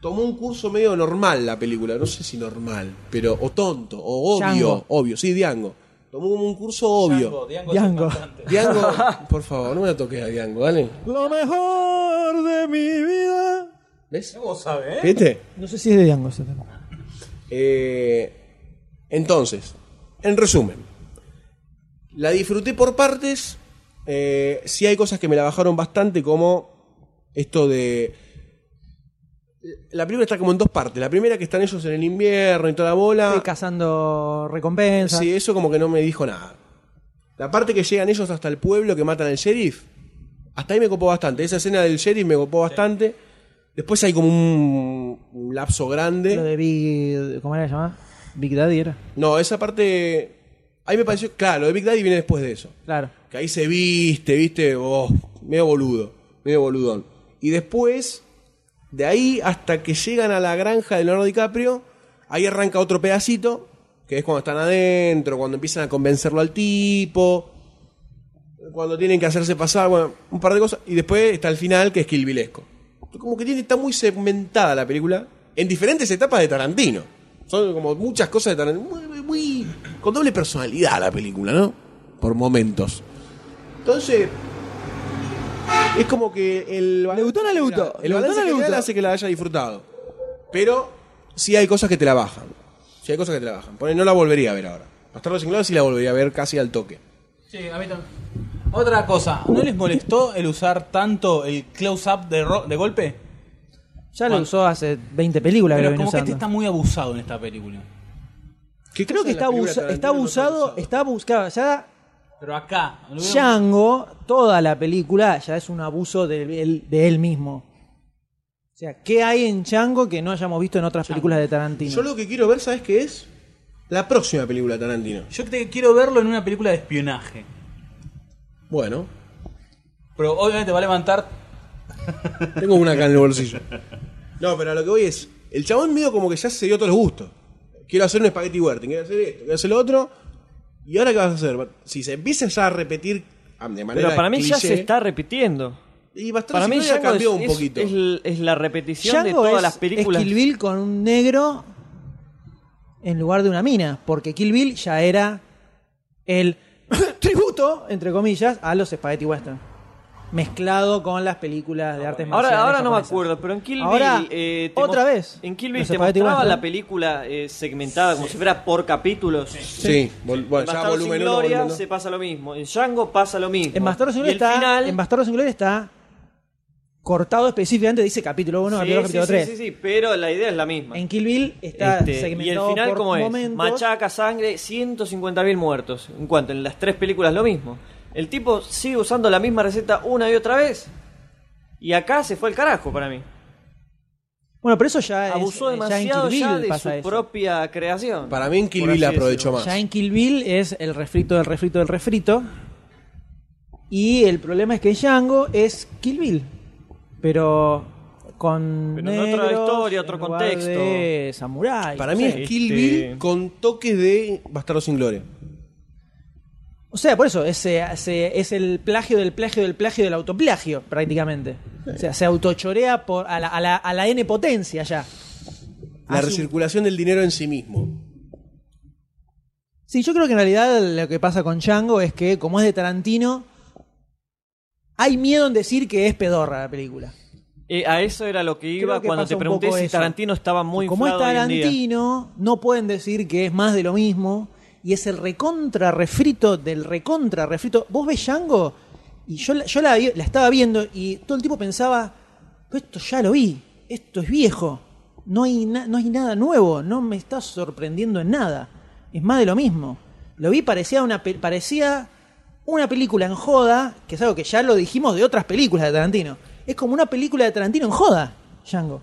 B: tomó un curso medio normal la película, no sé si normal, pero o tonto, o obvio,
C: Django.
B: obvio, sí, Diango. Tomó como un curso obvio.
C: Django.
B: Diango, por favor, no me la toques a Diango, ¿vale?
C: Lo mejor de mi vida. Ah,
B: ¿Ves?
A: sabe, eh?
B: ¿Viste?
C: No sé si es de Django ese tema.
B: Eh, entonces, en resumen, la disfruté por partes. Eh, sí hay cosas que me la bajaron bastante, como esto de... La película está como en dos partes. La primera que están ellos en el invierno y toda la bola.
C: Estoy cazando recompensas.
B: Sí, eso como que no me dijo nada. La parte que llegan ellos hasta el pueblo que matan al sheriff, hasta ahí me copó bastante. Esa escena del sheriff me copó bastante. Después hay como un, un lapso grande.
C: Lo de Big. ¿Cómo era llamada? Big Daddy era.
B: No, esa parte. Ahí me pareció. Claro, lo de Big Daddy viene después de eso.
C: Claro.
B: Que ahí se viste, viste, oh, medio boludo, medio boludón. Y después, de ahí hasta que llegan a la granja de Leonardo DiCaprio, ahí arranca otro pedacito, que es cuando están adentro, cuando empiezan a convencerlo al tipo. cuando tienen que hacerse pasar, bueno, un par de cosas. Y después está el final, que es Kilvilesco. Como que tiene, está muy segmentada la película en diferentes etapas de Tarantino. Son como muchas cosas de Tarantino. Muy, muy- con doble personalidad la película, ¿no? Por momentos. Entonces, es como que el balance
C: gustó o no le
B: general-
C: gustó?
B: El
C: ¿Le
B: balance
C: gustó o no le
B: general
C: gustó?
B: hace que la haya disfrutado. Pero sí hay cosas que te la bajan. Sí hay cosas que te la bajan. Pone, no la volvería a ver ahora. Bastardo sin gloria sí la volvería a ver casi al toque.
A: Sí, a mí también. Otra cosa, ¿no les molestó el usar tanto el close-up de, ro- de golpe?
C: Ya lo usó hace 20 películas,
A: Pero
C: creo
A: como que
C: que
A: este está muy abusado en esta película.
B: ¿Qué
C: Creo
B: cosa
C: que
B: de la
C: está,
B: película
C: abusa-
B: de
C: está
B: Tarantino no
C: abusado,
B: está
C: está abusado. Ya
A: Pero acá, lo veo-
C: Django, toda la película, ya es un abuso de él, de él mismo. O sea, ¿qué hay en Django que no hayamos visto en otras películas de Tarantino?
B: Yo lo que quiero ver, ¿sabes qué es? La próxima película de Tarantino.
A: yo te- quiero verlo en una película de espionaje.
B: Bueno,
A: Pero obviamente va a levantar
B: tengo una acá en el bolsillo. No, pero a lo que voy es, el chabón medio como que ya se dio todos los gustos. Quiero hacer un spaghetti western, quiero hacer esto, quiero hacer lo otro. ¿Y ahora qué vas a hacer? Si se empieza ya a repetir ah, de manera
D: Pero para mí ya
B: cliché,
D: se está repitiendo.
B: Y bastante
D: Para mí
B: ya
D: Django
B: cambió
D: es,
B: un
D: es-
B: poquito.
D: es l- es la repetición de
C: Django
D: todas
C: es,
D: las películas.
C: es Kill Bill con un negro en lugar de una mina, porque Kill Bill ya era el tributo, entre comillas, a los Spaghetti Western, mezclado con las películas de artes marciales
D: Ah, Ahora, ahora no me
C: japonesas.
D: acuerdo, pero en Kill Bill.
C: Ahora,
D: eh, te
C: otra
D: mos-
C: vez,
D: En Kill Bill
C: los
D: te
C: Spaghetti
D: mostraba
C: Western.
D: la película eh, segmentada como si fuera por capítulos.
B: Sí, vol- bueno, ya
D: Bastardos sin
B: volumen 1,
D: Gloria
B: volumen dos.
D: se pasa lo mismo. En Django pasa lo mismo.
C: En Bastardo sin
D: Y
C: Gloria
D: el
C: está,
D: final-
C: en Bastardos sin Gloria está cortado específicamente, dice capítulo 1,
D: Sí,
C: capítulo,
D: sí, sí,
C: 3.
D: sí, sí, pero la idea es la misma.
C: En Kill Bill está
D: Este, y el
C: segmentado
D: final,
C: por
D: ¿cómo es?
C: momentos.
D: Machaca, sangre, 150.000 muertos. En cuanto, en las tres películas lo mismo. El tipo sigue usando la misma receta una y otra vez. Y acá se fue el carajo para mí.
C: Bueno, pero eso ya es-
D: Abusó
C: eh,
D: demasiado
C: ya, en Kill
D: ya
C: Bill
D: de su
C: pasa eso.
D: propia creación.
B: Para mí en Kill
D: por
B: Bill
D: así
B: aprovechó más.
C: Ya en Kill Bill es el refrito del refrito del refrito. Y el problema es que Django es Kill Bill. Pero con.
D: Pero en otra
C: negros,
D: historia, otro
C: en lugar
D: contexto.
C: De samurái.
B: Para
C: no
B: mí
C: sé.
B: es
D: Este.
B: Kill Bill con toques de Bastardo sin Gloria.
C: O sea, por eso, ese, ese- es el plagio del plagio del plagio del autoplagio, prácticamente. O sea, se autochorea por, a, la, a, la, a la N potencia ya.
B: La
C: Así.
B: recirculación del dinero en sí mismo.
C: Sí, yo creo que en realidad lo que pasa con Django es que, como es de Tarantino, hay miedo en decir que es pedorra la película.
D: Eh, a eso era lo que iba
C: Creo que
D: cuando
C: pasa
D: te
C: un
D: pregunté
C: poco
D: si
C: eso.
D: Tarantino estaba muy
C: Como es
D: inflado hoy en día.
C: Tarantino, no pueden decir que es más de lo mismo. Y es el recontra refrito del recontra refrito. ¿Vos ves Django? Y yo, la- yo la, vi- la estaba viendo y todo el tiempo pensaba, "Pero esto ya lo vi, esto es viejo, no hay, na- no hay nada nuevo, no me está sorprendiendo en nada. Es más de lo mismo. Lo vi, parecía una, pe- parecía una película en joda, que es algo que ya lo dijimos de otras películas de Tarantino. Es como una película de Tarantino en joda, Django.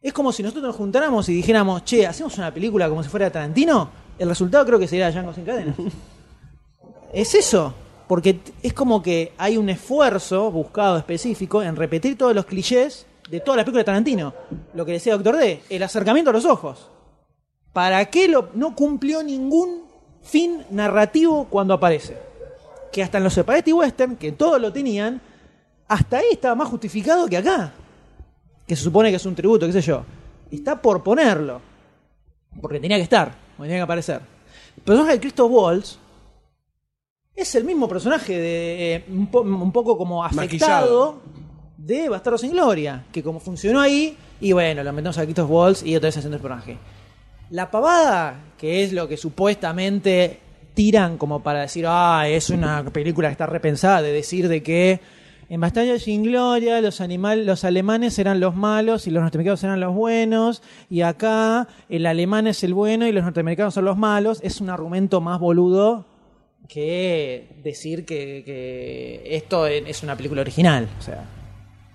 C: Es como si nosotros nos juntáramos y dijéramos, che, hacemos una película como si fuera Tarantino. El resultado creo que sería Django sin cadena. es eso. Porque t- es como que hay un esfuerzo buscado específico en repetir todos los clichés de todas las películas de Tarantino. Lo que decía Doctor D, el acercamiento a los ojos. ¿Para qué lo, no cumplió ningún fin narrativo cuando aparece? Que hasta en los Spaghetti Western, que todos lo tenían, hasta ahí estaba más justificado que acá que se supone que es un tributo, qué sé yo, está por ponerlo. Porque tenía que estar, porque tenía que aparecer. El personaje de Christoph Waltz es el mismo personaje de eh, un, po- un poco como afectado
B: Maquillado.
C: de Bastardo sin Gloria, que como funcionó ahí, y bueno, lo metemos a Christoph Waltz y otra vez haciendo el personaje. La pavada, que es lo que supuestamente tiran como para decir, ah, es una película que está repensada, de decir de que en Bastardo sin Gloria los, animal, los alemanes eran los malos y los norteamericanos eran los buenos, y acá el alemán es el bueno y los norteamericanos son los malos, es un argumento más boludo que decir que, que esto es una película original. O sea,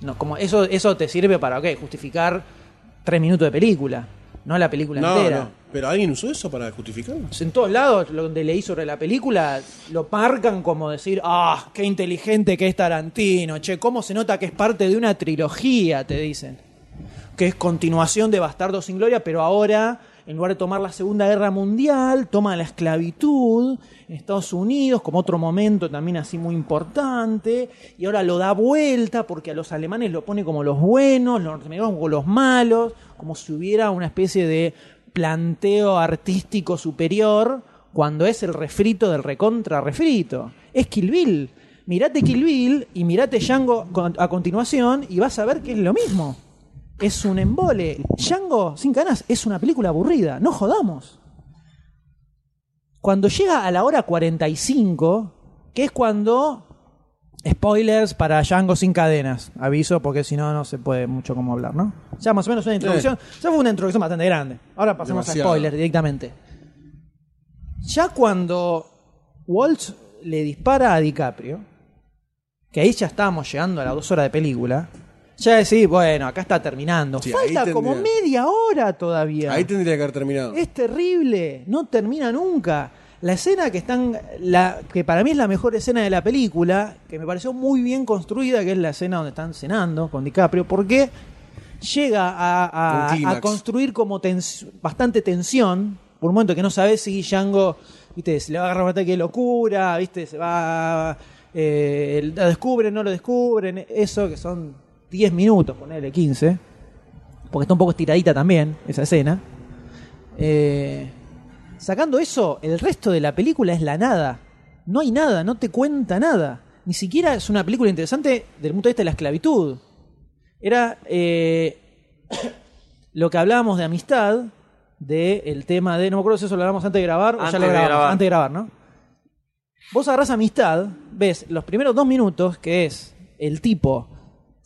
C: no, como eso, eso te sirve para, ok, justificar tres minutos de película, no la película
B: No,
C: entera.
B: no. Pero alguien usó eso para justificarlo.
C: En todos lados, lo donde leí sobre la película, lo marcan como decir, ah, qué inteligente que es Tarantino, che, cómo se nota que es parte de una trilogía, te dicen. Que es continuación de Bastardo sin Gloria, pero ahora en lugar de tomar la Segunda Guerra Mundial, toma la esclavitud en Estados Unidos como otro momento también así muy importante, y ahora lo da vuelta porque a los alemanes lo pone como los buenos, los norteamericanos como los malos, como si hubiera una especie de planteo artístico superior cuando es el refrito del recontra refrito. Es Kill Bill. Mirate Kill Bill y mirate Django con- a continuación y vas a ver que es lo mismo. Es un embole. Django sin canas es una película aburrida. No jodamos. Cuando llega a la hora 45, que es cuando. Spoilers para Django sin cadenas. Aviso porque si no, no se puede mucho como hablar, ¿no? Ya más o menos una introducción. Ya fue una introducción bastante grande. Ahora pasamos
B: Demasiado.
C: a spoilers directamente. Ya cuando Waltz le dispara a DiCaprio, que ahí ya estábamos llegando a las dos horas de película, ya decís, bueno, acá está terminando.
B: Sí, ahí
C: Falta
B: tendría-
C: como media hora todavía.
B: Ahí tendría que haber terminado.
C: Es terrible, no termina nunca. La escena que están, la, que para mí es la mejor escena de la película, que me pareció muy bien construida, que es la escena donde están cenando con DiCaprio, porque llega a, a-
B: Un clímax.
C: a construir como tens- bastante tensión, por un momento que no sabes si Django, viste, se le va a agarrar un ataque de locura, viste, se va, eh, lo descubren, no lo descubren, eso que son 10 minutos, ponele 15, porque está un poco estiradita también esa escena. Eh, sacando eso, el resto de la película es la nada. No hay nada, no te cuenta nada. Ni siquiera es una película interesante del punto de vista de la esclavitud. Era eh, lo que hablábamos de amistad, del tema de. No me acuerdo si eso lo hablamos antes de grabar o ya
D: Antes
C: lo
D: de
C: grabamos.
D: grabar.
C: Antes de grabar, ¿no? Vos agarrás amistad, ves los primeros dos minutos, que es el tipo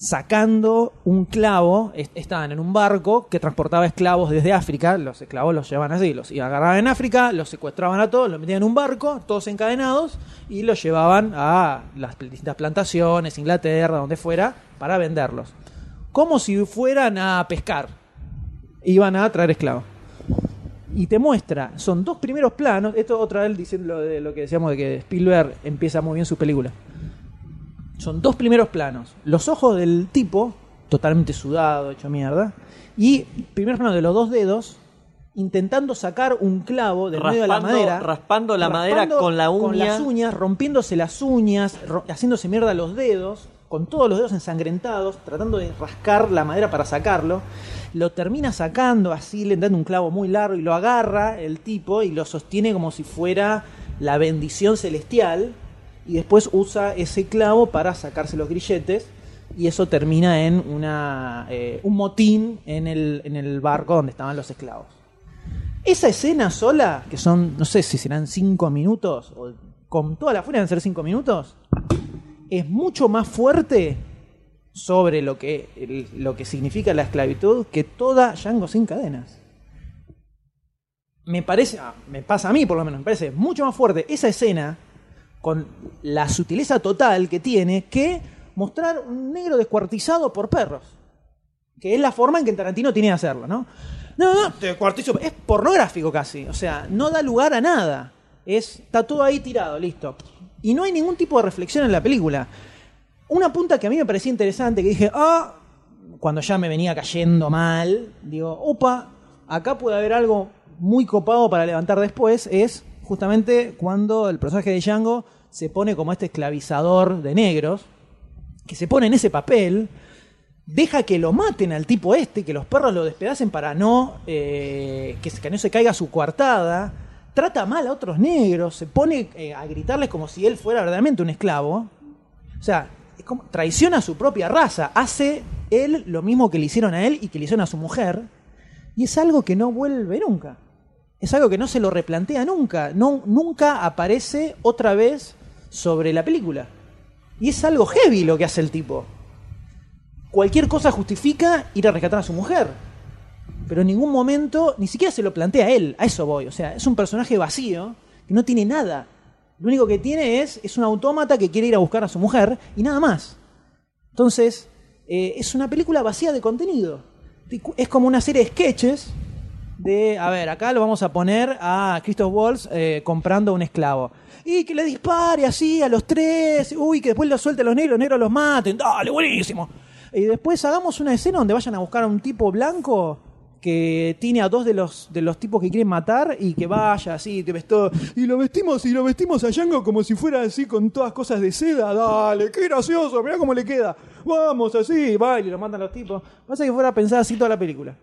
C: sacando un clavo, est- estaban en un barco que transportaba esclavos desde África, los esclavos los llevaban así, los iban, agarraban en África, los secuestraban a todos, los metían en un barco, todos encadenados, y los llevaban a las pl- distintas plantaciones, Inglaterra, donde fuera, para venderlos. Como si fueran a pescar, iban a traer esclavos y te muestra, son dos primeros planos, esto otra vez diciendo lo, de, lo que decíamos de que Spielberg empieza muy bien su película. Son dos primeros planos, los ojos del tipo, totalmente sudado, hecho mierda, y primer plano de los dos dedos, intentando sacar un clavo del medio de la
D: Raspando-
C: madera.
D: raspando la madera con la
C: Con
D: uña.
C: las uñas, rompiéndose las uñas, ro- haciéndose mierda los dedos, con todos los dedos ensangrentados, tratando de rascar la madera para sacarlo. Lo termina sacando así, le dando un clavo muy largo y lo agarra el tipo y lo sostiene como si fuera la bendición celestial. Y después usa ese clavo para sacarse los grilletes. Y eso termina en una, eh, un motín en el, en el barco donde estaban los esclavos. Esa escena sola, que son, no sé si serán cinco minutos, o con toda la furia de ser cinco minutos, es mucho más fuerte sobre lo que, el- lo que significa la esclavitud que toda Django sin cadenas. Me parece, ah, me pasa a mí por lo menos, me parece mucho más fuerte esa escena con la sutileza total que tiene que mostrar un negro descuartizado por perros que es la forma en que Tarantino tiene de hacerlo, ¿no? No, no, te cuartizo, es pornográfico casi, o sea, no da lugar a nada, es, está todo ahí tirado, listo. Y no hay ningún tipo de reflexión en la película. Una punta que a mí me parecía interesante, que dije, ah, cuando ya me venía cayendo mal, digo, opa, acá puede haber algo muy copado para levantar después, es justamente cuando el personaje de Django se pone como este esclavizador de negros, que se pone en ese papel, deja que lo maten al tipo este, que los perros lo despedacen para no eh, que, se- que no se caiga su coartada, trata mal a otros negros, se pone eh, a gritarles como si él fuera verdaderamente un esclavo. O sea, es como- traiciona a su propia raza, hace él lo mismo que le hicieron a él y que le hicieron a su mujer, y es algo que no vuelve nunca. Es algo que no se lo replantea nunca, no, nunca aparece otra vez sobre la película. Y es algo heavy lo que hace el tipo cualquier cosa justifica ir a rescatar a su mujer. Pero en ningún momento, ni siquiera se lo plantea él, a eso voy. O sea, es un personaje vacío, que no tiene nada. Lo único que tiene es, es un autómata que quiere ir a buscar a su mujer y nada más. Entonces, eh, es una película vacía de contenido. Te cu- Es como una serie de sketches de, a ver, acá lo vamos a poner a Christoph Waltz eh, comprando un esclavo. Y que le dispare así a los tres, uy, que después lo suelte a los negros, los negros los maten, dale, buenísimo. Y después hagamos una escena donde vayan a buscar a un tipo blanco que tiene a dos de los, de los tipos que quieren matar y que vaya así, te ves todo. Y lo vestimos, y lo vestimos a Django como si fuera así con todas cosas de seda. Dale, qué gracioso, mirá cómo le queda. Vamos así, va, y lo matan los tipos. Pasa que fuera a pensar así toda la película.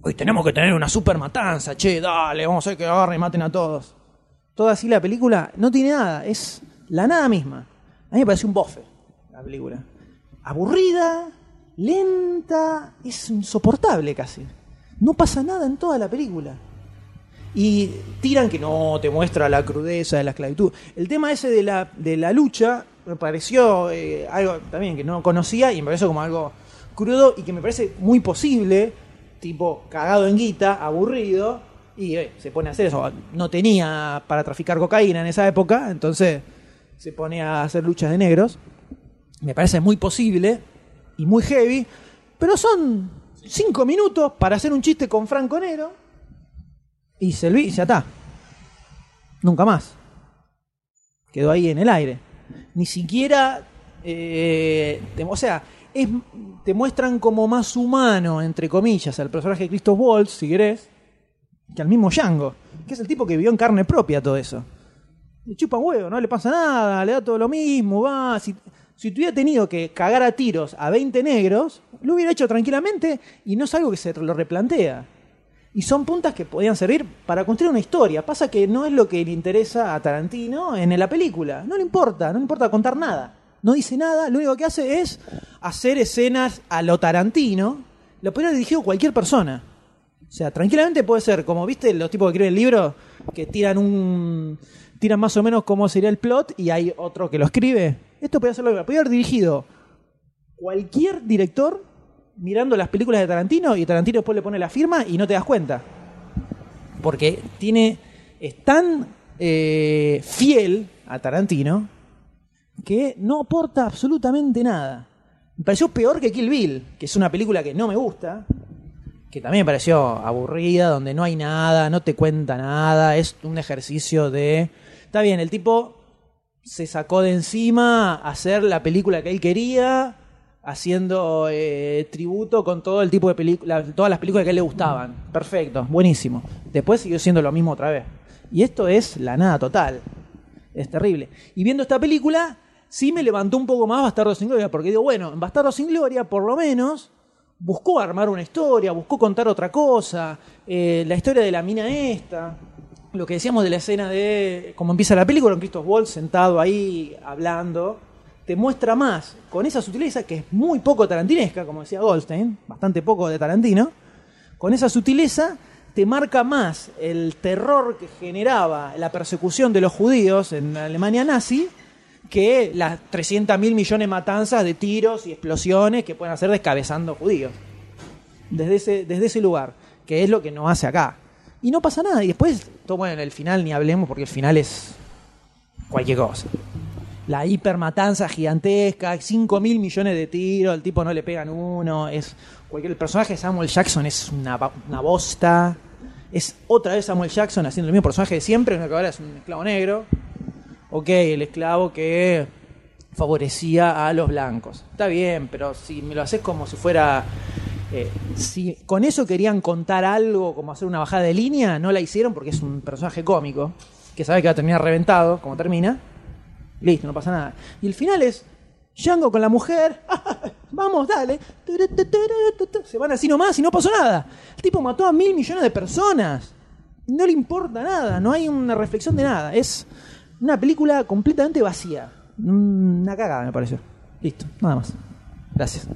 C: Uy, tenemos que tener una super matanza, che, dale, vamos a hacer que agarren y maten a todos. Toda así la película no tiene nada, es la nada misma. A mí me parece un bofe la película. Aburrida, lenta, es insoportable casi. No pasa nada en toda la película. Y tiran que no te muestra la crudeza de la esclavitud. El tema ese de la, de la lucha me pareció eh, algo también que no conocía y me pareció como algo crudo y que me parece muy posible, tipo cagado en guita, aburrido, y eh, se pone a hacer eso. No tenía para traficar cocaína en esa época, entonces se pone a hacer luchas de negros. Me parece muy posible y muy heavy, pero son cinco minutos para hacer un chiste con Franco Nero y se olvi- y ya está. Nunca más. Quedó ahí en el aire. Ni siquiera. eh, te- o sea, es, te muestran como más humano, entre comillas, al personaje de Christoph Waltz, si querés, que al mismo Django, que es el tipo que vivió en carne propia todo eso. Le chupa un huevo, no le pasa nada, le da todo lo mismo, va. Si, si tuviera tenido que cagar a tiros a 20 negros, lo hubiera hecho tranquilamente y no es algo que se lo replantea. Y son puntas que podían servir para construir una historia. Pasa que no es lo que le interesa a Tarantino en la película. No le importa, no le importa contar nada. No dice nada, lo único que hace es hacer escenas a lo Tarantino. Lo podría haber dirigido cualquier persona. O sea, tranquilamente puede ser, como viste, los tipos que escriben el libro, que tiran un. tiran más o menos cómo sería el plot y hay otro que lo escribe. Esto puede hacerlo, puede haber dirigido cualquier director mirando las películas de Tarantino y Tarantino después le pone la firma y no te das cuenta. Porque tiene. es tan eh, fiel a Tarantino que no aporta absolutamente nada. Me pareció peor que Kill Bill, que es una película que no me gusta, que también me pareció aburrida, donde no hay nada, no te cuenta nada, es un ejercicio de... Está bien, el tipo se sacó de encima hacer la película que él quería, haciendo eh, tributo con todo el tipo de películas, todas las películas que a él le gustaban. Perfecto, buenísimo. Después siguió siendo lo mismo otra vez. Y esto es la nada total. Es terrible. Y viendo esta película, sí me levantó un poco más Bastardo sin Gloria, porque digo, bueno, en Bastardo sin Gloria, por lo menos, buscó armar una historia, buscó contar otra cosa, eh, la historia de la mina esta, lo que decíamos de la escena de cómo empieza la película, con Christoph Waltz sentado ahí hablando, te muestra más, con esa sutileza que es muy poco tarantinesca, como decía Goldstein, bastante poco de Tarantino, con esa sutileza te marca más el terror que generaba la persecución de los judíos en la Alemania nazi que las 300 mil millones de matanzas de tiros y explosiones que pueden hacer descabezando judíos. Desde ese, desde ese lugar, que es lo que no hace acá. Y no pasa nada. Y después, to- bueno, en el final ni hablemos porque el final es cualquier cosa. La hipermatanza gigantesca, 5 mil millones de tiros, el tipo no le pegan uno, es cualquier el personaje de Samuel Jackson es una, ba- una bosta. Es otra vez Samuel Jackson haciendo el mismo personaje de siempre, uno que ahora es un esclavo negro. Ok, el esclavo que favorecía a los blancos. Está bien, pero si me lo haces como si fuera... eh, si con eso querían contar algo, como hacer una bajada de línea, no la hicieron porque es un personaje cómico, que sabe que va a terminar reventado, como termina. Listo, no pasa nada. Y el final es Django con la mujer. Vamos, dale. Se van así nomás y no pasó nada. El tipo mató a mil millones de personas. No le importa nada, no hay una reflexión de nada. Es una película completamente vacía. Una cagada, me pareció. Listo, nada más. Gracias.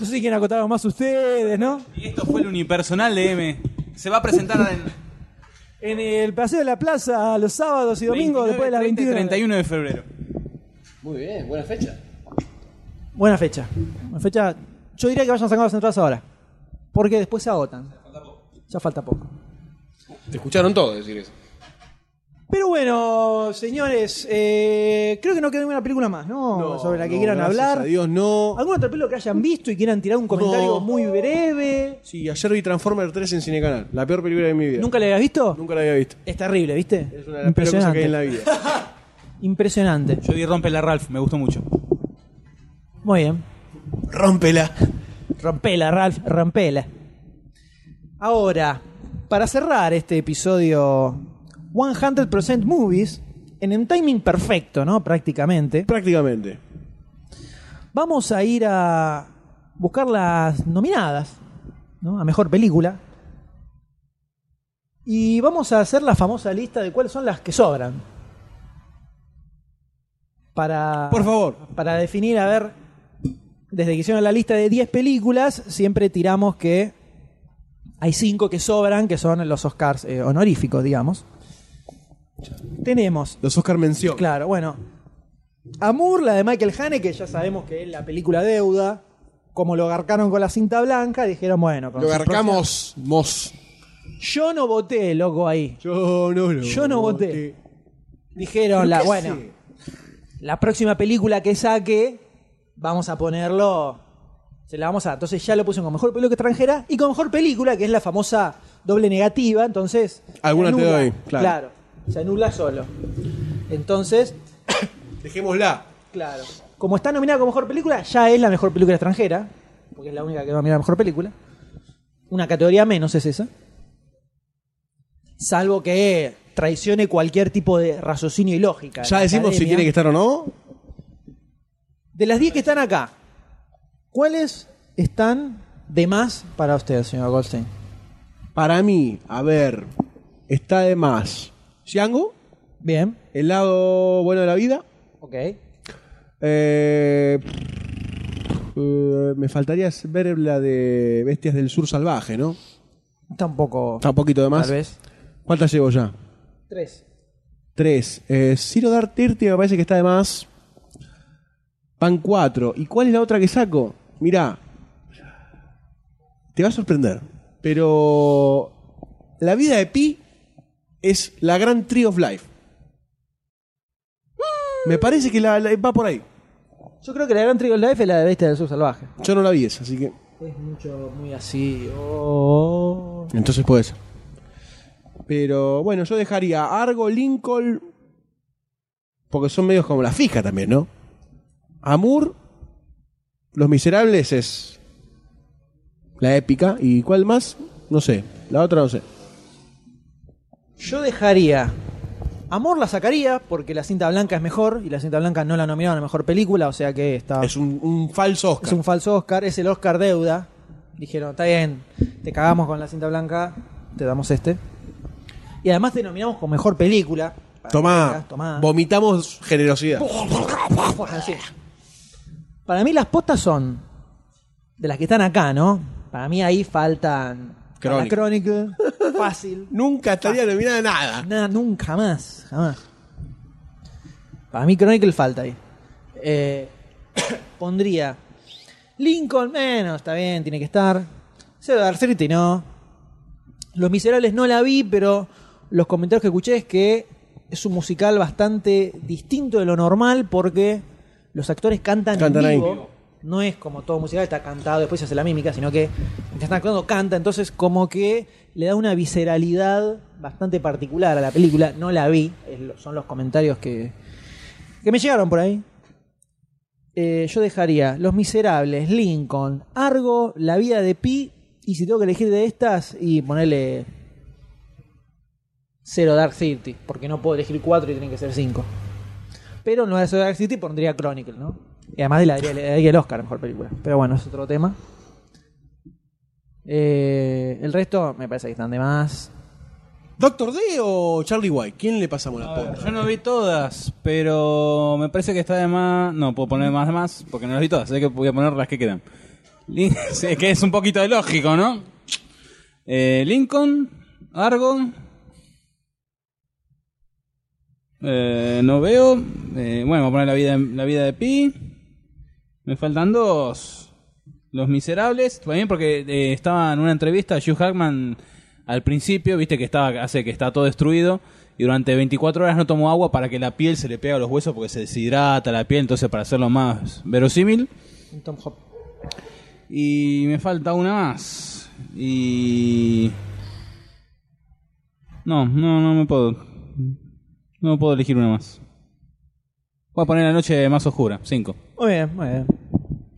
C: No sé si quieren acotar algo más ustedes, ¿no?
A: Y esto fue el unipersonal de M. Se va a presentar en
C: En el Paseo de la Plaza, los sábados y domingos, después de las
A: 29,
C: 21.
A: 31 de febrero.
B: Muy bien, buena fecha.
C: Buena fecha. Buena fecha. Yo diría que vayan sacando las entradas ahora. Porque después se agotan. Ya falta poco.
B: Te escucharon todo decir eso.
C: Pero bueno, señores, eh, creo que no queda ninguna película más, ¿no? Sobre la que
B: no,
C: quieran
B: gracias
C: hablar.
B: A Dios, no.
C: ¿Alguna otra película que hayan visto y quieran tirar un comentario
B: No.
C: muy breve?
B: Sí, ayer vi Transformer 3 en Cinecanal. La peor película de mi vida.
C: ¿Nunca la habías visto?
B: Nunca la había visto.
C: Es terrible, ¿viste?
B: Es una de las peores cosas que hay en la vida.
C: Impresionante.
A: Yo di Rompe la Ralph, me gustó mucho.
C: Muy bien.
B: Rómpela.
C: Rompela, Ralph, rompela. Ahora, para cerrar este episodio 100% Movies, en un timing perfecto, ¿no? Prácticamente.
B: Prácticamente.
C: Vamos a ir a buscar las nominadas, ¿no? A mejor película. Y vamos a hacer la famosa lista de cuáles son las que sobran. Para,
B: Por favor.
C: para definir, a ver, desde que hicieron la lista de 10 películas, siempre tiramos que hay 5 que sobran, que son los Oscars eh, honoríficos, digamos. Tenemos
B: Los Oscar mención.
C: Claro, bueno. Amour, la de Michael Haneke, ya sabemos que es la película deuda. Como lo garcaron con la cinta blanca, dijeron, bueno, con
B: Lo
C: su
B: garcamos, mos.
C: próxima- Yo no voté, loco, ahí.
B: Yo no, lo
C: Yo no voté. Dijeron, la, bueno, la próxima película que saque, vamos a ponerlo. Se la vamos a. Entonces ya lo pusieron con mejor película extranjera y con mejor película, que es la famosa doble negativa. Entonces. se
B: Alguna te
C: anula.
B: doy, claro.
C: Claro, se anula solo. Entonces,
B: Dejémosla.
C: Claro. Como está nominada como mejor película, ya es la mejor película extranjera, porque es la única que nomina a mejor película. Una categoría menos es esa. Salvo que traicione cualquier tipo de raciocinio y lógica. de
B: Ya
C: la
B: decimos si
C: academia.
B: tiene que estar o no.
C: De las 10 que están acá, ¿cuáles están de más para usted, señor Goldstein?
B: Para mí, a ver, está de más. Django,
C: Bien.
B: el lado bueno de la vida.
C: Ok.
B: Eh, eh, me faltaría ver la de Bestias del Sur Salvaje, ¿no?
C: Tampoco.
B: Está un poquito de más.
C: Tal vez.
B: ¿Cuántas llevo ya?
C: Tres.
B: Tres. Eh, Ciro Dar Tirti me parece que está de más. Van cuatro. ¿Y cuál es la otra que saco? Mirá. Te va a sorprender. Pero. La vida de Pi es la gran Tree of Life. Me parece que la- la- va por ahí.
C: Yo creo que la gran trigo life es la de Bestia del Sur Salvaje.
B: Yo no la vi esa, así que.
C: Es mucho, muy así. Oh.
B: Entonces puede ser. Pero bueno, yo dejaría Argo, Lincoln. Porque son medios como la fija también, ¿no? Amur, Los Miserables es la épica. ¿Y cuál más? No sé. La otra no sé.
C: Yo dejaría. Amor la sacaría porque la cinta blanca es mejor y la cinta blanca no la nominaron a mejor película, o sea que está.
B: Ah. Es un, un falso Oscar.
C: es un falso Oscar, es el Oscar deuda. Dijeron, está bien, te cagamos con la cinta blanca, te damos este. Y además te nominamos con mejor película. Para que
B: Tomá,
C: digas, tomá.
B: vomitamos generosidad.
C: Así es. Para mí las postas son de las que están acá, ¿no? Para mí ahí faltan. está La Chronicle, fácil.
B: Nunca estaría nominada a nada.
C: Nada, nunca, jamás, jamás. Para mí Chronicle falta ahí. Eh, pondría Lincoln menos, está bien, tiene que estar. Cero Dark y no. Los Miserables no la vi, pero los comentarios que escuché es que es un musical bastante distinto de lo normal porque los actores cantan,
B: Cantan
C: en
B: ahí.
C: vivo. No es como todo musical, está cantado, después se hace la mímica, sino que mientras están actuando canta, entonces como que le da una visceralidad bastante particular a la película. No la vi, es lo- son los comentarios que, que me llegaron por ahí. Eh, yo dejaría Los Miserables, Lincoln, Argo, La Vida de Pi. Y si tengo que elegir de estas, y ponerle. Cero Dark City. Porque no puedo elegir cuatro y tienen que ser cinco. Pero en lugar de Cero Dark City pondría Chronicle, ¿no? Y además de la le daría el Oscar, mejor película. Pero bueno, es otro tema. Eh, el resto me parece que están de más.
B: ¿Doctor D o Charlie White? ¿Quién le pasamos la porra?
A: Yo no vi todas, pero me parece que está de más. No, puedo poner más de más porque no las vi todas, así que voy a poner las que quedan. Lin- Sí, que es un poquito de lógico, ¿no? Eh, Lincoln, Argo. Eh, no veo. Eh, bueno, voy a poner la vida, la vida de Pi. Me faltan dos. Los Miserables, también porque eh, estaba en una entrevista Hugh Hackman al principio, viste que estaba hace que está todo destruido y durante 24 horas no tomó agua para que la piel se le pegue a los huesos porque se deshidrata la piel, entonces para hacerlo más verosímil.
C: Un Tom Hop.
A: Y me falta una más. Y no, no, no me puedo. No puedo elegir una más. Voy a poner la noche más oscura, 5.
C: Muy bien, muy bien.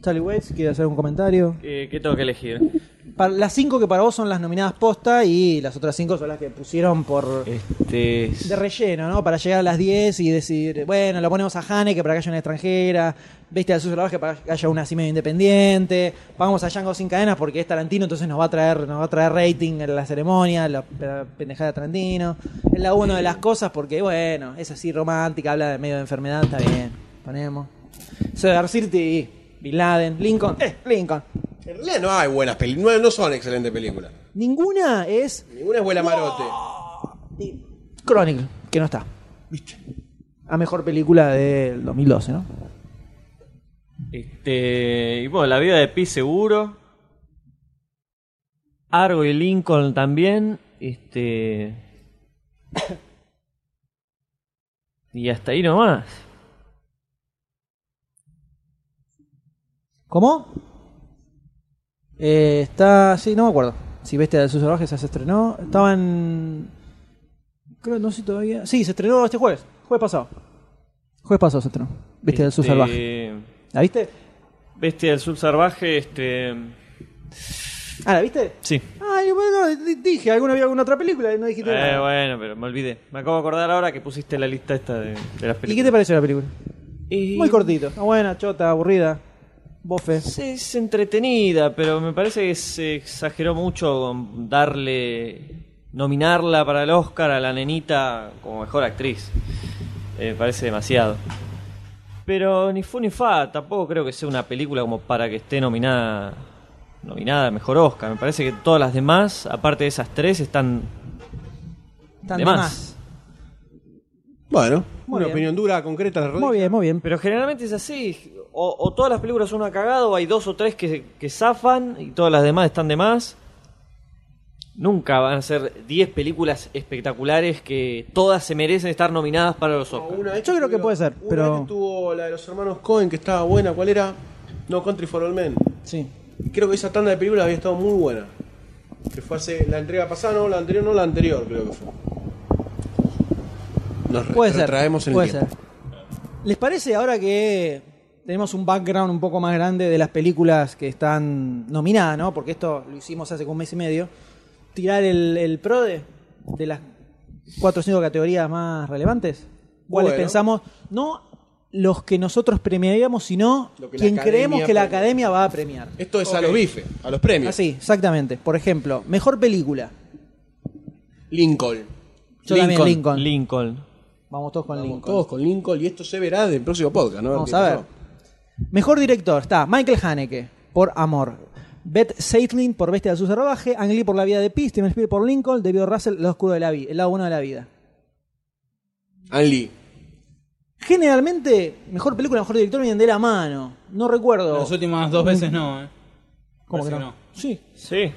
C: Charlie Waits, ¿quiere hacer un comentario?
D: Eh, ¿Qué tengo que elegir?
C: Para- las cinco que para vos son las nominadas posta y las otras cinco son las que pusieron por
D: Este.
C: de relleno, ¿no? Para llegar a las 10 y decir, bueno, lo ponemos a Hane que para que haya una extranjera, Bestia del Sucio Salvaje para que haya una así medio independiente, pagamos a Django sin cadenas porque es Tarantino, entonces nos va a traer, nos va a traer rating en la ceremonia, la, la pendejada de Tarantino. Es la una de las cosas porque, bueno, es así romántica, habla de medio de enfermedad, está bien, ponemos. Cedar City, Bin Laden, Lincoln, eh, Lincoln.
B: En realidad no hay buenas películas, no, no son excelentes películas.
C: Ninguna es
B: Ninguna es buena marote.
C: y Chronicle, que no está. A mejor película del 2012, ¿no?
D: Este. Y bueno, la vida de Pi seguro.
H: Argo y Lincoln también. Este. Y hasta ahí nomás.
C: ¿Cómo? Eh, está. Sí, no me acuerdo. Si Bestia de sus salvajes ya se estrenó. Estaba en. Creo, no sé si todavía. Sí, se estrenó este jueves. Jueves pasado. Jueves pasado se estrenó. Bestia del Sur
D: Este,
C: Salvaje. ¿La viste?
D: Bestia del sur salvaje, este.
C: Ah, ¿la viste?
D: Sí.
C: Ay, bueno, di- dije, alguna había alguna otra película y no dijiste
D: Eh,
C: nada.
D: bueno, pero me olvidé. Me acabo de acordar ahora que pusiste la lista esta de, de las películas.
C: ¿Y qué te pareció la película?
D: Y-
C: Muy cortito. Está buena, chota, aburrida. Bofe.
D: Sí, Es entretenida, pero me parece que se exageró mucho con darle, nominarla para el Oscar a la nenita como mejor actriz. Eh, me parece demasiado. Pero ni fu ni fa, tampoco creo que sea una película como para que esté nominada nominada a mejor Oscar. Me parece que todas las demás, aparte de esas tres, están
C: Están
D: de
C: de
D: más.
B: Bueno,
C: Muy
B: una
C: bien.
B: opinión dura, concreta de
C: más.
B: Rodri.
C: Muy bien, muy bien.
D: Pero generalmente es así. O, o todas las películas son una cagada, o hay dos o tres que, que zafan y todas las demás están de más. Nunca van a ser 10 películas espectaculares que todas se merecen estar nominadas para los
B: No,
D: Oscars.
B: una vez
C: Yo creo que
B: tuvieron-
C: puede ser,
B: una
C: pero-
B: vez que tuvo la de los hermanos Cohen, que estaba buena, ¿cuál era? No Country for All Men.
C: Sí.
B: Creo que esa tanda de películas había estado muy buena. Que fue hace la entrega pasada, no, la anterior, no, la anterior, creo que fue. Nos re-
C: Puede ser.
B: retraemos en el
C: puede
B: tiempo.
C: ser. ¿Les parece ahora que tenemos un background un poco más grande de las películas que están nominadas, ¿no? Porque esto lo hicimos hace como un mes y medio. Tirar el, el PRODE de las cuatro o cinco categorías más relevantes. ¿Cuáles
B: Bueno.
C: pensamos? No los que nosotros premiaríamos, sino
B: Lo que la
C: quien
B: academia
C: creemos que la
B: premia.
C: academia va a premiar.
B: Esto es a los bifes, a los premios.
C: Así, exactamente. Por ejemplo, mejor película.
B: Lincoln.
C: Yo también, Lincoln.
D: Lincoln.
C: Vamos todos con
B: Vamos
C: Lincoln.
B: Todos con Lincoln y esto se verá del próximo podcast, ¿no?
C: Vamos
B: qué
C: a ver.
B: pasó.
C: Mejor director está Michael Haneke por Amor. Beth Seitlin por Bestia de su salvaje, Ang Lee por La vida de Pi, Steven Spielberg por Lincoln, David O. Russell, El lado oscuro de la vida, el lado bueno de la vida.
B: Ang Lee.
C: Generalmente, mejor película, mejor director vienen de la mano. No recuerdo.
A: Las últimas dos veces no, ¿eh?
C: ¿Cómo
A: parece
C: que
A: que
C: no?
A: no.
C: Sí.
D: Sí.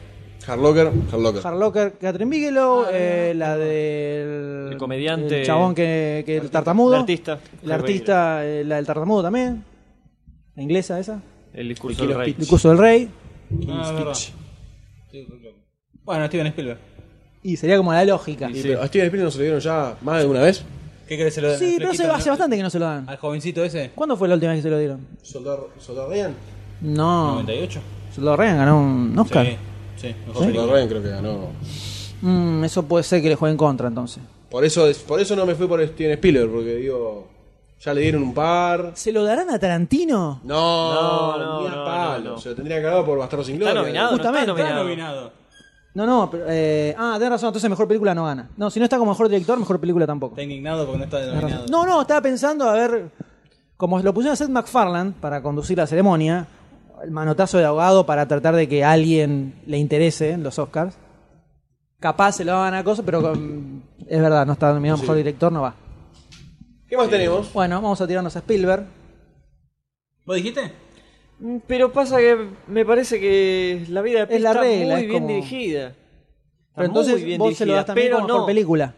B: Hard Locker, Hard Locker.
C: Harlocker, Catherine Bigelow, eh, la del
D: El comediante.
C: el chabón que, que el tartamudo,
D: El artista.
C: el artista, eh, la del tartamudo también, la inglesa esa,
D: El discurso del rey.
C: el curso del rey.
A: Ah, es verdad. Bueno, Steven Spielberg.
C: Y sería como la lógica.
B: Y, pero a Steven Spielberg no se lo dieron ya más de una vez.
A: ¿Qué crees? Se lo
C: Sí,
A: le
C: pero hace,
A: quitan,
C: hace
A: ¿no?
C: bastante que no se lo dan.
A: Al jovencito ese.
C: ¿Cuándo fue la última vez que se lo dieron?
B: Soldado, Soldado Ryan.
C: No.
A: 98.
C: Soldado Ryan ganó un Oscar.
A: Sí. Sí, mejor
B: Soldado
A: película.
B: Ryan creo que ganó.
C: Mm, eso puede ser que le juegue en contra entonces.
B: Por eso, por eso no me fui por Steven Spielberg, porque digo, ya le dieron un par.
C: ¿Se lo darán a Tarantino?
B: No,
D: No, no,
B: ni a
D: no,
B: palo.
D: no, no.
B: Se lo tendría que dar por Bastardo sin Gloria.
D: Está nominado, no
C: Justamente,
D: está
A: Está
D: nominado.
A: nominado.
C: No, no, pero, eh, ah, tenés razón, entonces mejor película no gana. No, si no está como mejor director, mejor película tampoco.
A: Está indignado porque no está
C: Tenés razón. No,
A: denominado.
C: no, estaba pensando, a ver, como lo pusieron a Seth MacFarlane para conducir la ceremonia, el manotazo de ahogado para tratar de que a alguien le interese en los Oscars. Capaz se lo van a cosas, pero con- es verdad, no está nominado mejor director, no va.
B: ¿Qué más tenemos?
C: Bueno, vamos a tirarnos a Spielberg.
A: ¿Vos dijiste?
D: Mm, Pero pasa que me parece que la vida de Pi
C: Es la
D: está
C: regla,
D: muy
C: es
D: bien
C: como-
D: dirigida. Está
C: Pero entonces
D: muy bien
C: vos se lo das
D: dirigida,
C: también
D: pero
C: como mejor
D: no.
C: película.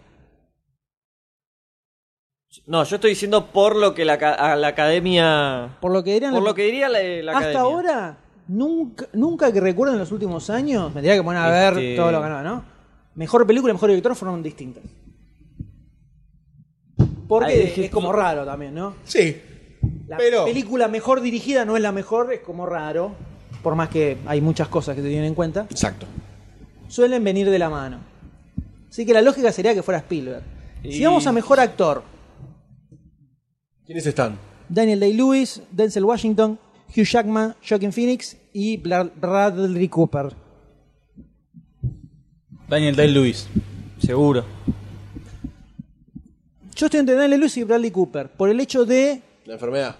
D: No, yo estoy diciendo por lo que la, ca- a la academia.
C: Por lo que dirían
D: Por
C: la-
D: lo que diría la, la
C: hasta
D: academia.
C: ahora, nunca, nunca que recuerdo en los últimos años, me tendría que poner a ver
D: Este-
C: todo lo que ganó, ¿no? Mejor película y mejor director fueron distintas. Porque
D: Ay, es
C: es,
D: que-
C: como raro también, ¿no?
B: Sí.
C: la
B: Pero-
C: película mejor dirigida no es la mejor, es como raro, por más que hay muchas cosas que se tienen en cuenta,
B: Exacto.
C: suelen venir de la mano. Así que la lógica sería que fuera Spielberg. Si vamos a mejor actor,
B: ¿Quiénes están?
C: Daniel Day-Lewis, Denzel Washington, Hugh Jackman, Joaquin Phoenix y Bla- Bradley Cooper.
A: Daniel Day-Lewis.
D: Seguro.
C: Yo estoy entre Daniel Day-Lewis y Bradley Cooper por el hecho de
B: La enfermedad.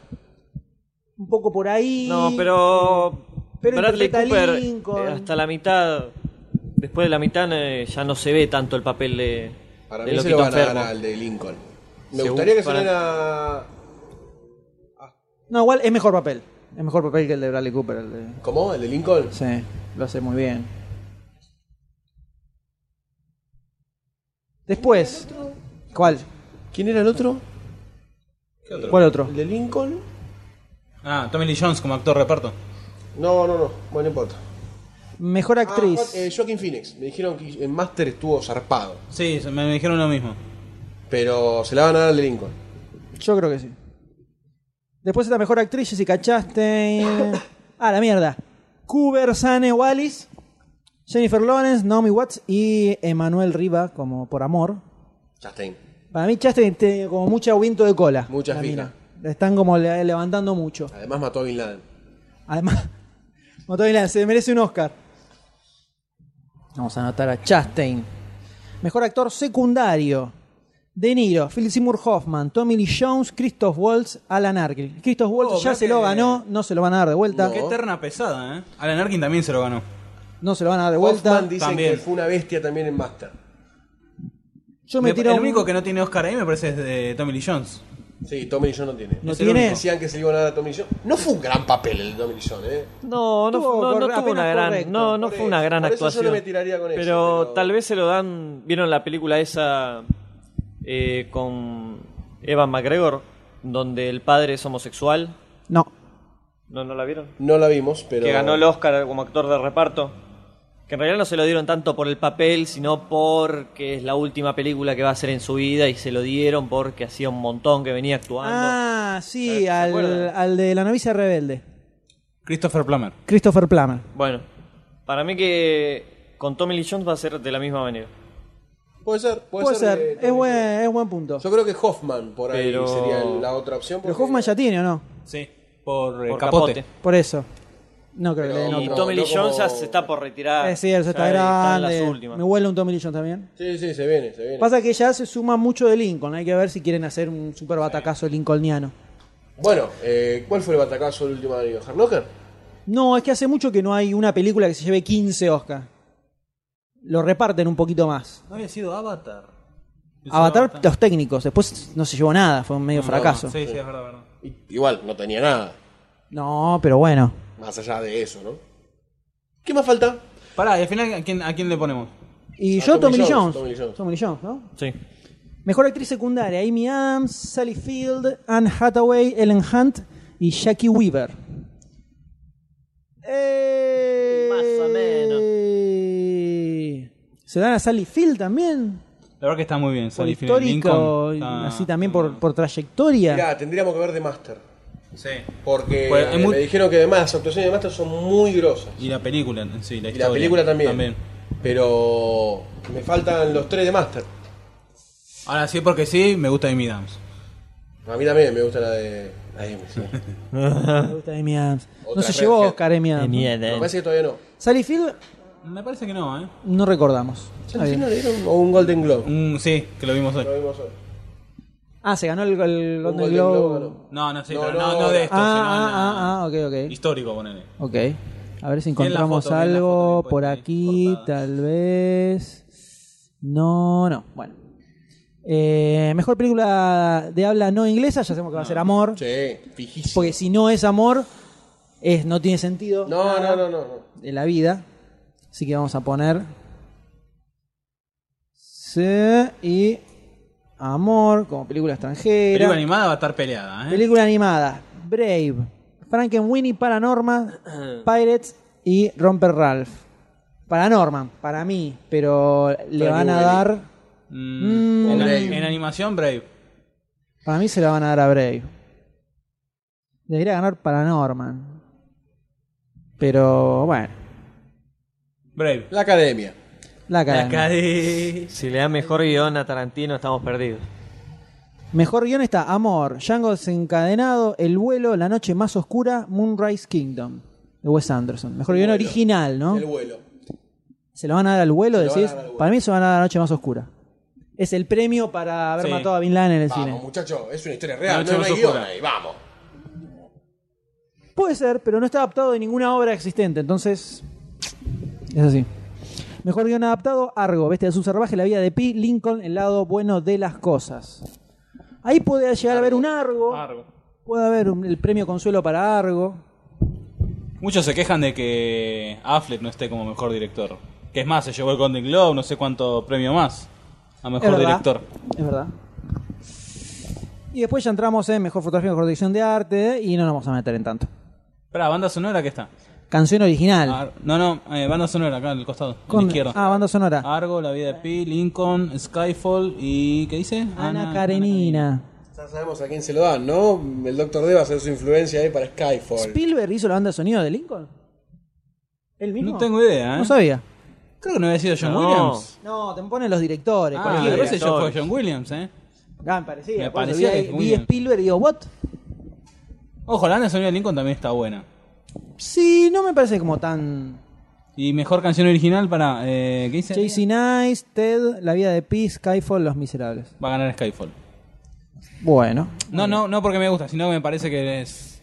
C: un poco por ahí.
D: No, pero.
C: Pero
D: Bradley
C: interpreta a
D: Cooper, eh,
C: Lincoln.
D: hasta la mitad. Después de la mitad eh, ya no se ve tanto el papel de.
B: Para
D: de
B: mí se
D: loquito
B: lo van a
D: enfermo.
B: ganar al de Lincoln. Me
D: Según-
B: gustaría que
D: para-
B: sonara.
C: No, igual es mejor papel. Es mejor papel que el de Bradley Cooper. el de-
B: ¿Cómo? ¿El de Lincoln?
C: Sí, lo hace muy bien. Después, ¿cuál?
B: ¿Quién era el otro?
C: ¿Cuál otro?
B: ¿El de Lincoln?
A: Ah, Tommy Lee Jones como actor reparto.
B: No, no, no. Bueno, no importa.
C: Mejor actriz.
B: Ah, eh, Joaquin Phoenix. Me dijeron que el Master estuvo zarpado.
A: Sí, se- me, me dijeron lo mismo.
B: Pero se la van a dar al de Lincoln.
C: Yo creo que sí. Después está mejor actriz, Jessica Chastain. ah, la mierda. Cooper, Sane, Wallis. Jennifer Lawrence, Naomi Watts y Emanuel Riva, como por amor.
B: Chastain.
C: Para mí Chastain tiene como mucho aguinto de cola.
B: Muchas
C: la
B: finas.
C: mina. La están como le- levantando mucho.
B: Además mató a Bin Laden.
C: Además, Motoy Lance se merece un Oscar. Vamos a anotar a Chastain. Mejor actor secundario. De Niro, Phil Seymour Hoffman, Tommy Lee Jones, Christoph Waltz, Alan Arkin. Christoph Waltz
A: Oh,
C: ya
A: mirá
C: se lo
A: que-
C: ganó, no se lo van a dar de vuelta.
B: No.
A: Qué terna pesada, ¿eh? Alan Arkin también se lo ganó.
C: No se lo van a dar de vuelta.
B: Hoffman dicen
A: También.
B: que fue una bestia también en Master.
C: Yo me
A: Me-
C: tiro
A: el
C: un-
A: único que no tiene Oscar ahí me parece es de Tommy Lee Jones.
B: Sí, Tommy Lee Jones no tiene.
C: no
A: es el
C: tiene.
A: único.
B: Decían que se le iban a dar a Tommy Lee Jones. No fue un gran papel el de Tommy Lee Jones, ¿eh?
D: No, no,
C: Estuvo
D: no- no
C: corre-
D: tuvo una
C: apenas
D: gran,
C: correcto.
D: no, no
B: Por
D: fue una
B: eso,
D: gran
B: por eso
D: actuación.
B: yo no me tiraría con eso,
D: pero,
B: pero-
D: tal vez se lo dan. ¿Vieron la película esa eh, con Evan McGregor? Donde el padre es homosexual.
C: No.
D: ¿No, no la vieron?
B: No la vimos, pero.
D: Que ganó el Oscar como actor de reparto. Que en realidad no se lo dieron tanto por el papel, sino porque es la última película que va a hacer en su vida y se lo dieron porque hacía un montón que venía actuando.
C: Ah, sí,
D: ¿Se
C: al,
D: acuerdan?
C: al de La novicia rebelde.
A: Christopher Plummer.
C: Christopher Plummer.
D: Bueno, para mí que con Tommy Lee Jones va a ser de la misma manera.
B: Puede ser, puede,
C: Puede
B: ser.
C: ser,
B: de Tommy
C: es
B: Lee
C: buen,
B: Jones.
C: es buen punto.
B: Yo creo que Hoffman por ahí
D: Pero-
B: sería la otra opción.
C: Pero
B: porque-
C: Hoffman ya tiene, ¿o no?
A: Sí. Por, eh,
D: Por
A: capote.
D: capote.
C: Por eso. No creo que le den
B: No,
D: y
C: otro. Eh,
B: no,
D: Tommy
B: no
D: Lee Jones ya
B: como-
D: se está por retirar.
C: Es cierto,
D: Ah, Ya
C: está
D: en
C: grande.
D: las últimas.
C: Me huele un Tommy Lee Jones también.
B: Sí, sí, se viene, se viene.
C: Pasa que ya se suma mucho de Lincoln. Hay que ver si quieren hacer un super batacazo lincolniano.
B: Bueno, eh, ¿cuál fue el batacazo del último año? ¿Harnocker?
C: No, es que hace mucho que no hay una película que se lleve 15 Oscar. Lo reparten un poquito más.
A: No había sido Avatar.
C: Avatar, los técnicos. Después no se llevó nada. Fue un medio fracaso.
A: Sí, sí, es verdad, verdad.
B: Y- Igual, no tenía nada.
C: No, pero bueno.
B: Más allá de eso, ¿no? ¿Qué más falta?
A: Pará, y al final, ¿a quién, a quién le ponemos?
C: Y
B: Ah,
C: yo,
B: Tommy
C: Tommy Lee
B: Jones,
C: Jones.
B: Tommy Lee Jones.
C: Tommy Lee Jones, ¿no?
D: Sí.
C: Mejor actriz secundaria: Amy Adams, Sally Field, Anne Hathaway, Ellen Hunt y Jackie Weaver. Eh,
D: Más o
C: ¿Se dan a Sally Field tambield
A: La verdad que está muy bien.
C: Por
A: Sally Field en
C: histórico,
A: Lincoln. Ah, Está-
C: así también por, por trayectoria.
B: Mirá, tendríamos que ver de Master.
A: Sí.
B: Porque
A: Pues hay
B: me
A: muy-
B: dijeron que además las actuaciones de Master son muy grosas.
A: Y la película, en sí, la
B: Y
A: historia.
B: la película también. Pero me faltan los tres de Master.
A: Ahora sí, porque sí, me gusta Amy Adams.
B: A mí también me gusta la de... Ay, me- sí.
C: Me gusta Amy Adams. No
B: Otra
C: se llevó
B: Redhead.
C: Oscar Amy Adams. ¿no?
G: eh.
B: Me parece que todavía no.
C: Sally Field
A: Me parece que no, ¿eh?
C: no recordamos. Está
B: ¿Sí
C: bien.
B: no le dieron? O un Golden Globe.
A: Mm, sí, que lo vimos hoy.
B: Lo vimos hoy.
C: Ah, se ganó el, el
B: Un
C: Golden Globe.
B: ganó.
A: No, no, sí,
B: No,
A: pero
B: no,
A: no, no de
B: ahora.
A: esto, sino
C: ah,
A: la-
C: ah, ah, ok, ok.
A: histórico, ponele.
C: Ok. A ver si encontramos
A: foto, bien la
C: algo
A: foto, bien
C: por
A: puesta ahí,
C: aquí,
A: cortada.
C: tal vez. No, no. Bueno. Eh, mejor película de habla no inglesa, ya sabemos que va
A: Ah.
C: a ser Amor.
B: Sí, fijísimo.
C: Porque si no es Amor, es, no tiene sentido
B: No, no, no, no. no.
C: de la vida. Así que vamos a poner. Sí, y Amor como película extranjera.
A: Película animada va a estar peleada, ¿eh?
C: Película animada. Brave. Frankenweenie, Paranorman, Pirates y Romper Ralph. Paranorman, para mí, pero le van a dar...
A: Mm,
B: O
A: en,
B: Brave.
A: en animación, Brave.
C: Para mí se la van a dar a Brave. Debería ganar Paranorman. Pero bueno,
A: Brave.
B: La academia.
C: la cara.
G: Si le da mejor guión a Tarantino, estamos perdidos.
C: Mejor guión está Amor, Django desencadenado, El vuelo, La noche más oscura, Moonrise Kingdom de Wes Anderson. Mejor guión
B: Vuelo.
C: original, ¿no?
B: El vuelo.
C: Se lo van a dar al vuelo,
B: Se lo van a
C: decís.
B: dar al vuelo.
C: Para mí se lo van a dar a La noche más oscura. Es el premio para haber
A: Sí.
C: matado a Bin Laden en el
B: Vamos,
C: cine.
B: muchacho, es una historia
A: La
B: real,
A: noche
B: no, no
A: más
B: hay guión
A: oscura.
B: ahí, vamos.
C: Puede ser, pero no está adaptado de ninguna obra existente, entonces. Es así. Mejor guión adaptado, Argo, Bestia de su Salvaje, La Vida de Pi, Lincoln, El lado bueno de las cosas. Ahí puede llegar a haber un Argo. Puede haber un- el premio consuelo para Argo.
A: Muchos se quejan de que Affleck no esté como mejor director. Que es más, se llevó el Golden Globe, no sé cuánto premio más a
C: Es
A: mejor
C: verdad,
A: director.
C: Es verdad. Y después ya entramos en mejor fotografía, mejor dirección de arte y no nos vamos a meter en tanto.
A: Espera, banda sonora que está.
C: Canción original.
A: Ar- no, no, eh, banda sonora acá al costado, a
C: Con-
A: la izquierda.
C: ah, banda sonora.
A: Argo, La vida de Pi, Lincoln, Skyfall y ¿qué dice?
C: Ana, Karenina.
B: Ya sabemos a quién se lo dan, ¿no? El Dr. D va a hacer su influencia ahí para Skyfall.
C: ¿Spielberg hizo la banda de sonido de Lincoln? ¿Él mismo?
A: No tengo idea, ¿eh?
C: No sabía.
A: Creo que no había sido John
G: No.
A: Williams.
C: No, te ponen los directores.
A: Ah, me
C: cualquiera.
A: parece que fue
G: directores.
A: John Williams, ¿eh?
C: Ah, me parecía.
A: Me
C: por eso
A: parecía
C: vi,
A: que
C: vi
A: Williams.
C: Spielberg y digo, ¿what?
A: Ojo, la banda sonora de Lincoln también está buena.
C: Sí, no me parece como tan...
A: Y mejor canción original para. Eh, ¿Qué dice?
C: JC Nice, Ted, La Vida de Pi, Skyfall, Los Miserables.
A: Va a ganar Skyfall.
C: Bueno.
A: No, no, no porque me gusta, sino que me parece que es.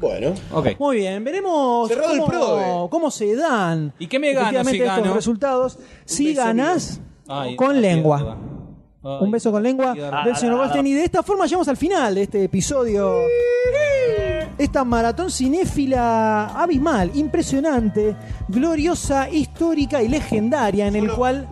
B: Bueno,
A: Ok.
C: Muy bien, veremos
B: Cerrado el
C: cómo,
B: prove.
C: cómo se dan
A: ¿Y qué me gano si
C: efectivamente estos
A: gano?
C: resultados. Si
B: beso
C: ganás
A: Ay,
C: con
A: ay,
C: lengua.
A: mierda. Ay.
C: Un beso con lengua del
B: Ah,
C: señor Goldstein. Y de esta forma llegamos al final de este episodio. Esta maratón cinéfila abismal, impresionante, gloriosa, histórica y legendaria en el cual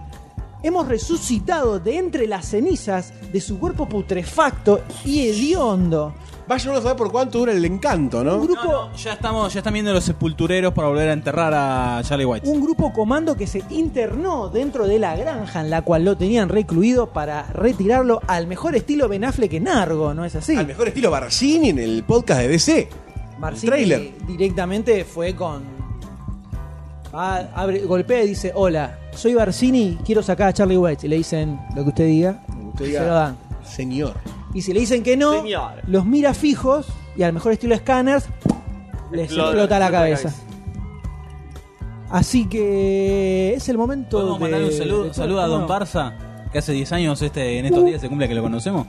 C: hemos resucitado de entre las cenizas de su cuerpo putrefacto y hediondo.
B: vaya uno a saber por cuánto dura el encanto,
C: Un
B: ¿no?
C: grupo...
A: No, no, ya estamos, ya están viendo los sepultureros para volver a enterrar a Charlie White.
C: un grupo comando que se internó dentro de la granja en la cual lo tenían recluido para retirarlo al mejor estilo Ben Affleck en Argo, ¿no es así?
B: Al mejor estilo Barcini en el podcast de DC.
C: Marcini
B: tráiler.
C: directamente fue con... va, abre- golpea y dice, hola, soy Barcini, quiero sacar a Charlie White. Y le dicen, lo que usted diga,
B: Usted
C: se lo dan.
B: diga, señor.
C: Y si le dicen que no,
G: Señor.
C: los mira fijos y al mejor estilo Scanners les
G: Explota,
C: explota la
G: explota la
C: cabeza.
G: cabeza.
C: Así que es el momento
A: Podemos
C: de...
A: mandarle un saludo,
C: de-
A: saludo a Don
C: no.
A: Barza, que hace 10 años este, en estos días se cumple que lo conocemos.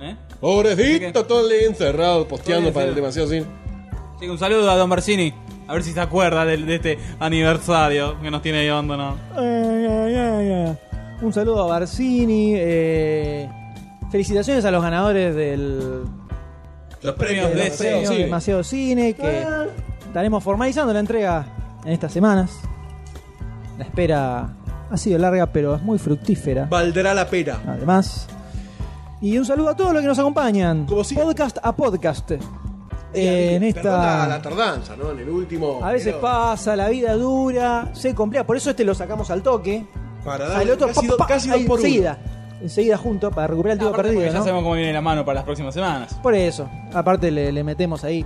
A: ¿Eh?
B: Pobrecito, todo el día encerrado, posteando
A: Pobrecito.
B: para el demasiado sin.
A: Así que un saludo a Don Barcini. A ver si se acuerda del- de, este aniversario que nos tiene ahí abandonado.
C: Ay, ay, ay, ay. eh, Un saludo a Barcini. eh, felicitaciones a los ganadores del
A: Los premios
C: del
A: de
C: premio
A: sí.
C: Demasiado Cine, que estaremos formalizando la entrega en estas semanas. La espera ha sido larga, pero es muy fructífera.
B: Valdrá la pena.
C: Además. Y un saludo a todos los que nos acompañan.
B: Como siempre.
C: Podcast a podcast. Ah, en
B: Perdona
C: esta.
B: Eh, la tardanza, ¿no? En el último.
C: A veces
B: pero
C: pasa, la vida dura, se complica. Por eso este lo sacamos al toque.
B: Para
C: Al
B: dar
C: otro,
B: casi,
C: pa,
B: do-
C: pa,
B: casi
C: ahí
B: dos por
C: enseguida, enseguida junto para recuperar el tiempo
A: Aparte, porque
C: perdido.
A: ya
C: ¿no?
A: sabemos cómo viene la mano para las próximas semanas.
C: Por eso, aparte le, le metemos ahí,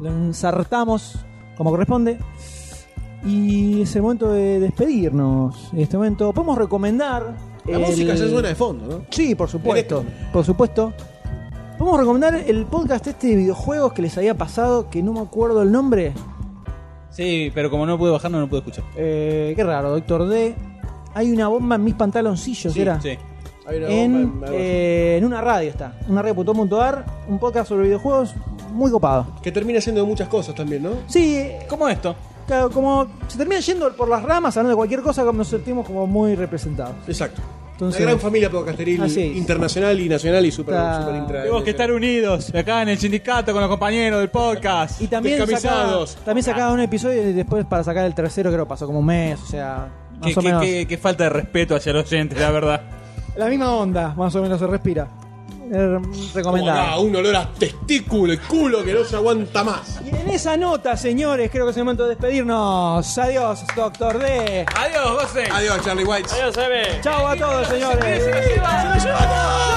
C: lo ensartamos como corresponde. Y es el momento de despedirnos. En este momento podemos recomendar.
B: uno. La
C: el-
B: música ya suena de fondo, ¿no?
C: Sí, por supuesto. Por supuesto. Podemos recomendar el podcast este de videojuegos que les había pasado, que no me acuerdo el nombre.
A: Sí, pero como no pude bajar, no lo pude escuchar.
C: Eh, qué raro, Doctor D. Hay una bomba en mis pantaloncillos, ¿era?
A: Sí.
B: Hay una
C: en,
B: bomba en-
C: eh, en una radio está. Una radio.com.ar, un podcast sobre videojuegos muy copado.
B: Que termina siendo de muchas cosas también, ¿no?
C: Sí,
A: Como esto.
C: claro, como se termina yendo por las ramas hablando de cualquier cosa, como nos sentimos como muy representados.
B: Exacto.
C: Entonces-
B: una gran familia podcasteril
C: Así es.
B: internacional y nacional y super,
C: Está-
B: super intra-
A: Tenemos que estar unidos acá en el sindicato con los compañeros del podcast.
C: Y también sacaba,
B: Descamisados.
C: también sacaba un episodio y después para sacar el tercero creo que pasó como un mes, o sea, más
A: Qué,
C: o
A: qué-
C: menos.
A: qué- qué falta de respeto hacia los oyentes, la verdad.
C: La misma onda, más o menos se respira. Eh,
B: Como da
C: recomendado.
B: un olor a testículo y culo que no se aguanta más.
C: Y en esa nota, señores, creo que es el momento de despedirnos. Adiós, Doctor D.
A: Adiós, José.
B: Adiós, Charlie White.
G: Adiós, Eve.
C: Chao a todos, señores.
B: ¡Se lo lleva todo!